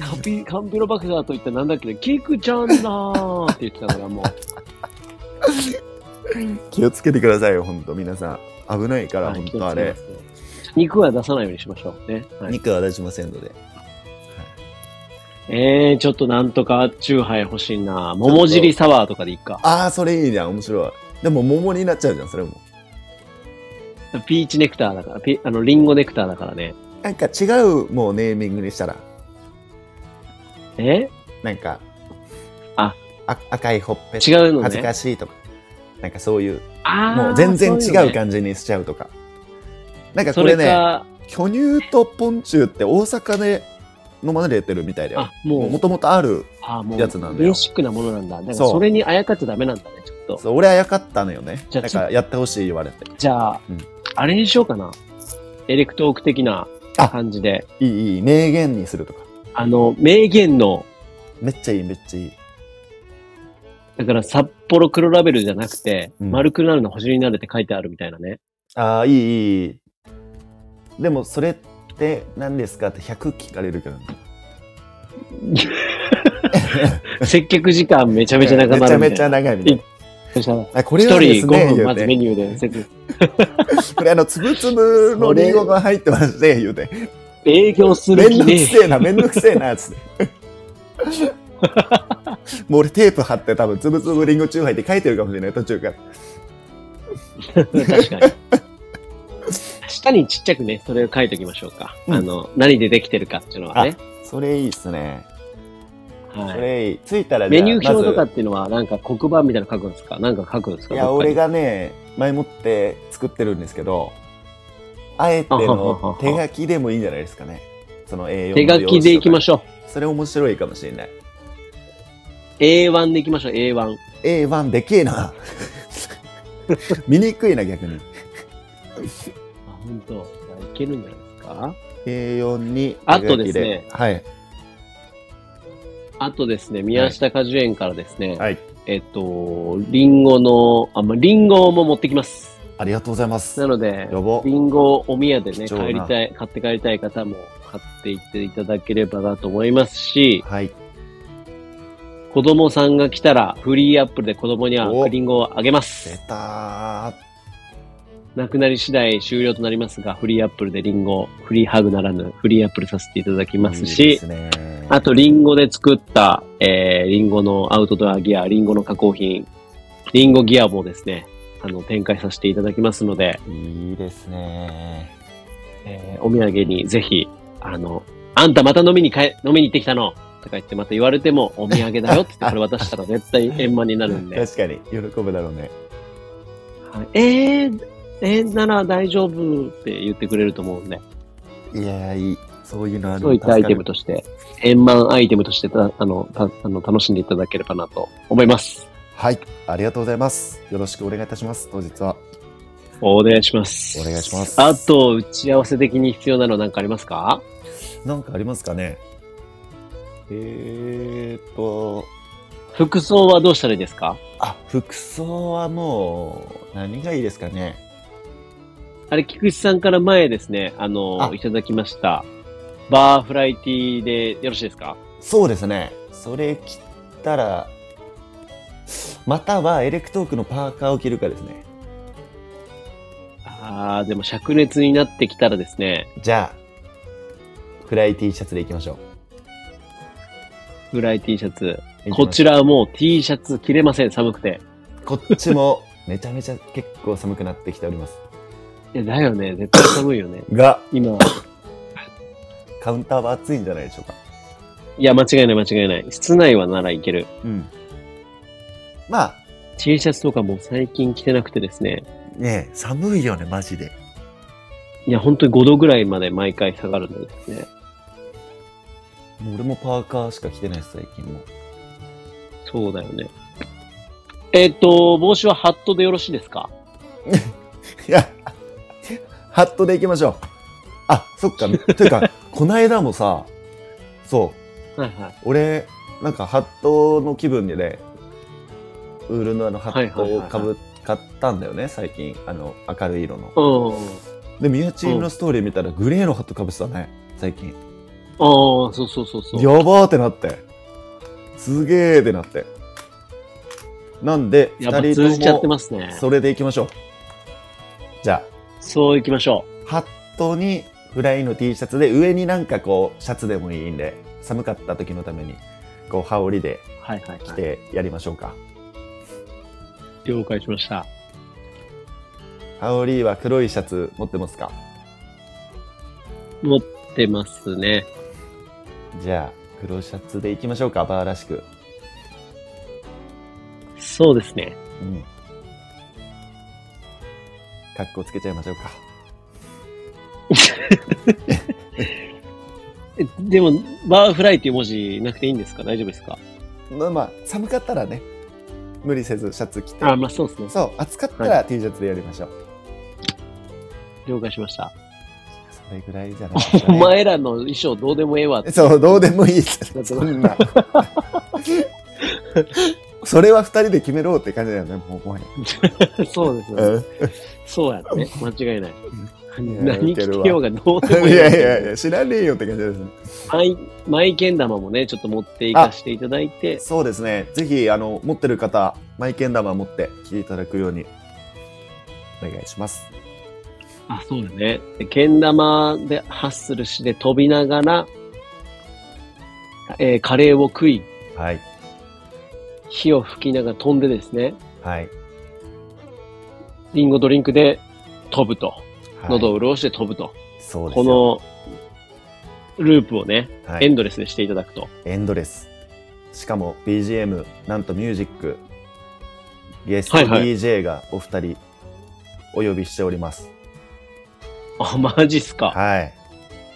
Speaker 2: カピ、カンピロバクターといったらなんだっけ、キクちゃんだーって言ってたから、もう。
Speaker 3: 気をつけてくださいよ、ほんと、皆さん。危ないから、
Speaker 2: はい
Speaker 3: ほんと、 あれ。。
Speaker 2: 気をつけますね肉は出さないようにしましょうね。はい
Speaker 3: 肉は出しませんので。
Speaker 2: えー、ちょっとなんとかチューハイ欲しいな。桃尻サワーとかでいいか。
Speaker 3: ああ、それいいじゃん、面白い。でも、桃になっちゃうじゃん、それも。
Speaker 2: ピーチネクターだから、ピあの、リンゴネクターだからね。
Speaker 3: なんか違う、もうネーミングにしたら。
Speaker 2: え
Speaker 3: なんか、
Speaker 2: あ
Speaker 3: あ、赤いほっぺ
Speaker 2: 違うのね
Speaker 3: 恥ずかしいとか。なんかそういう、
Speaker 2: あー
Speaker 3: もう全然
Speaker 2: そいの
Speaker 3: 違う
Speaker 2: ね
Speaker 3: 感じにしちゃうとか。なんかこ
Speaker 2: そ
Speaker 3: れ
Speaker 2: れ
Speaker 3: ね、
Speaker 2: か、
Speaker 3: 巨乳とポンチュって大阪で飲まれてるみたいだよ
Speaker 2: あ。、もう、
Speaker 3: もともとある。
Speaker 2: あーもう、
Speaker 3: やつなんだ
Speaker 2: ベ
Speaker 3: よ
Speaker 2: ーシックなものなんだ。だから
Speaker 3: そう
Speaker 2: それにあやかっちゃダメなんだね、ちょっと。
Speaker 3: そう俺はやかったのよね。
Speaker 2: じゃ
Speaker 3: だ
Speaker 2: あ
Speaker 3: からやってほしい言われて。
Speaker 2: じゃあ、
Speaker 3: うん
Speaker 2: あれにしようかな。エレクトーク的な
Speaker 3: あ
Speaker 2: 感じで、
Speaker 3: いいいい、名言にするとか。
Speaker 2: あの、名言の、
Speaker 3: めっちゃいい、めっちゃいい。
Speaker 2: だから札幌黒ラベルじゃなくて、
Speaker 3: うん
Speaker 2: 丸くなるの星になるって書いてあるみたいなね。
Speaker 3: ああ、いい、いいいい。でもそれって何ですかって100聞かれるけどね
Speaker 2: 接客時間めちゃめちゃ長
Speaker 3: め
Speaker 2: な
Speaker 3: ちゃ
Speaker 2: るみ
Speaker 3: め
Speaker 2: たい
Speaker 3: ちゃ
Speaker 2: な。
Speaker 3: 長いみたいな
Speaker 2: めちゃめちゃ長い。
Speaker 3: あこれはで
Speaker 2: 一人
Speaker 3: すね
Speaker 2: 5分
Speaker 3: 言
Speaker 2: ま
Speaker 3: う
Speaker 2: ず
Speaker 3: て
Speaker 2: メニューで説明、
Speaker 3: これあのつぶつぶのリンゴが入ってますね言うて
Speaker 2: 営業す
Speaker 3: め
Speaker 2: る
Speaker 3: ん
Speaker 2: 気
Speaker 3: どく
Speaker 2: で、
Speaker 3: せえな、めんどくせえな、つって。 もう俺テープ貼って多分つぶつぶりんごチューハイって書いてるかもしれない途中から
Speaker 2: 確かに。下にちっちゃくね、それを書いておきましょうか。
Speaker 3: うん
Speaker 2: あの、何でできてるかっていうのはね。
Speaker 3: それいいっすねそ
Speaker 2: はい。
Speaker 3: れいいついたらじゃ
Speaker 2: メ
Speaker 3: あ
Speaker 2: ニュー表と
Speaker 3: ま
Speaker 2: かっていうのは、なんか黒板みたいなの書くんですかなんか書くんです
Speaker 3: ず
Speaker 2: か
Speaker 3: いや俺
Speaker 2: が。
Speaker 3: がね前もって作ってるんですけどあえての手書きでもいいんじゃないですかねその A4
Speaker 2: 手書きでいきま
Speaker 3: ょ
Speaker 2: しょ。
Speaker 3: うそれ面白いかもしれないう
Speaker 2: A1 でいきましょう、A1。
Speaker 3: A1 でけえな 見にくいな逆に
Speaker 2: あ、本当。いやいけるんじゃないですか
Speaker 3: A4 に
Speaker 2: あとですね
Speaker 3: はい
Speaker 2: あとですね、宮下果樹園からですね、
Speaker 3: はい
Speaker 2: えっと、リンゴの、あ、まあ、リンゴも持ってきます。
Speaker 3: ありがとうございます
Speaker 2: なので、
Speaker 3: やば
Speaker 2: リンゴをお宮でね、
Speaker 3: 貴重な
Speaker 2: 帰りたい、買って帰りたい方も買っていっていただければなと思いますし、
Speaker 3: はい
Speaker 2: 子供さんが来たら、フリーアップルで子供には
Speaker 3: お
Speaker 2: リンゴをあげま
Speaker 3: 出
Speaker 2: す。
Speaker 3: たー
Speaker 2: なくなり次第終了となりますが、フリーアップルでリンゴ、フリーハグならぬ、フリーアップルさせていただきますし、
Speaker 3: いいですね
Speaker 2: あと、リンゴで作った、えー、リンゴのアウトドアギア、リンゴの加工品、リンゴギアもですね、あの、展開させていただきますので、
Speaker 3: いいですね
Speaker 2: えーお土産にぜひ、あの、あんたまた飲みにかえ、飲みに行ってきたのとか言ってまた言われても、お土産だよって言ってこれ渡したら絶対円満になるん で。はい
Speaker 3: 確かに喜ぶだろうね
Speaker 2: えー、えー、なら大丈夫って言ってくれると思うんで、
Speaker 3: いやーいいそういうのある
Speaker 2: そういったアイテム
Speaker 3: と
Speaker 2: として、円満アイテムとしてた、あの、たあの楽しんでいただければなと思います。
Speaker 3: はいありがとうございますよろしくお願いいたします当日は
Speaker 2: お願いします。
Speaker 3: お願いします
Speaker 2: あと、打ち合わせ的に必要なのなんかありますか
Speaker 3: なんかありますかねえーっと
Speaker 2: 服装はどうしたらいいですか
Speaker 3: あ服装はもう何がいいですかね
Speaker 2: あれ、菊池さんから前ですね、あの、
Speaker 3: あ
Speaker 2: いただきました。バーフライティーでよろしいですか
Speaker 3: そうですねそれ着たらまたはエレクトークのパーカーを着るかですね
Speaker 2: ああ、でも灼熱になってきたらですね、
Speaker 3: じゃあ、暗い T シャツでいきましょ
Speaker 2: フライ T シャツ。
Speaker 3: う。
Speaker 2: こちらはもう T シャツ着れません、寒くて。
Speaker 3: こっちも、 めちゃめちゃ結構寒くなってきております。
Speaker 2: いや、だよね、絶対寒いよね。
Speaker 3: が、
Speaker 2: 今、
Speaker 3: カウンターは暑いんじゃないでしょうか。
Speaker 2: いや、間違いない間違いない。室内はならいける。
Speaker 3: うん。まあ、
Speaker 2: T シャツとかも最近着てなくてですね、
Speaker 3: ねえ寒いよね、マジで。
Speaker 2: いや、本当に5度ぐらいまで毎回下がるのですね。
Speaker 3: もう俺もパーカーしか着てないです、最近も。
Speaker 2: そうだよね。えっ、と、帽子はハットでよろしいですか
Speaker 3: いや、ハットでいきましょう。あ、そっか。というか、こないだもさ、そう、
Speaker 2: はいはい。
Speaker 3: 俺なんかハットの気分でねウールのあのハット
Speaker 2: はいはい
Speaker 3: を
Speaker 2: はい
Speaker 3: かぶ買ったんだよね最近あの明るい色の
Speaker 2: うん。
Speaker 3: で宮チームのストーリー見たらグレーのハットかぶってたね最近
Speaker 2: ああ、そうそうそうそう。
Speaker 3: やばーってなってすげーってなってなんで
Speaker 2: やっぱ
Speaker 3: 2
Speaker 2: 通じち
Speaker 3: 人
Speaker 2: ゃって
Speaker 3: とも
Speaker 2: ますね。
Speaker 3: それでいきましょうじゃ
Speaker 2: そう行きましょ
Speaker 3: あハットにフライの T シャツで上になんかこうシャツでもいいんで寒かった時のためにこう羽織で
Speaker 2: う。はいはい、
Speaker 3: 着
Speaker 2: はい。
Speaker 3: てやりましょうか、
Speaker 2: 了解しました。
Speaker 3: 羽織は黒いシャツ持ってますか
Speaker 2: 持ってますね。
Speaker 3: じゃあ黒シャツでいきましょうかバーらしく、
Speaker 2: そうですね。
Speaker 3: うん、かっこつけちゃいましょうか
Speaker 2: えでも、バーフライっていう文字なくていいんですか大丈夫ですか
Speaker 3: まあまあ寒かったらね無理せずシャツ着て
Speaker 2: あまあそうですね。
Speaker 3: そう暑かったら T シャツでやりましょう、
Speaker 2: 了解しました。
Speaker 3: それぐらいじゃないですか、
Speaker 2: お
Speaker 3: ね、
Speaker 2: 前らの衣装どうでもええわって。
Speaker 3: そうどうでもいいですそん なそれは二人で決めろって感じだよねもうもはや
Speaker 2: そうですよね。そうやね。間違いない。何聞けようがどうでも
Speaker 3: い
Speaker 2: いい。
Speaker 3: やいやいや、知らねえよって感じですね。
Speaker 2: マイ、マイけん玉もね、ちょっと持っていかしていただいて、
Speaker 3: そうですね。ぜひ、あの、持ってる方、マイケン玉持って来ていただくように、お願いします。
Speaker 2: あ、そうだね。でけん玉でハッスルして飛びながら、えーカレーを食い、
Speaker 3: はい。
Speaker 2: 火を吹きながら飛んでですね、
Speaker 3: はい。
Speaker 2: リンゴドリンクで飛ぶと。
Speaker 3: はい
Speaker 2: 喉を潤して飛ぶと。
Speaker 3: そうです
Speaker 2: こ
Speaker 3: よ、
Speaker 2: の、ループをね、
Speaker 3: はい
Speaker 2: エンドレスでしていただくと。
Speaker 3: エンドレス。しかも BGM、なんとミュージック、ゲスト
Speaker 2: はいはい
Speaker 3: DJ がお二人お呼びしております。
Speaker 2: あ、マジっすか。
Speaker 3: はい。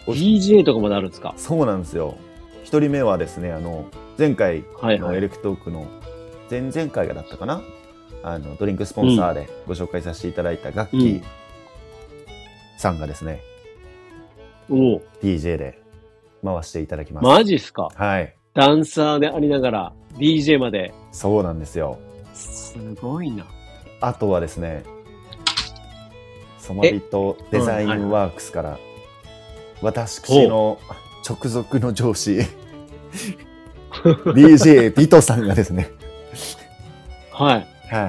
Speaker 3: お
Speaker 2: DJ とかまであるんですか。
Speaker 3: そうなんですよ。一人目はですね、あの、前回
Speaker 2: はい
Speaker 3: の
Speaker 2: は
Speaker 3: エ
Speaker 2: い。
Speaker 3: レクトークの前々回がだったかな、あの、ドリンクスポンサーでご紹介させていただいた楽
Speaker 2: うん
Speaker 3: 器さんがですね、
Speaker 2: おう
Speaker 3: DJ で回していただきます。
Speaker 2: マジっすか。
Speaker 3: はい。
Speaker 2: ダンサーでありながら、DJ まで。
Speaker 3: そうなんですよ。
Speaker 2: すごいな。
Speaker 3: あとはですね、ソマビトデザインワークスから、私の直属の上司、DJ ビトさんがですね、
Speaker 2: はい。
Speaker 3: は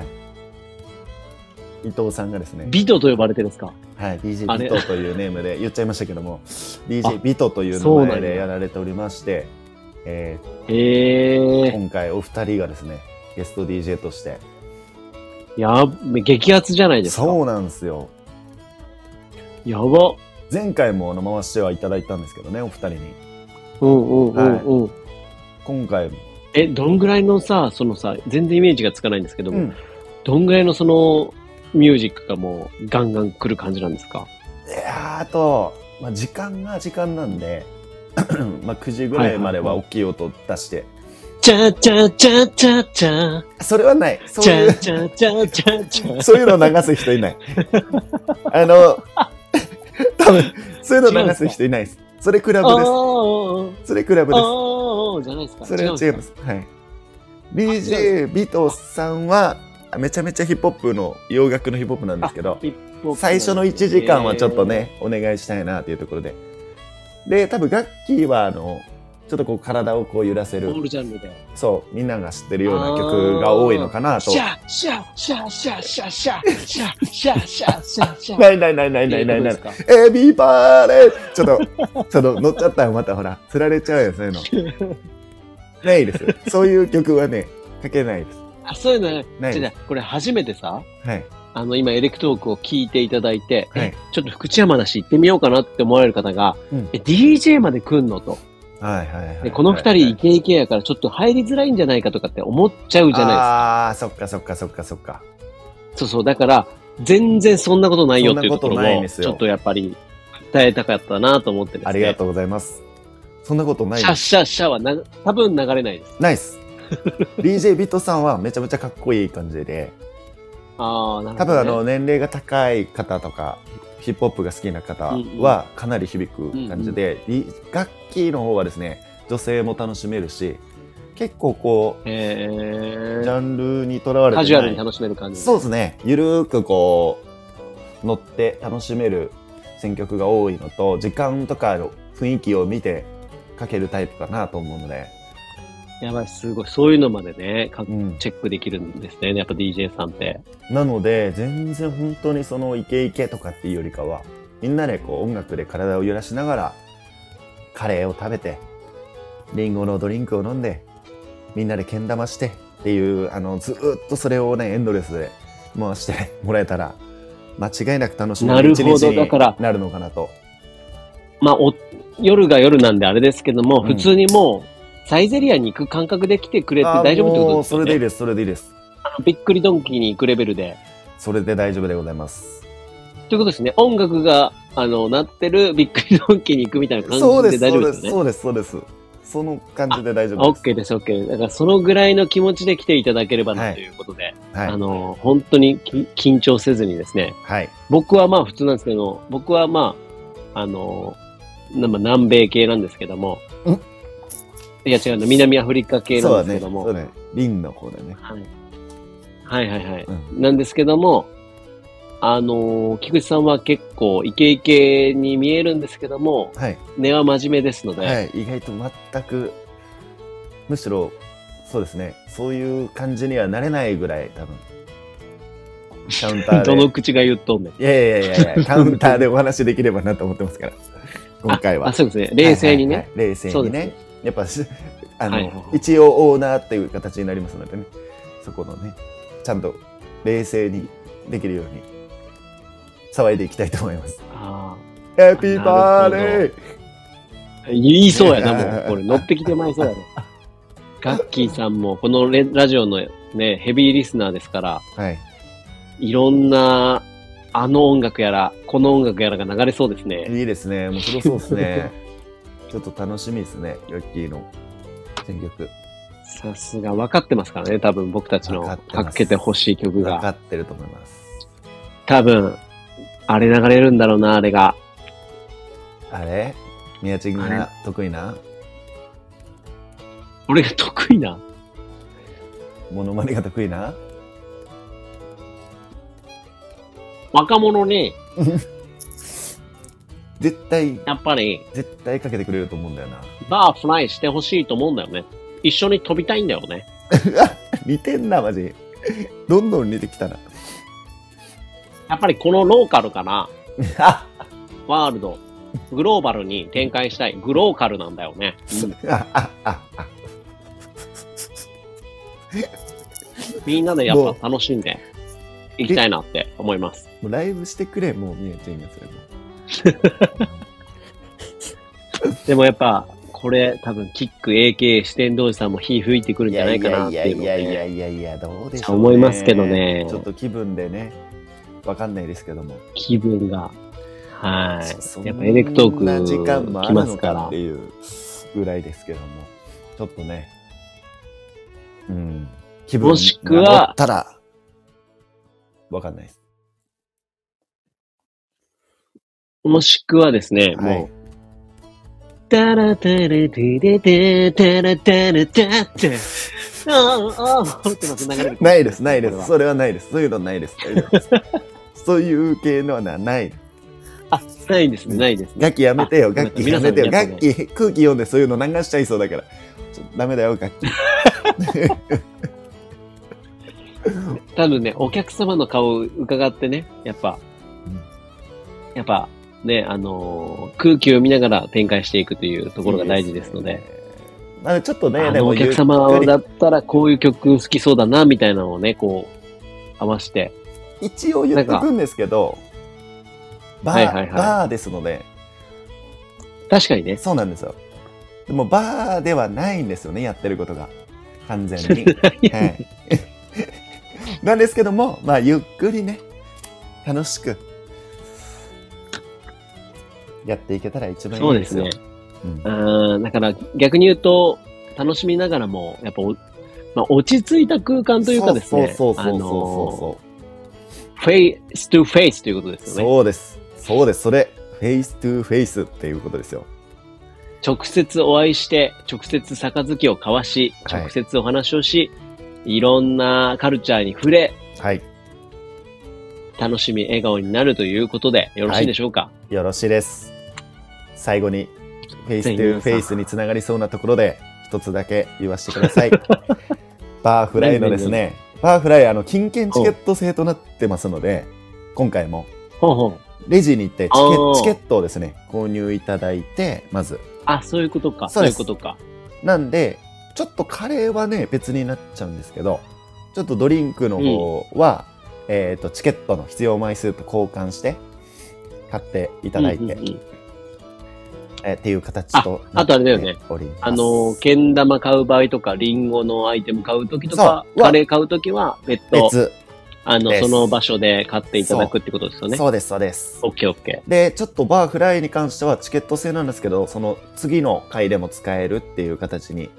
Speaker 3: い。伊藤さんがですね、
Speaker 2: ビトと呼ばれてるんですか。
Speaker 3: はい、
Speaker 2: あ
Speaker 3: DJ
Speaker 2: れ
Speaker 3: ビトというネームで言っちゃいましたけど も、
Speaker 2: あ
Speaker 3: DJ ビトという名
Speaker 2: そうな
Speaker 3: 前
Speaker 2: んだ
Speaker 3: でやられておりまして、え
Speaker 2: へ
Speaker 3: ー
Speaker 2: え。
Speaker 3: 今回お二人がですね、ゲスト DJ として
Speaker 2: やっ、激アツじゃないですか。
Speaker 3: そうなんですよ。
Speaker 2: やば。
Speaker 3: 前回もあの回してはいただいたんですけどね、お二人に。
Speaker 2: うんうんうんうん。
Speaker 3: 今回も、
Speaker 2: え、どんぐらいのさ、そのさ、全然イメージがつかないんですけども、
Speaker 3: うん
Speaker 2: どんぐらいのその、ミュージックがもう、ガンガン来る感じなんですか
Speaker 3: いやーあと、まあ、時間が時間なんで まあ9時ぐらいまでは大きい音出して、
Speaker 2: チャチャチャチャチャ、
Speaker 3: それはないそう
Speaker 2: チ
Speaker 3: い
Speaker 2: ャ
Speaker 3: う
Speaker 2: チャチャチャチャ。
Speaker 3: そういうの流す人いない あの 多分そういうの流す人いないですそれクラ
Speaker 2: あ
Speaker 3: ブで
Speaker 2: ー
Speaker 3: すそれクラブ
Speaker 2: あー、
Speaker 3: で
Speaker 2: あーじゃないですか。。
Speaker 3: すそれは違いますすはい DJ ビトさんはめちゃめちゃヒップホップの洋楽のヒップホップなんですけど
Speaker 2: ヒップホップ
Speaker 3: 最初の1時間はちょっとね、お願いしたいなというところで。で、多分楽器は、あの、ちょっとこう体をこう揺らせ
Speaker 2: えー。オー
Speaker 3: る、
Speaker 2: ルジャンルで。
Speaker 3: そう、みんなが知ってるような曲が多いのかなと
Speaker 2: シ。ャッシャッシャッシャッシャッシャッシャッシャッシャッシャッシャッ。
Speaker 3: ないないないないないないない。エビバーレちょっと、ちょっと乗っちゃったよ、またほら。釣られちゃうよ、そういうの。 ないです。そういう曲はね、かけないです。
Speaker 2: あ、そういうのね。
Speaker 3: ない
Speaker 2: 違
Speaker 3: で
Speaker 2: うこれ初めてさ、
Speaker 3: はい。
Speaker 2: あの、今、エレクトークを聞いていただいて、
Speaker 3: はい
Speaker 2: えちょっと福知山だし行ってみようかなって思われる方が、
Speaker 3: うん
Speaker 2: え DJ まで来んのと。
Speaker 3: はいはいはい。
Speaker 2: で、この二人イ
Speaker 3: じ
Speaker 2: ケイケやからちょっと入りづらいんじゃないかとかって思っちゃうじゃない
Speaker 3: ああー、そっかそっかそっかそっか。
Speaker 2: ですか。そうそう。だから、全然そんなことないよっていうとこ
Speaker 3: そ
Speaker 2: ろ
Speaker 3: んなことないん
Speaker 2: も、
Speaker 3: です
Speaker 2: ち
Speaker 3: よ
Speaker 2: ょっとやっぱり伝えたかったなと思ってですね。
Speaker 3: ありがとうございます。そんなことない
Speaker 2: シ
Speaker 3: で
Speaker 2: ャッ
Speaker 3: す。
Speaker 2: シャッシャはな、多分流れないです。
Speaker 3: ナイ ス DJ ビットさんはめちゃめちゃかっこいい感じで
Speaker 2: ああ、なる
Speaker 3: 多
Speaker 2: ほど、
Speaker 3: 分
Speaker 2: ね。
Speaker 3: あの年齢が高い方とかヒップホップが好きな方はかなり響く感じで、リ楽器の方はですね女性も楽しめるし結構こう
Speaker 2: え
Speaker 3: ジ
Speaker 2: ー、
Speaker 3: ャンルにとらわれてな
Speaker 2: カ
Speaker 3: い
Speaker 2: ジュアルに楽しめる感じ。
Speaker 3: そうですねゆるーくこう乗って楽しめる選曲が多いのと時間とかの雰囲気を見てかけるタイプかなと思うので、
Speaker 2: やばい、すごい。そういうのまでね、か
Speaker 3: うん、
Speaker 2: チェックできるんですね。やっぱ DJ さんって。
Speaker 3: なので全然本当にそのイケイケとかっていうよりかはみんなでこう音楽で体を揺らしながらカレーを食べてリンゴのドリンクを飲んでみんなでけん玉してっていうあのずーっとそれをねエンドレスで回してもらえたら間違いなく楽しめ
Speaker 2: な
Speaker 3: る
Speaker 2: る
Speaker 3: 一
Speaker 2: ほど
Speaker 3: 日に
Speaker 2: だから
Speaker 3: なるのかなと
Speaker 2: まあ、お夜が夜なんであれですけども、
Speaker 3: うん
Speaker 2: 普通にもう、サイゼリアに行く感覚で来てくれて
Speaker 3: あー
Speaker 2: 大丈夫ってこと
Speaker 3: も
Speaker 2: で
Speaker 3: う
Speaker 2: す
Speaker 3: そ
Speaker 2: よ
Speaker 3: れでいい
Speaker 2: ね。
Speaker 3: ですそれでいいです
Speaker 2: びっくりドンキーに行くレベルで。
Speaker 3: それで大丈夫でございます
Speaker 2: ということですね。音楽が、あの、鳴ってるびっくりドンキーに行くみたいな感
Speaker 3: そうで
Speaker 2: じです大
Speaker 3: そ
Speaker 2: 丈
Speaker 3: う
Speaker 2: 夫
Speaker 3: で
Speaker 2: です
Speaker 3: す
Speaker 2: よね。
Speaker 3: そうですそうですその感じで大丈
Speaker 2: あ
Speaker 3: 夫です
Speaker 2: OK です、OK。だから、そのぐらいの気持ちで来ていただければなということで、
Speaker 3: はい
Speaker 2: あの、本当にき緊張せずにですね、
Speaker 3: はい
Speaker 2: 僕はまあ普通なんですけど、僕はまあ、あの、なまあ南米系なんですけども、
Speaker 3: ん
Speaker 2: いや違うの、南アフリカ系
Speaker 3: そう
Speaker 2: な
Speaker 3: だ
Speaker 2: んです
Speaker 3: ね
Speaker 2: けども、
Speaker 3: そうだねリンの方だね
Speaker 2: はい、はいはいはい、
Speaker 3: うん
Speaker 2: なんですけども、あのー菊池さんは結構イケイケに見えるんですけども、
Speaker 3: はい、
Speaker 2: 根は真面目ですので、
Speaker 3: はい、意外と全くむしろそうですねそういう感じにはなれないぐらい多分カウンターで
Speaker 2: どの口が言っとんねん。
Speaker 3: いやいやいやいやカウンターでお話しできればなと思ってます から今回は
Speaker 2: あ、そうですね。冷静にね。
Speaker 3: はいはいはい冷静
Speaker 2: そう
Speaker 3: に
Speaker 2: で
Speaker 3: ね
Speaker 2: すね。
Speaker 3: やっぱしあの、
Speaker 2: はいはいはい
Speaker 3: 一応オーナーっていう形になりますのでねそこのねちゃんと冷静にできるように騒いでいきたいと思います
Speaker 2: あ
Speaker 3: ハッピーバーデー
Speaker 2: あ言いそうやな、もう。これ乗ってきてまいそう やね。ガッキーさんも、このレラジオのね、ヘビーリスナーですから、
Speaker 3: はい
Speaker 2: いろんな、あの音楽やら、この音楽やらが流れそうですね。
Speaker 3: いいですね面白そうですねちょっと楽しみですねヨッキーの選曲
Speaker 2: さすが、分かってますからね、多分僕たちの、
Speaker 3: 分かって
Speaker 2: か
Speaker 3: ます
Speaker 2: っけてほしい曲
Speaker 3: 分か
Speaker 2: が。
Speaker 3: ってると思います
Speaker 2: 多分、あれ流れるんだろうな、あれが。
Speaker 3: あれ宮地君
Speaker 2: あ
Speaker 3: が得意な
Speaker 2: 俺が得意な。
Speaker 3: モノマネが得意な
Speaker 2: 若者に、
Speaker 3: 絶対
Speaker 2: やっぱり、
Speaker 3: 絶対かけてくれると思うんだよな
Speaker 2: バーフライしてほしいと思うんだよね。一緒に飛びたいんだよね。
Speaker 3: 似てんなマジどんどん似てきたな
Speaker 2: やっぱりこのローカルから、
Speaker 3: あ
Speaker 2: ワールド、グローバルに展開したい。グローカルなんだよね。
Speaker 3: ああああ
Speaker 2: みんなでやっぱ楽しんでいきたいなって思います。
Speaker 3: もうライブしてくれもう見えちゃいますよ
Speaker 2: でもやっぱ、これ多分キック AK 四天童子さんも火吹いてくるんじゃないかなっていうの
Speaker 3: やいやいや
Speaker 2: で、
Speaker 3: いやいやどうでしょう、
Speaker 2: 思いますけどね
Speaker 3: ちょっと気分でねわかんないですけども
Speaker 2: 気分が。は
Speaker 3: そ
Speaker 2: い。やっぱエレクトーク
Speaker 3: そんな時間もあ
Speaker 2: 来
Speaker 3: る
Speaker 2: ま
Speaker 3: の
Speaker 2: すか
Speaker 3: からって。いうぐらいですけどもちょっとねうん気分
Speaker 2: もしくは
Speaker 3: が乗ったらわかんないです
Speaker 2: もしくはですね、
Speaker 3: はい
Speaker 2: もう、タラタラテレテタラタラタって、ああ、ああ、ってます、流れる。
Speaker 3: ないです、ないで
Speaker 2: これ
Speaker 3: す。
Speaker 2: は
Speaker 3: それはないです。そういうのないです。大丈夫ですそういう系のはなない。
Speaker 2: あ、ないですね、ないですね。
Speaker 3: ガキやめてよ、
Speaker 2: あ
Speaker 3: ガキや
Speaker 2: 皆さ
Speaker 3: め
Speaker 2: ん
Speaker 3: てよ。
Speaker 2: や
Speaker 3: ガ
Speaker 2: っぱね
Speaker 3: キ、空気読んでそういうの流しちゃいそうだから。ちょっとダメだよ、ガキ。
Speaker 2: 多分ね、お客様の顔を伺ってね、やっぱ、
Speaker 3: うん
Speaker 2: やっぱ、ね、あのー空気を見ながら展開していくという ところが大事ですので、
Speaker 3: いいすね。まあちょっとね、
Speaker 2: あ
Speaker 3: で
Speaker 2: の
Speaker 3: も
Speaker 2: お
Speaker 3: ゆ
Speaker 2: 客
Speaker 3: っく
Speaker 2: 様
Speaker 3: り
Speaker 2: だったらこういう曲好きそうだな、みたいなのをね、こう、合わせて、
Speaker 3: 一応言っとくんですけど、バ
Speaker 2: はいはいはい
Speaker 3: ー、バーですので、
Speaker 2: 確かにね、
Speaker 3: そうなんですよ。でもバーではないんですよね、やってることが。完全 に。はい、 なんですけども、まあ、ゆっくりね、楽しく、やっていけたら一番い
Speaker 2: そう
Speaker 3: い
Speaker 2: で
Speaker 3: ですすよ。
Speaker 2: ね。
Speaker 3: うん
Speaker 2: あーだから逆に言うと、楽しみながらも、やっぱお、まあ、落ち着いた空間というかですね、
Speaker 3: そうそうそうそう
Speaker 2: う
Speaker 3: そう
Speaker 2: フェイストゥフェイスということです
Speaker 3: そう。
Speaker 2: よね。
Speaker 3: そうです。そうです。それ、フェイストゥフェイスっていうことですよ。
Speaker 2: 直接お会いして、直接杯を交わし、
Speaker 3: はい
Speaker 2: 直接お話をし、い、ろんなカルチャーに触れ、
Speaker 3: はい。
Speaker 2: 楽しみ、笑顔になるということで、よろしいでしょうか、
Speaker 3: よろしいです。最後に、フェイスト
Speaker 2: ぜひ
Speaker 3: ゥ
Speaker 2: 皆
Speaker 3: フ
Speaker 2: さん
Speaker 3: ェイスにつながりそうなところで、一つだけ言わせてくだ さい。バーフライのですね、バーフライ、あの、金券チケット制となってますので、今回も、
Speaker 2: ほうほう。
Speaker 3: レジに行ってチケ
Speaker 2: あー
Speaker 3: チケットをですね、購入いただいて、まず。
Speaker 2: あ、そういうことか。
Speaker 3: そ
Speaker 2: そうう
Speaker 3: で
Speaker 2: い
Speaker 3: す
Speaker 2: うことか。
Speaker 3: なんで、ちょっとカレーはね、別になっちゃうんですけど、ちょっとドリンクの方は、えっ、と、チケットの必要枚数と交換して、買っていただいて、
Speaker 2: うんうんうん
Speaker 3: えーっていう形とな
Speaker 2: ああとあれだよね
Speaker 3: っております。
Speaker 2: あの、けん玉買う場合とか、リンゴのアイテム買うときとか
Speaker 3: そ、う
Speaker 2: カレー買うときは別途、
Speaker 3: 別、
Speaker 2: あの
Speaker 3: で、す
Speaker 2: その場所で買っていただくってことですよね。
Speaker 3: そうです、そうです
Speaker 2: オ。ッケーオッケ
Speaker 3: で、ちょっとバーフライに関してはチケット制なんですけど、その次の回でも使えるっていう形に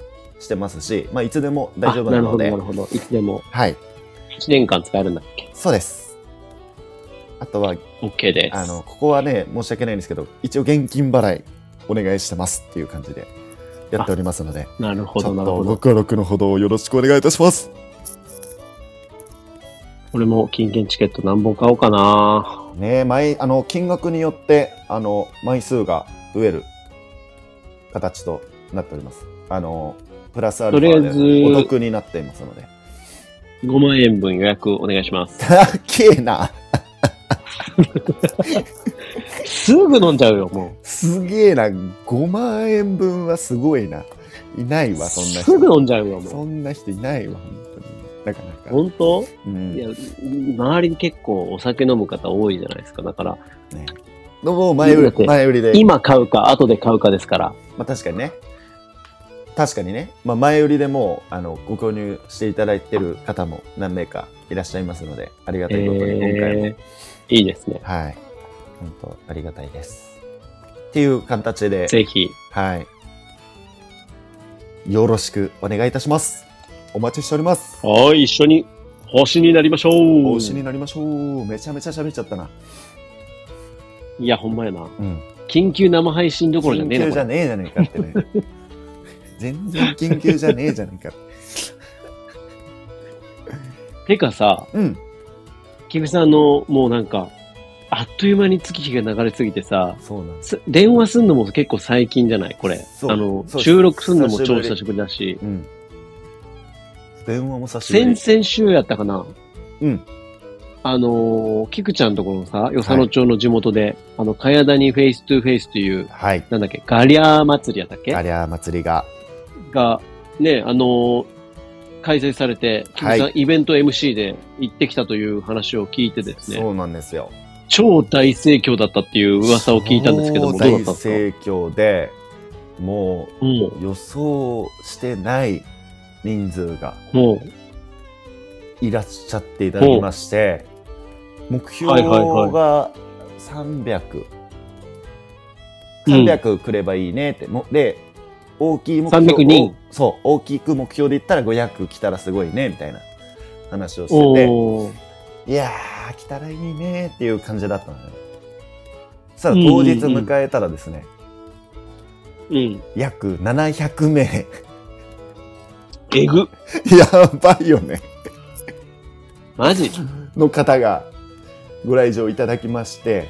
Speaker 3: してますし、まあ、いつでも
Speaker 2: ー。
Speaker 3: 大丈夫
Speaker 2: あ
Speaker 3: な
Speaker 2: なるほ
Speaker 3: の
Speaker 2: ど、
Speaker 3: で
Speaker 2: なる、ほど。いつでも
Speaker 3: はい、
Speaker 2: 1年間使えるんだっけ
Speaker 3: そうです。あとは、
Speaker 2: オッケーです。
Speaker 3: あの、ここはね、申し訳ないんですけど、一応現金払いお願いしてますっていう感じでやっておりますので、
Speaker 2: なるほ
Speaker 3: ちょ
Speaker 2: ど、
Speaker 3: っ
Speaker 2: なる
Speaker 3: と
Speaker 2: ほ
Speaker 3: ご
Speaker 2: ど。
Speaker 3: 協力のほどよろしくお願いいたします。
Speaker 2: 俺も金券チケット何本買おうかな。
Speaker 3: ね毎あの金額によってあの枚数が増える形となっておりますあのプラスアルフ
Speaker 2: とりあえず
Speaker 3: ァでお得になっていますので
Speaker 2: 5万円分予約お願いします。
Speaker 3: たっけえな
Speaker 2: すぐ飲んじゃうよ、も。
Speaker 3: すげえな5万円分はすごいないないうわそんな人
Speaker 2: すぐ飲んじゃうよ、も
Speaker 3: そんな人いないわ本当になかな
Speaker 2: う。
Speaker 3: か、
Speaker 2: 本当
Speaker 3: うん
Speaker 2: いや、周りに結構お酒飲む方多いじゃないですか。だから、
Speaker 3: どうも前売
Speaker 2: だって
Speaker 3: り前売りで
Speaker 2: 今買うか、後で買うかですから。
Speaker 3: まあ、確かにね確かにね、まあ、前売りでもうあのご購入していただいてる方も何名かいらっしゃいますのでありがたいことに今回も、
Speaker 2: えーいいですね。
Speaker 3: はい本当ありがたいですっていう形で
Speaker 2: ぜひ、
Speaker 3: はいよろしくお願いいたしますお待ちしております
Speaker 2: はい、一緒に星になりましょ
Speaker 3: お
Speaker 2: う。
Speaker 3: 牛になりましょうめちゃめちゃ喋っちゃったない
Speaker 2: や、ほんまやな。
Speaker 3: うん
Speaker 2: 緊急生配信どころじゃ
Speaker 3: 緊
Speaker 2: ねえな
Speaker 3: 急
Speaker 2: こ
Speaker 3: じ
Speaker 2: れ
Speaker 3: ゃ。ねえじゃねえか ってね全然緊急じゃねえじゃねえか
Speaker 2: てかさ、
Speaker 3: うん
Speaker 2: 菊池さんの、もうなんか、あっという間に月日が流れすぎてさ、
Speaker 3: そうなんです
Speaker 2: す電話すんのも結構最近じゃないこれ。
Speaker 3: そう
Speaker 2: あの、
Speaker 3: そうです
Speaker 2: 収録すんのも超久しぶりだし、
Speaker 3: うん電話もさしぶり
Speaker 2: 先々週やったかな
Speaker 3: うん。
Speaker 2: あのー、菊ちゃんところのさ、与謝野町の地元で、あの、茅田にフェイストゥフェイスという、
Speaker 3: はい。
Speaker 2: なんだっけ、ガリアー祭りやったっけ
Speaker 3: ありゃ祭りが。
Speaker 2: が、ね、あのー開催されて、菊池さん、
Speaker 3: は
Speaker 2: イベント MC で行ってきたという話を聞いてですね、
Speaker 3: そうなんですよ。
Speaker 2: 超大盛況だったっていう噂を聞いたんですけども、どうだったん
Speaker 3: 大
Speaker 2: ですか
Speaker 3: 盛況で、も
Speaker 2: も
Speaker 3: う予想してない人数が
Speaker 2: う、も
Speaker 3: いらっしゃっていただきまして、目標
Speaker 2: はいはい
Speaker 3: が300。
Speaker 2: うん
Speaker 3: 300くればいいねって。もで、大きい目標
Speaker 2: 300人
Speaker 3: そう、大きく目標で言ったら500来たらすごいね、みたいな話を
Speaker 2: う、
Speaker 3: してて。
Speaker 2: おー
Speaker 3: いやー、来たらいいねーっていう感じだったのよ。さあ、
Speaker 2: うん
Speaker 3: 当日迎えたらですね、
Speaker 2: うん。
Speaker 3: 約700名。
Speaker 2: えぐ。
Speaker 3: やばいよね。
Speaker 2: マジ
Speaker 3: の方がご来場いただきまして、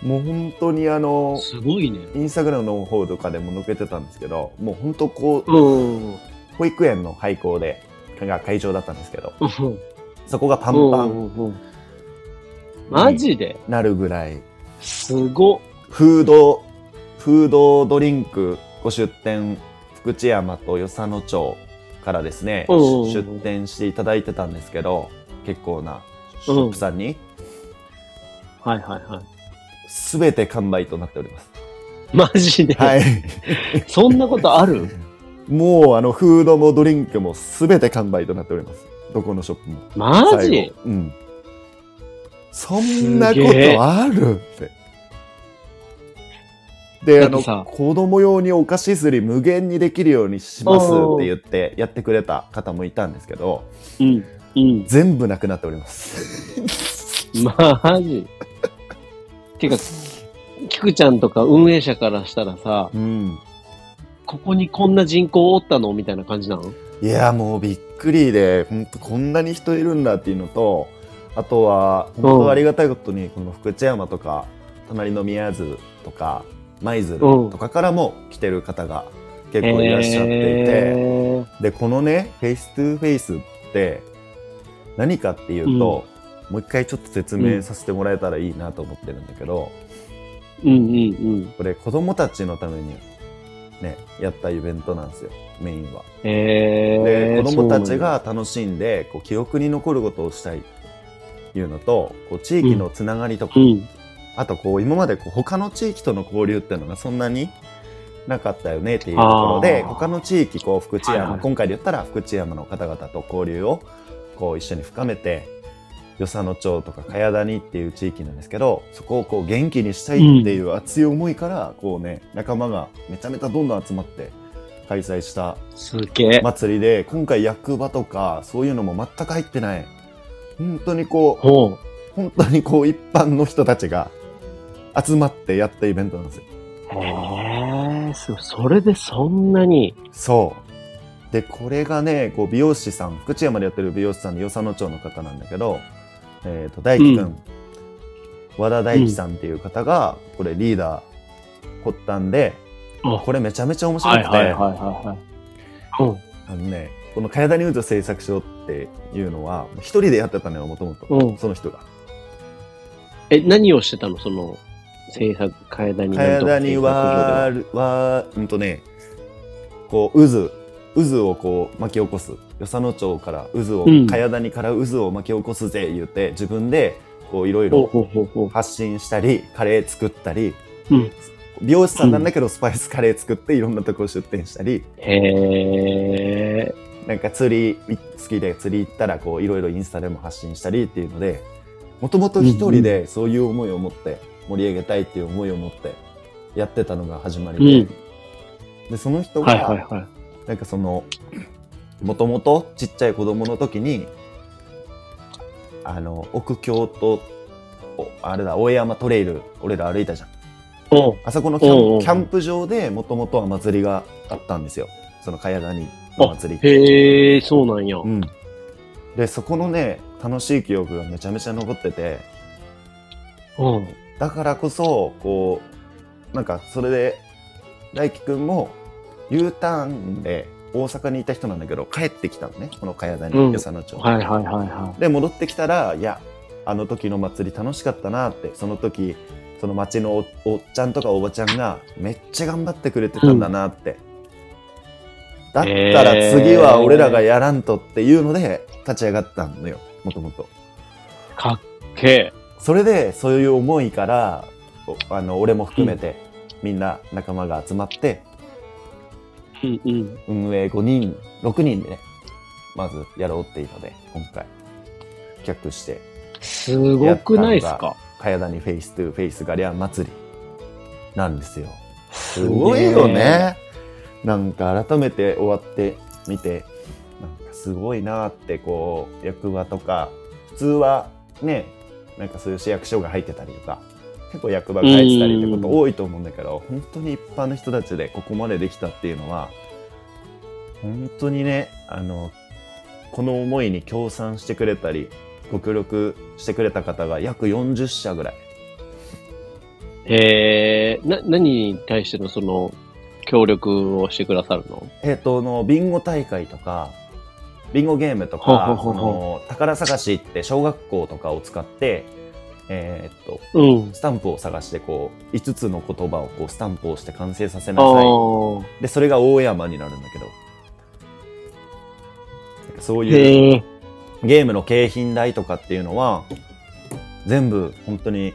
Speaker 3: もう本当にあの、
Speaker 2: すごいね。
Speaker 3: インスタグラムの方とかでも載っけてたんですけど、もう本当こう、
Speaker 2: うん。
Speaker 3: 保育園の廃校で、が会場だったんですけど、
Speaker 2: パ
Speaker 3: そこがパンパン
Speaker 2: ン。マジで
Speaker 3: なるぐらい、
Speaker 2: すご
Speaker 3: フード、フードドリンクご出店、福知山と与謝野町からですね、
Speaker 2: うんうんうん
Speaker 3: 出店していただいてたんですけど、結構なショップさんに、
Speaker 2: はいはいはい。
Speaker 3: すべて完売となっており ます。
Speaker 2: マジで、
Speaker 3: はい。
Speaker 2: そんなことある
Speaker 3: もう、あの、フードもドリンクもすべて完売となっております。どこのショップも。
Speaker 2: マ
Speaker 3: 最
Speaker 2: ジ
Speaker 3: 後うん。そんなことあるって。で、あ
Speaker 2: だっ
Speaker 3: の、
Speaker 2: てさ
Speaker 3: 子供用にお菓子すり無限にできるようにしますって言ってやってくれた方もいたんですけど、
Speaker 2: うん。うん。
Speaker 3: 全部なくなっております。
Speaker 2: マジてか、菊ちゃんとか運営者からしたらさ、
Speaker 3: うん。
Speaker 2: ここにこんな人口おったのみたいな感じなの
Speaker 3: いや、もうびっくりで、本当こんなに人いるんだっていうのと、あとは、
Speaker 2: ん
Speaker 3: 本当ありがたいことに、この福知山とか、隣の宮津とか、舞鶴とかからも来てる方が結構いらっしゃっていて、
Speaker 2: え
Speaker 3: でこのねフェイストゥフェイスって何かっていうと、もう一回ちょっと説明させてもらえたらいいなと思ってるんだけど、
Speaker 2: ー、うんうんうん。
Speaker 3: これ子供たちのためにねやったイベントなんですよメインは。で
Speaker 2: えー、
Speaker 3: 子供たち
Speaker 2: そうな
Speaker 3: が
Speaker 2: んだ、
Speaker 3: 楽しんでこう記憶に残ることをしたいっていうのとこう地域のつながりとか、
Speaker 2: うん。
Speaker 3: あとこう今までこう他の地域との交流っていうのがそんなになかったよねっていうところで
Speaker 2: あー
Speaker 3: 他の地域こう福知山、
Speaker 2: はいはい
Speaker 3: 今回で言ったら福知山の方々と交流をこう一緒に深めて与謝野町とか茅谷っていう地域なんですけどそこをこう元気にしたいっていう熱い思いからこうね仲間がめちゃめちゃどんどん集まって開催した
Speaker 2: すげえ。
Speaker 3: 祭りで今回役場とかそういうのも全く入ってない本当にこう
Speaker 2: ほう。
Speaker 3: 本当にこう一般の人たちが集まってやったイベントなんですよ。
Speaker 2: えー、すごいそれでそんなに。
Speaker 3: そう。で、これがね、こう美容師さん、福知山でやってる美容師さんで与謝野町の方なんだけど、えー、と大輝くん、和田大輝さんっていう方が、これリーダー発端で、
Speaker 2: あ
Speaker 3: これめちゃめちゃ面白く
Speaker 2: はい
Speaker 3: て、
Speaker 2: はいはいはいはい。
Speaker 3: あのね、この「かやだニューズ製作所」っていうのは一人でやってたのよもとも
Speaker 2: う
Speaker 3: と
Speaker 2: ん
Speaker 3: その人が。
Speaker 2: え、何をしてたのその、制作、替え谷
Speaker 3: かやだにわるわうんとねこう渦渦をこう巻き起こす与謝野町から渦を、
Speaker 2: うん
Speaker 3: かやだにから渦を巻き起こすぜ言って自分でこういろい
Speaker 2: ほう
Speaker 3: ろ
Speaker 2: ほうほうほう。
Speaker 3: 発信したりカレー作ったり、
Speaker 2: うん
Speaker 3: 美容師さんなんだけどスパイスカレー作っていろんなとこ出店したり、
Speaker 2: へえ。
Speaker 3: なんか釣り好きで釣り行ったらこういろいろインスタでも発信したりっていうのでもともと一人でそういう思いを持って盛り上げたいっていう思いを持ってやってたのが始まりで,、でその人が、
Speaker 2: はいはいはい。
Speaker 3: なんかそのもともとちっちゃい子供の時にあの奥京都おあれだ大江山トレイル俺ら歩いたじゃん
Speaker 2: おう
Speaker 3: あそこのキャン
Speaker 2: おうおうおう
Speaker 3: キャンプ場でもともとは祭りがあったんですよその茅谷の祭りって
Speaker 2: へえ、そうなんや。
Speaker 3: うん、でそこのね楽しい記憶がめちゃめちゃ残ってて
Speaker 2: うん。
Speaker 3: だからこそこうなんかそれで大輝くんも U ターンで大阪にいた人なんだけど帰ってきたのねこの茅谷
Speaker 2: うん
Speaker 3: に与謝野町、
Speaker 2: はいはいはいは
Speaker 3: で戻ってきたらいやあの時の祭り楽しかったなってその時その町のおおっちゃんとかおばちゃんがめっちゃ頑張ってくれてたんだなって、だったら次は俺らがやらんとっていうので立ち上がったのよもともと
Speaker 2: い。かっけ
Speaker 3: それでそういう思いからおあの俺も含めて、みんな仲間が集まって
Speaker 2: え。うんうん。
Speaker 3: 運営5人6人でねまずやろうっていうので今回企画して
Speaker 2: すごくないっすか
Speaker 3: 茅谷フェイストゥフェイスガリアン祭りなんですよすごいよねなんか改めて終わってみてなんかすごいなってこう役場とか普通はねなんかそういう市役所が入ってたりとか結構役場が入ってたりってこと多いと思うんだけど本当に一般の人たちでここまでできたっていうのは本当にねあのこの思いに協賛してくれたりご協力してくれた方が約40社ぐらい
Speaker 2: へえ。な、何に対してのその、協力をしてくださるの
Speaker 3: えっ、とのビンゴ大会とかビンゴゲームと
Speaker 2: ほうほ
Speaker 3: か
Speaker 2: うほ
Speaker 3: そう
Speaker 2: ほ
Speaker 3: の宝探しって小学校とかを使って、えっと
Speaker 2: うん。
Speaker 3: スタンプを探してこう5つの言葉をこうスタンプをして完成させな
Speaker 2: あ
Speaker 3: さい
Speaker 2: あ。
Speaker 3: でそれが大山になるんだけどなんかそういう
Speaker 2: へえ。
Speaker 3: ゲームの景品代とかっていうのは全部本当に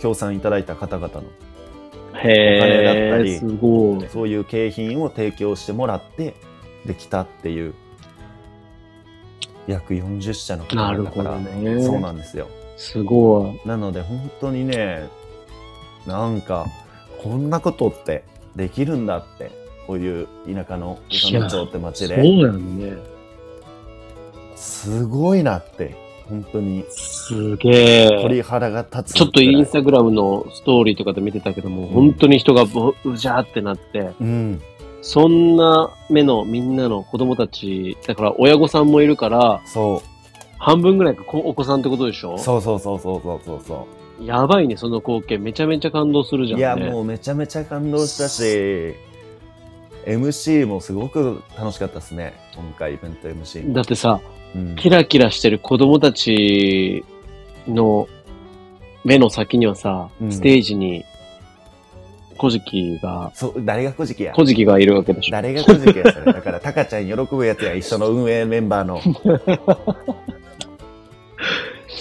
Speaker 3: 協賛いただいた方々の金だった
Speaker 2: へえ。
Speaker 3: り
Speaker 2: すごい。
Speaker 3: そういう景品を提供してもらってできたっていう約40社の方
Speaker 2: なる
Speaker 3: 々だ
Speaker 2: ほ
Speaker 3: か
Speaker 2: ど
Speaker 3: ら、
Speaker 2: ね。
Speaker 3: そうなんですよ
Speaker 2: すごい。
Speaker 3: なので本当にねなんかこんなことってできるんだってこういう田舎の
Speaker 2: い
Speaker 3: 宇
Speaker 2: や
Speaker 3: 野町って町
Speaker 2: そう
Speaker 3: で
Speaker 2: やんね。
Speaker 3: すごいなって本当に
Speaker 2: すげえ。
Speaker 3: 鳥肌が立つ
Speaker 2: ちょっと
Speaker 3: くらい
Speaker 2: インスタグラムのストーリーとかで見てたけども、
Speaker 3: ん
Speaker 2: 本当に人がぼうじゃーってなって、
Speaker 3: うん
Speaker 2: そんな目のみんなの子供たち、だから親御さんもいるから、
Speaker 3: そ
Speaker 2: 半分ぐらいがこお子さんってことでしょ
Speaker 3: うそうそうそうそうそうそうそう
Speaker 2: やばいね、その光景。めちゃめちゃ感動するじゃん、
Speaker 3: い
Speaker 2: ね。
Speaker 3: やもうめちゃめちゃ感動したし MC もすごく楽しかったですね今回イベント MC も
Speaker 2: だってさ、
Speaker 3: うん
Speaker 2: キラキラしてる子供たちの目の先にはさ、
Speaker 3: うん
Speaker 2: ステージに、古事記が、
Speaker 3: そう誰が小じきや
Speaker 2: 古事記がいるわけでしょ。
Speaker 3: 誰が小じきやそれだからタカちゃん喜ぶやつや一緒の運営メンバーの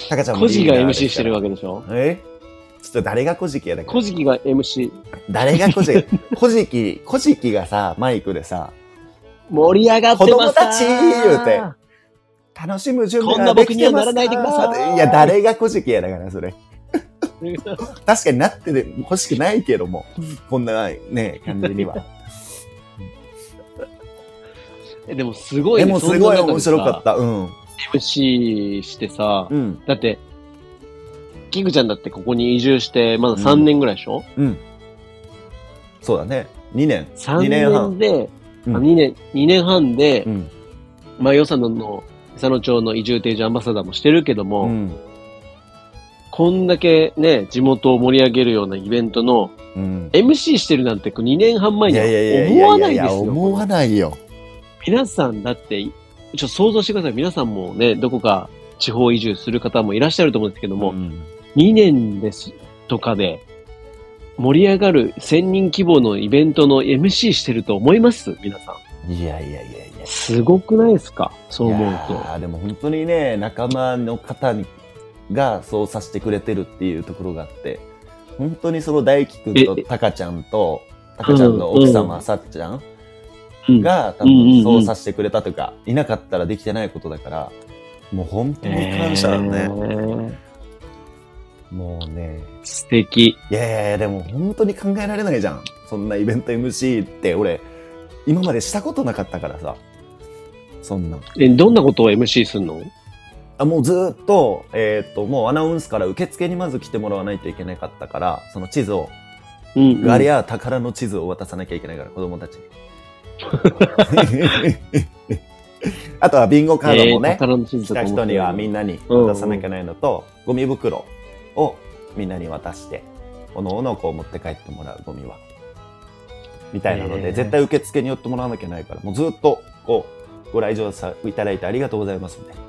Speaker 3: タカちゃんも
Speaker 2: 古事記が MC してる
Speaker 3: わ
Speaker 2: わけでしょ。
Speaker 3: えちょっと誰が小じきやだから
Speaker 2: 古事記が MC。
Speaker 3: 誰が小じき小じき小じきがさマイクでさ
Speaker 2: 盛り上がってます
Speaker 3: 子供たち言うて楽しむ準備ができてますか
Speaker 2: こんな僕にはならないでください
Speaker 3: いや誰が小じきやだからそれ確かになってて欲しくないけども、こんなね、感じに は。
Speaker 2: えでもすごい
Speaker 3: で
Speaker 2: ね、
Speaker 3: もすごい面白かった。うん。
Speaker 2: た。MC してさ、
Speaker 3: うん。
Speaker 2: だって、キグちゃんだってここに移住して、まだ3年ぐらいでしょ、
Speaker 3: うん。そうだね。2年。
Speaker 2: 三
Speaker 3: 2年半。
Speaker 2: で、
Speaker 3: うん
Speaker 2: 2年、二年半で、
Speaker 3: うん。
Speaker 2: まあ予算の佐野町の移住定住アンバサダーもしてるけども、
Speaker 3: うん
Speaker 2: こんだけね、地元を盛り上げるようなイベントの
Speaker 3: うん
Speaker 2: MC してるなんて2年半前
Speaker 3: い
Speaker 2: には
Speaker 3: やいやいや
Speaker 2: 思わないです
Speaker 3: やや思わ
Speaker 2: よ。
Speaker 3: ないよ
Speaker 2: 皆さんだって、ちょっと想像してください。皆さんもね、どこか地方移住する方もいらっしゃると思うんですけども、
Speaker 3: ん
Speaker 2: 2年ですとかで盛り上がる1000人規模のイベントの MC してると思います皆さん。
Speaker 3: いやいやいやいや
Speaker 2: すごくないですかそう思う
Speaker 3: いや
Speaker 2: と。
Speaker 3: ーでも本当にね仲間の方にがそうさせてくれてるっていうところがあって本当にその大輝くんと
Speaker 2: ええ
Speaker 3: タカちゃんとタカちゃんの奥
Speaker 2: う
Speaker 3: 様
Speaker 2: ん
Speaker 3: さっちゃん
Speaker 2: うん
Speaker 3: が多
Speaker 2: うんうんう
Speaker 3: 分
Speaker 2: ん
Speaker 3: そうさせてくれたとかいなかったらできてないことだからもう本当に感謝だ
Speaker 2: え
Speaker 3: ね
Speaker 2: ー
Speaker 3: もうね
Speaker 2: 素敵。
Speaker 3: いやいやいやでも本当に考えられないじゃんそんなイベント MC って俺今までしたことなかったからさそんなん
Speaker 2: え、どんなことを MC するの
Speaker 3: あもうずーっと,、えー、ともうアナウンスから受付にまず来てもらわないといけなかったからその地図を、
Speaker 2: うんうん。
Speaker 3: ガリア宝の地図を渡さなきゃいけないから子供たちに あとはビンゴカードも
Speaker 2: えー
Speaker 3: ね、
Speaker 2: 宝の地図
Speaker 3: 来
Speaker 2: とか
Speaker 3: た
Speaker 2: も
Speaker 3: 人にはみんなに渡さなきゃいけないのと、ゴミ袋をみんなに渡しておのおのこう持って帰ってもらうゴミはみたいなので、
Speaker 2: えー
Speaker 3: 絶対受付に寄ってもらわなきゃいけないからもうずっとこうご来場さいただいてありがとうございますみたいな。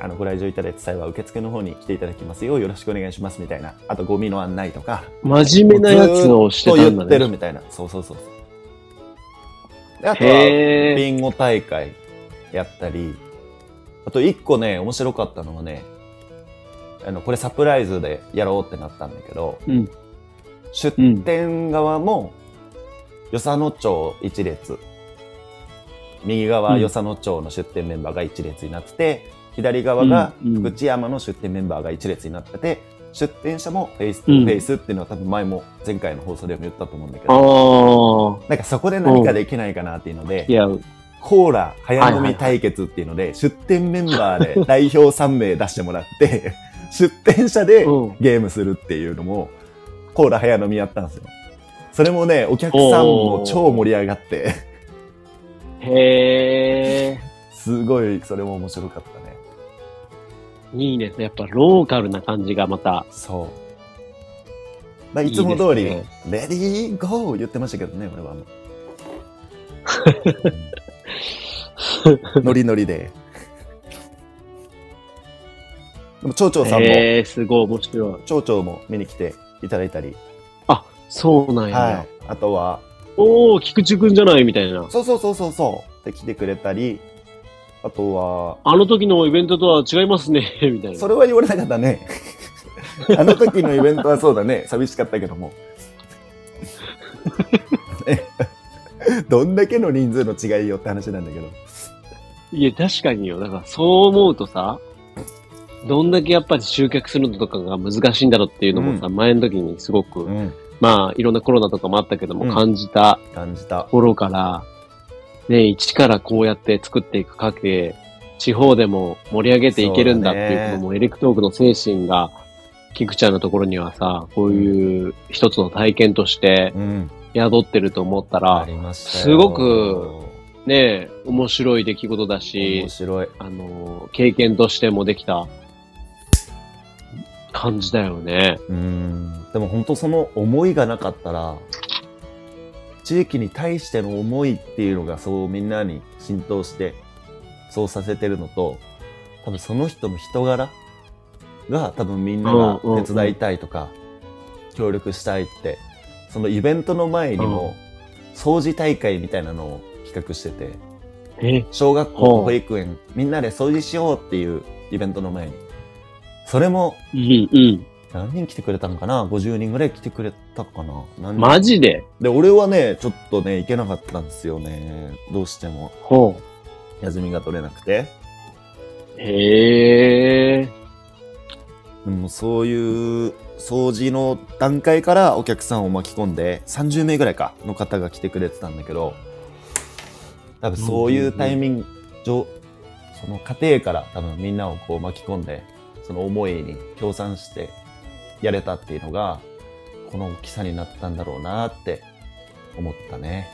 Speaker 3: あのご来場いただいた際は受付の方に来ていただきますようよろしくお願いしますみたいなあとゴミの案内とか
Speaker 2: 真面目なやつをして
Speaker 3: と
Speaker 2: た
Speaker 3: 言
Speaker 2: んだ
Speaker 3: ってる
Speaker 2: ね。
Speaker 3: みたいなそうそうそうそうであとは
Speaker 2: へえ。
Speaker 3: ビンゴ大会やったり、あと一個ね、面白かったのはね、あの、これサプライズでやろうってなったんだけど、
Speaker 2: うん
Speaker 3: 出店側も、与謝野町一列。右側、
Speaker 2: うん
Speaker 3: 与謝野町の出店メンバーが一列になってて、左側が
Speaker 2: うんうん
Speaker 3: 福知山の出店メンバーが一列になってて、出店者もフェイストゥフェイスっていうのは多分前も前回の放送でも言ったと思うんだけ
Speaker 2: ああ
Speaker 3: ど、なんかそこで何かできないかなっていうので、
Speaker 2: ー。いや、う
Speaker 3: コーラ早飲み対決っていうので、出店メンバーで代表3名出してもらって、 出店者で
Speaker 2: ん。
Speaker 3: ゲームするっていうのも、コーラ早飲みやったんですよ。それもね、お客さんも超盛り上がって、
Speaker 2: へえ。
Speaker 3: すごい、それも面白かったね。
Speaker 2: いいですね。やっぱローカルな感じがまた。
Speaker 3: そう。まあ、いつも通り、
Speaker 2: いいです
Speaker 3: レディーゴー言ってましたけどね、俺は もう。ノリノリで。でも、町長さんも、
Speaker 2: へえ、すごい面白い。
Speaker 3: 町長も見に来ていただいたり、
Speaker 2: あ、そうなんや。
Speaker 3: はい。あとは、
Speaker 2: おー、菊池くんじゃないみたいな。
Speaker 3: そうそうそうそうそうって来てくれたり、あとは、
Speaker 2: あの時のイベントとは違いますね、 みたいな。
Speaker 3: それは言われなかった ね。あの時のイベントはそうだね。寂しかったけど も。ねどんだけの人数の違いよって話なんだけど。
Speaker 2: いや、確かによ。だから、そう思うとさ、どんだけやっぱり集客するのとかが難しいんだろうっていうのもさ、前の時にすごく、
Speaker 3: ん。
Speaker 2: まあ、いろんなコロナとかもあったけど
Speaker 3: う
Speaker 2: も、
Speaker 3: ん
Speaker 2: 感じた
Speaker 3: 感じた。
Speaker 2: 頃から、ね、一からこうやって作っていく過程、地方でも盛り上げていけるんだっていう、
Speaker 3: そうだね
Speaker 2: このもうエレクトークの精神が、菊ちゃんのところにはさ、こういう一つの体験として
Speaker 3: うん。
Speaker 2: 宿ってると思ったら、
Speaker 3: りまし
Speaker 2: すごくねえ、面白い出来事だし
Speaker 3: 面、白い。
Speaker 2: あの、経験としてもできた感じだよね。
Speaker 3: うん。でも本当その思いがなかったら、地域に対しての思いっていうのがそうみんなに浸透して、そうさせてるのと、多分その人の人柄が多分みんなが
Speaker 2: うんうんうん
Speaker 3: 手伝いたいとか、協力したいって、そのイベントの前にも、掃除大会みたいなのを企画してて、
Speaker 2: え
Speaker 3: 小学
Speaker 2: ほ
Speaker 3: 校
Speaker 2: う、
Speaker 3: 保育園、みんなで掃除しようっていうイベントの前に。それも
Speaker 2: うんうん。
Speaker 3: 何人来てくれたのかな ?50 人ぐらい来てくれたかな何人
Speaker 2: マジで
Speaker 3: で、俺はね、ちょっとね、行けなかったんですよね。どうしても。
Speaker 2: ほ
Speaker 3: 休みが取れなくて。
Speaker 2: う。へえ。
Speaker 3: でもそういう掃除の段階からお客さんを巻き込んで、30名ぐらいか、の方が来てくれてたんだけど、多分そういうタイミング、上その過程から多分みんなをこう巻き込んで、その思いに協賛してやれたっていうのが、この大きさになったんだろうなって思ったね。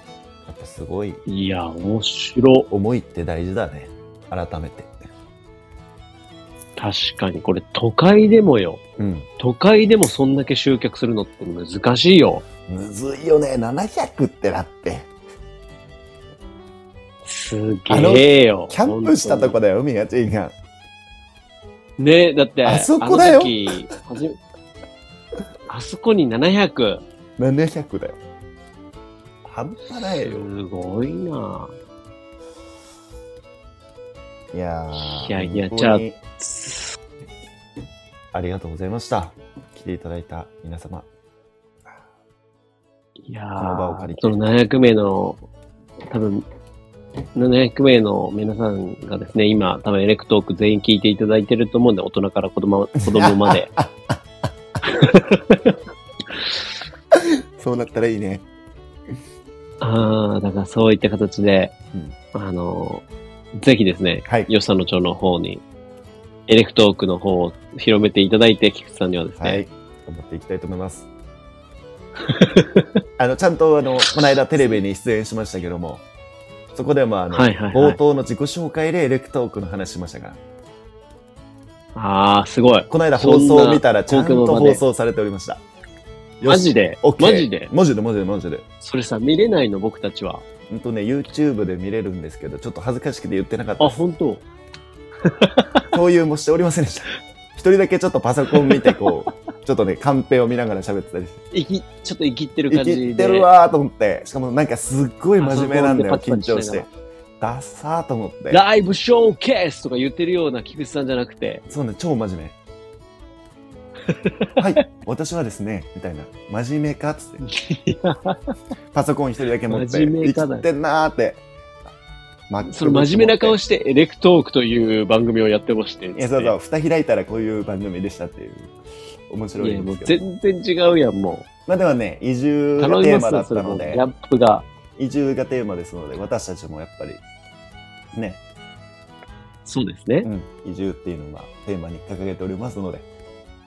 Speaker 3: やっぱすごい、
Speaker 2: いや、面白。
Speaker 3: 思いって大事だね。改めて。
Speaker 2: 確かに、これ都会でもよ。
Speaker 3: うん。
Speaker 2: 都会でもそんだけ集客するのって難しいよ。
Speaker 3: むずいよね、700ってだって。
Speaker 2: すげえよ。
Speaker 3: キャンプしたとこだよ、みやちんが。
Speaker 2: ねだって、
Speaker 3: あそこだよ
Speaker 2: あの時はじめあそこに700。
Speaker 3: 700だよ。半端ないよ。
Speaker 2: すごいない
Speaker 3: やー
Speaker 2: いやいや
Speaker 3: 本当にありがとうございました。来ていただいた皆様。
Speaker 2: いや
Speaker 3: この場を借り
Speaker 2: ー
Speaker 3: て
Speaker 2: その700名の、多分、700名の皆さんがですね、今、多分エレクトーク全員聞いていただいてると思うんで、大人から子供子供まで。
Speaker 3: そうなったらいいね。
Speaker 2: ああ、だからそういった形で、あの、ぜひですね、
Speaker 3: はい。
Speaker 2: よさの町の方に、エレクトークの方を広めていただいて、菊池さんにはですね、
Speaker 3: はい。頑張っていきたいと思います。 あの、ちゃんと、あの、この間テレビに出演しましたけども、そこでも、あの、
Speaker 2: はいはいはい
Speaker 3: 冒頭の自己紹介でエレクトークの話しましたから、
Speaker 2: ああ、すごい。
Speaker 3: この間
Speaker 2: そ
Speaker 3: 放
Speaker 2: んな
Speaker 3: 送を見たら、ちゃん
Speaker 2: 公
Speaker 3: と
Speaker 2: 共の場で
Speaker 3: 放送されておりました。
Speaker 2: マジで、
Speaker 3: OK
Speaker 2: マジで
Speaker 3: マジでマジでマジで。
Speaker 2: それさ、見れないの、僕たちは。
Speaker 3: うんとね、YouTube で見れるんですけど、ちょっと恥ずかしくて言ってなかった
Speaker 2: あ、
Speaker 3: です。
Speaker 2: 本当
Speaker 3: 共有もしておりませんでした。一人だけちょっとパソコン見て、こ う、ちょっとね、カンペを見ながら喋ってたりして、
Speaker 2: 生き、ちょっと生きってる
Speaker 3: 生
Speaker 2: 感じで。
Speaker 3: きてるわーと思って、しかもなんかすっごい真面目なんだよ、
Speaker 2: パソコ
Speaker 3: 緊
Speaker 2: ンでパチパチ
Speaker 3: 張し
Speaker 2: しな
Speaker 3: て
Speaker 2: が。
Speaker 3: ダッサーと思って。
Speaker 2: ライブショーケースとか言ってるような菊池さんじゃなくて、
Speaker 3: そうね、超 真面目。はい、私はですね、みたいな。真面目かっつって。 パソコン一人だけ持って、
Speaker 2: 真面目かだ
Speaker 3: 生きてんなーって。ま
Speaker 2: その真面目な顔
Speaker 3: して
Speaker 2: して、エレクトークという番組をやってまして。
Speaker 3: いやそうそう、蓋開いたらこういう番組でしたっていう。面白
Speaker 2: い
Speaker 3: い
Speaker 2: や、
Speaker 3: ん
Speaker 2: も
Speaker 3: で
Speaker 2: う
Speaker 3: すけど。
Speaker 2: 全然違うやん、も
Speaker 3: まあでもね、移住
Speaker 2: う。
Speaker 3: が
Speaker 2: 頼み
Speaker 3: テーマだ
Speaker 2: ますよ、
Speaker 3: っ
Speaker 2: そ
Speaker 3: た
Speaker 2: れ
Speaker 3: の
Speaker 2: も。ギ
Speaker 3: で、
Speaker 2: ャップが。
Speaker 3: 移住がテーマですので、私たちもやっぱり、ね、
Speaker 2: そうですね。
Speaker 3: うん、移住っていうのがテーマに掲げておりますので、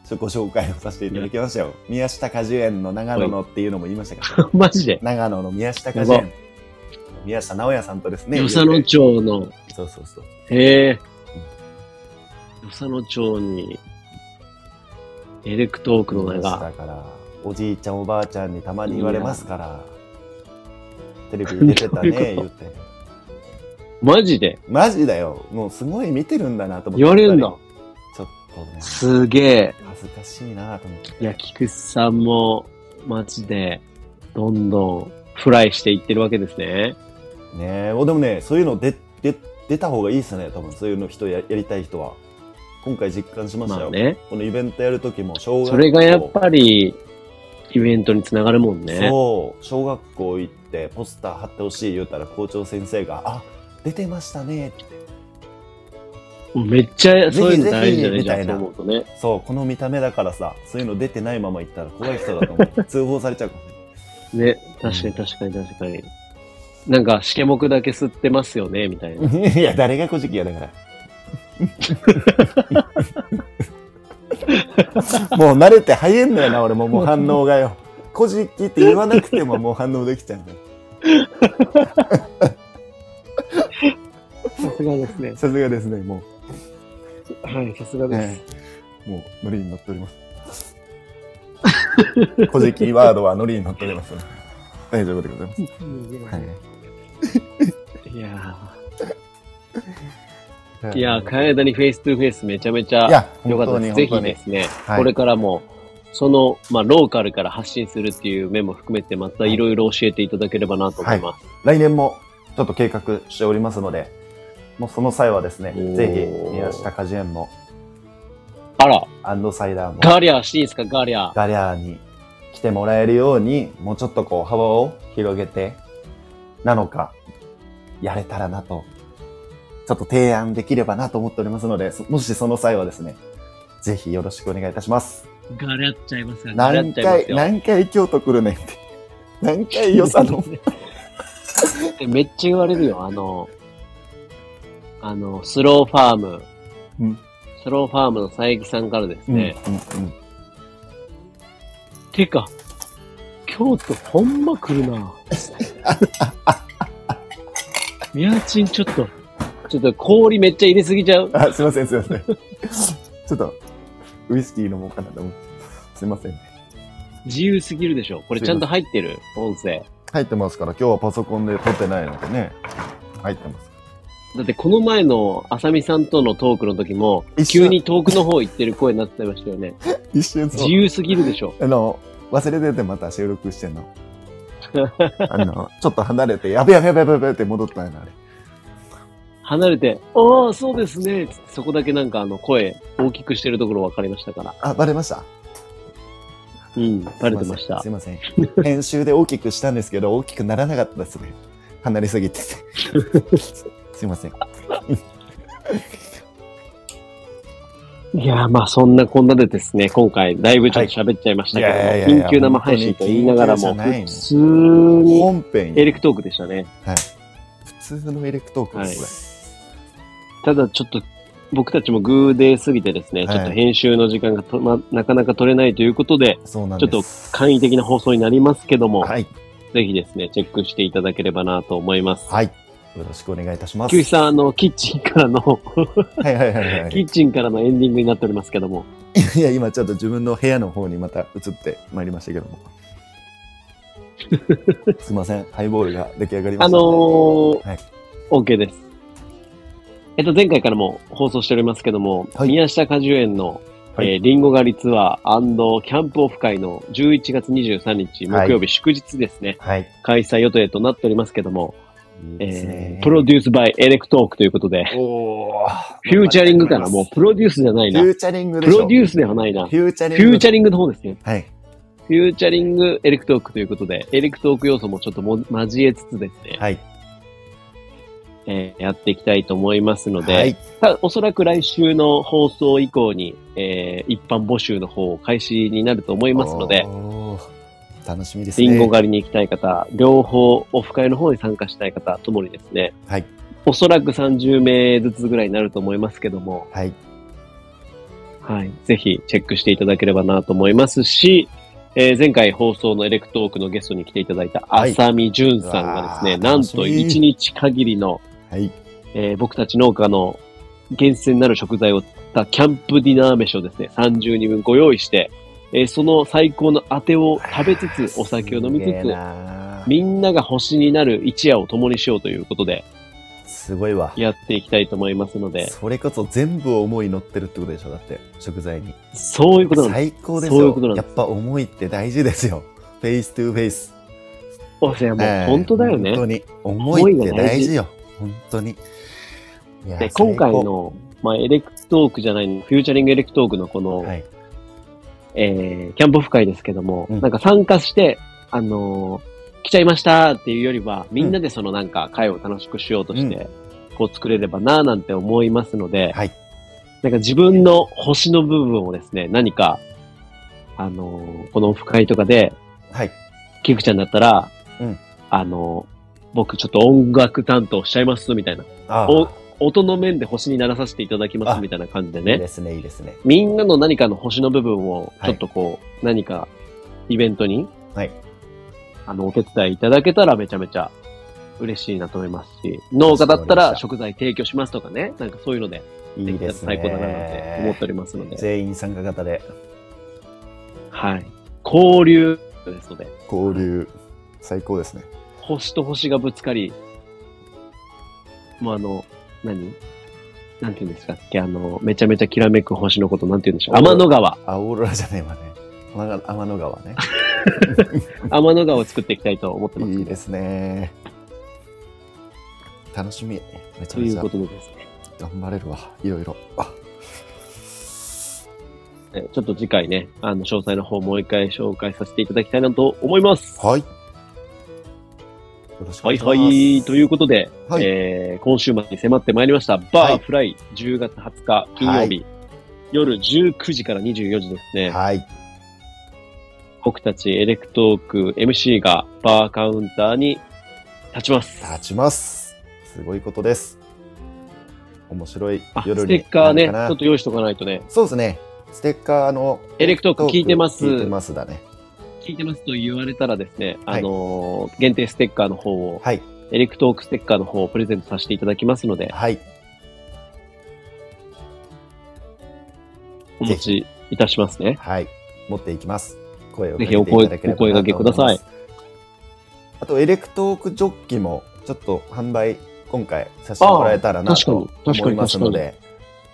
Speaker 3: ちょっとご紹介をさせていただきましたよ。宮下果樹園の長野のっていうのも言いましたけど、
Speaker 2: マジで。
Speaker 3: 長野の宮下果樹
Speaker 2: やば
Speaker 3: 園。宮下直哉さんとですね、
Speaker 2: 与謝野町の、
Speaker 3: そうそうそう。
Speaker 2: へえ。与謝野町に、エレクトークの名が、
Speaker 3: だからおじいちゃんおばあちゃんにたまに言われますからテレビ出てたね
Speaker 2: どういう
Speaker 3: 言っ
Speaker 2: こ
Speaker 3: て
Speaker 2: マジで
Speaker 3: マジだよもうすごい見てるんだなと思って
Speaker 2: 言われるんだ
Speaker 3: やっ。ぱりちょっとね
Speaker 2: すげえ。
Speaker 3: 恥ずかしいなと思って
Speaker 2: いや、菊池さんも、マジで、どんどん、フライしていってるわけですね。
Speaker 3: ねえおでもねそういうの出出出た方がいいですね多分そういうの人ややりたい人は今回実感しました
Speaker 2: まあ
Speaker 3: よ、
Speaker 2: ね。
Speaker 3: このイベントやる時も小学校
Speaker 2: それがやっぱり、イベントにつながるもんね。
Speaker 3: そう小学校行ってポスター貼ってほしい言うたら校長先生が「あ出てましたね」って
Speaker 2: めっちゃ、
Speaker 3: ぜひ
Speaker 2: そういうの大事だ
Speaker 3: ぜ
Speaker 2: ね、
Speaker 3: ひ
Speaker 2: じゃあ、
Speaker 3: みたいうな
Speaker 2: そ思うとね。
Speaker 3: そう、この見た目だからさ、そういうの出てないまま行ったら怖い人だと 思う。通報されちゃうかもね。
Speaker 2: ね、確かに確かに確かに。なんか、しけもくだけ吸ってますよね、みたい な。
Speaker 3: いや、誰が古事記やだ から。もう慣れて早いんだよな、俺ももう反応がよ。古事記って言わなくてももう反応できちゃうんだよ。
Speaker 2: さすがですね。
Speaker 3: さすがですね、も
Speaker 2: はい、さすが
Speaker 3: う。ええもうノリに乗っております。古事記ワードはノリに乗っております。大丈夫でございます。
Speaker 2: いや
Speaker 3: は
Speaker 2: ー、いやー、カエダにフェイストゥフェイスめちゃめちゃ
Speaker 3: いや、
Speaker 2: 良
Speaker 3: 本
Speaker 2: かった
Speaker 3: 当
Speaker 2: で
Speaker 3: に
Speaker 2: す。ぜ
Speaker 3: 本当
Speaker 2: ひ
Speaker 3: に
Speaker 2: で。すね、
Speaker 3: はい
Speaker 2: これからも、その、まあ、ローカルから発信するっていう面も含めて、またいろいろ教えていただければなと思います。
Speaker 3: 来年もちょっと計画しておりますので、もうその際はですね、
Speaker 2: おー
Speaker 3: ぜひ宮下果樹園も
Speaker 2: あら、
Speaker 3: アンドサイダーも
Speaker 2: ガリアしていいんですか、ガリア。
Speaker 3: ガリャーに来てもらえるように、もうちょっとこう幅を広げて、なのか、やれたらなと、ちょっと提案できればなと思っておりますので、そもしその際はですね、ぜひよろしくお願いいたします。
Speaker 2: ガリアっちゃいますか、ガリア
Speaker 3: 何
Speaker 2: っちゃいま
Speaker 3: 回、
Speaker 2: すよ。
Speaker 3: 何回京都来るねん って。何回よさの。
Speaker 2: めっちゃ言われるよ。あの、あの、スローファーム。
Speaker 3: うん
Speaker 2: スローファームの佐伯さんからですね。
Speaker 3: うんうんうん
Speaker 2: てか、京都ほ んま来るな。宮賃ちょっと、ちょっと氷めっちゃ入れすぎちゃう。
Speaker 3: あ、すいません、すいません。 ちょっと、ウイスキー飲もうかなと思って。すいません。
Speaker 2: 自由すぎるでしょ。これちゃんと入ってる音声。
Speaker 3: 入ってますから、今日はパソコンで撮ってないのでね。入ってます。
Speaker 2: だってこの前のあさみさんとのトークの時も、
Speaker 3: 一緒
Speaker 2: 急に遠くの方行ってる声になってましたよね。
Speaker 3: 一瞬そう
Speaker 2: 自由すぎるでしょ。
Speaker 3: あの、忘れててまた収録してんの。あの、ちょっと離れて、やべやべやべやべやべって戻ったんやな、あれ。
Speaker 2: 離れて、ああ、そうですね。つってそこだけなんかあの声大きくしてるところ分かりましたから。
Speaker 3: あ、バレました
Speaker 2: うん、バレてました
Speaker 3: す。いません。すいません編集で大きくしたんですけど、大きくならなかったですね。離れすぎてて。すいません。
Speaker 2: いやーまあそんなこんなでですね、今回だいぶちょっと喋っちゃいましたけども、
Speaker 3: はいいやいやいやいや
Speaker 2: 緊急生配信と言いながらも、
Speaker 3: 本当に緊
Speaker 2: 普
Speaker 3: 急
Speaker 2: 通に
Speaker 3: 本編
Speaker 2: エレクトークでしたね。
Speaker 3: 普通のエレクトークです、
Speaker 2: ただちょっと僕たちもグーデーすぎてですね、
Speaker 3: はい
Speaker 2: ちょっと編集の時間がと、ま、なかなか取れないということで
Speaker 3: こ、れそうなん
Speaker 2: ちょ
Speaker 3: で
Speaker 2: っと
Speaker 3: す。
Speaker 2: 簡易的な放送になりますけども、
Speaker 3: はい。
Speaker 2: ぜひですね、チェックしていただければなと思います。
Speaker 3: はい。よろしくお願いいたします。
Speaker 2: キュウイさん、あの、キッチンからの、
Speaker 3: はいはいはいは
Speaker 2: キ
Speaker 3: い。
Speaker 2: ッチンからのエンディングになっておりますけども、
Speaker 3: いや、今ちょっと自分の部屋の方にまた移ってまいりましたけ ども。すいません。ハイボールが出来上がりま
Speaker 2: あ
Speaker 3: し
Speaker 2: の
Speaker 3: た、ね。
Speaker 2: ー、
Speaker 3: はい
Speaker 2: OK です。えっと、前回からも放送しておりますけども、
Speaker 3: はい
Speaker 2: 宮下果樹園の、
Speaker 3: はい
Speaker 2: えーリンゴ狩りツアーキャンプオフ会の11月23日木曜日祝日ですね、
Speaker 3: はい。
Speaker 2: 開催予定となっておりますけども、
Speaker 3: いいですね
Speaker 2: えープロデュースバイエレクトークということで、
Speaker 3: おー
Speaker 2: フューチャリングかなもうプロデュースじゃないな。
Speaker 3: フュ
Speaker 2: プ
Speaker 3: ーチャリングでしょ
Speaker 2: ロデュースではないな。
Speaker 3: フューチャ
Speaker 2: フ
Speaker 3: リング。
Speaker 2: ューチャリングの方ですね。
Speaker 3: はい。
Speaker 2: フューチャリングエレクトークということで、エレクトーク要素もちょっとも交えつつですね、
Speaker 3: はい。
Speaker 2: えーやっていきたいと思いますので、
Speaker 3: はい。
Speaker 2: たおそらく来週の放送以降に、えー一般募集の方を開始になると思いますので、
Speaker 3: おー。楽しみですね。
Speaker 2: リンゴ狩りに行きたい方、両方オフ会の方に参加したい方ともにですね、
Speaker 3: はい。
Speaker 2: おそらく30名ずつぐらいになると思いますけども、
Speaker 3: はい。
Speaker 2: はい、ぜひチェックしていただければなと思いますし、えー前回放送のエレクトークのゲストに来ていただいた
Speaker 3: はい
Speaker 2: 浅見淳さんがですね、
Speaker 3: うわー
Speaker 2: なんと
Speaker 3: 楽しみ
Speaker 2: 1日限りの、
Speaker 3: はい。
Speaker 2: えー僕たち農家の厳選になる食材を使ったキャンプディナー飯をですね、30人分ご用意して、えーその最高のあてを食べつつ、お酒を飲みつ
Speaker 3: すげえ
Speaker 2: つ、
Speaker 3: な
Speaker 2: みんなが星になる一夜を共にしようということで、
Speaker 3: すごいわ。
Speaker 2: やっていきたいと思いますので、
Speaker 3: それこそ全部思い乗ってるってことでしょだって、食材に。
Speaker 2: そういうことなんです。
Speaker 3: 最高ですよ。
Speaker 2: そういうことなんで
Speaker 3: や
Speaker 2: す
Speaker 3: っぱ思いって大事ですよ。フェイストゥフェイス。
Speaker 2: お世話も
Speaker 3: え
Speaker 2: う
Speaker 3: え
Speaker 2: 本当だよね。
Speaker 3: 本当に。思いって大事よ。本当に。いや
Speaker 2: で今回、
Speaker 3: 最高
Speaker 2: の、まあ、エレクトークじゃない、フューチャリングエレクトークのこの、
Speaker 3: はい。
Speaker 2: えーキャンプオフ会ですけども、
Speaker 3: うん
Speaker 2: なんか参加して、あのー来ちゃいましたっていうよりは、みんなでそのなんか会を楽しくしようとして、こう作れればなぁなんて思いますので、
Speaker 3: はい。
Speaker 2: なんか自分の星の部分をですね、何か、あのーこのオフ会とかで、
Speaker 3: はい。
Speaker 2: キクちゃんだったら、
Speaker 3: うん
Speaker 2: あのー僕ちょっと音楽担当しちゃいますみたいな、
Speaker 3: あ
Speaker 2: お
Speaker 3: あ。
Speaker 2: 音の面で星にならさせていただきます
Speaker 3: あ
Speaker 2: みたいな感じで
Speaker 3: いい
Speaker 2: ね
Speaker 3: で、すね、いいですね。
Speaker 2: みんなの何かの星の部分を、
Speaker 3: は
Speaker 2: ち
Speaker 3: い
Speaker 2: ょっとこう、何かイベントに、
Speaker 3: はい
Speaker 2: あの、お手伝いいただけたらめちゃめちゃ嬉しいなと思いますし、農家だったら食材提供しますとかね、なんかそういうので、
Speaker 3: いいですね。
Speaker 2: できたら最高だなって思っておりますので、
Speaker 3: 全員参加型で
Speaker 2: はい。交流ですので、
Speaker 3: 交流、最高ですね。
Speaker 2: 星と星がぶつかり、もうあの、何なんて言うんですかっけあの、めちゃめちゃきらめく星のこと、なんて言うんでしょう。天の川。
Speaker 3: あ、オーロラじゃねえわね。天の天の川 ね。
Speaker 2: 天の川を作っていきたいと思ってます。
Speaker 3: いいですね。楽しみ。めちゃ
Speaker 2: と
Speaker 3: め
Speaker 2: い
Speaker 3: ち
Speaker 2: う
Speaker 3: ゃ
Speaker 2: ことでですね。
Speaker 3: 頑張れるわ。いろいろ。あ
Speaker 2: えちょっと次回ね、あの、詳細の方もう一回紹介させていただきたいなと思います。
Speaker 3: はい。よろしくお
Speaker 2: は
Speaker 3: 願い
Speaker 2: い
Speaker 3: し
Speaker 2: は
Speaker 3: ます。
Speaker 2: い。ということで、
Speaker 3: はい
Speaker 2: えー今週末に迫ってまいりました、バーフライ、10月20日金曜日、夜19時から24時ですね。
Speaker 3: はい。
Speaker 2: 僕たちエレクトーク MC がバーカウンターに立ちます。
Speaker 3: 立ちます。すごいことです。面白い
Speaker 2: あ、
Speaker 3: 夜
Speaker 2: ス
Speaker 3: に
Speaker 2: テッカーね、ち
Speaker 3: な
Speaker 2: ょ
Speaker 3: るか
Speaker 2: っと用意しとかないとね
Speaker 3: な。そうですね。ステッカーの。
Speaker 2: エレクトーク聞いてます
Speaker 3: 聞いてますだね。
Speaker 2: 聞いてますと言われたらですね、
Speaker 3: はい
Speaker 2: あのー限定ステッカーの方を、
Speaker 3: はい。
Speaker 2: エレクトークステッカーの方をプレゼントさせていただきますので、
Speaker 3: はい。
Speaker 2: お持ちいたしますね。
Speaker 3: はい、持っていきます。声をか
Speaker 2: ぜ
Speaker 3: けて
Speaker 2: ひお
Speaker 3: い
Speaker 2: 声
Speaker 3: ただけれ
Speaker 2: お声
Speaker 3: ばな
Speaker 2: 掛
Speaker 3: と
Speaker 2: け
Speaker 3: 思
Speaker 2: く
Speaker 3: いま
Speaker 2: だ
Speaker 3: す。
Speaker 2: さい
Speaker 3: あと、エレクトークジョッキも、ちょっと販売、今回させてもらえたらな
Speaker 2: あー確かに
Speaker 3: と思いますので、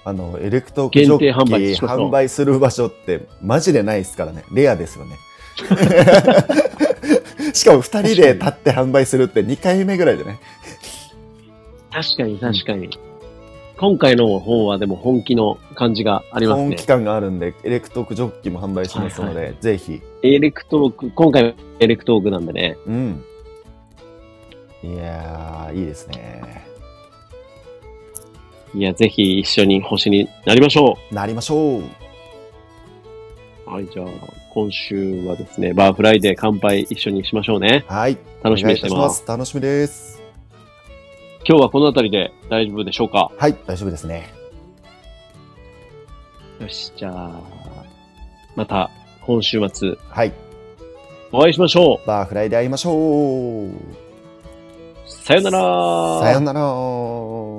Speaker 3: あの、エレクトークジ
Speaker 2: 限
Speaker 3: ョッキ
Speaker 2: 定販売しましょう
Speaker 3: 販売する場所って、マジでないですからね。レアです よね。しかも、二人で立って販売するって2回目ぐらいじゃない
Speaker 2: 確かに確かに。今回の方はでも本気の感じがあります
Speaker 3: 本
Speaker 2: ね
Speaker 3: 期。間があるんで、エレクトークジョッキも販売しますので、
Speaker 2: はい
Speaker 3: ぜひ。
Speaker 2: エレクトーク、今回はエレクトークなんでね。
Speaker 3: うん。いやー、いいですね。
Speaker 2: いや、ぜひ一緒に星になりましょ
Speaker 3: なりましょう。
Speaker 2: う。はい、じゃあ、今週はですね、バーフライデー乾杯一緒にしましょうね。
Speaker 3: はい。
Speaker 2: 楽しみにして
Speaker 3: お願いい
Speaker 2: ま
Speaker 3: た
Speaker 2: す。
Speaker 3: し楽しみです。
Speaker 2: 今日はこの辺りで大丈夫でしょうか
Speaker 3: はい、大丈夫ですね。
Speaker 2: よし、じゃあ、また今週末
Speaker 3: はい。
Speaker 2: お会いしましょ
Speaker 3: バーフライで会いましょう。
Speaker 2: う。さよなら。
Speaker 3: さよなら。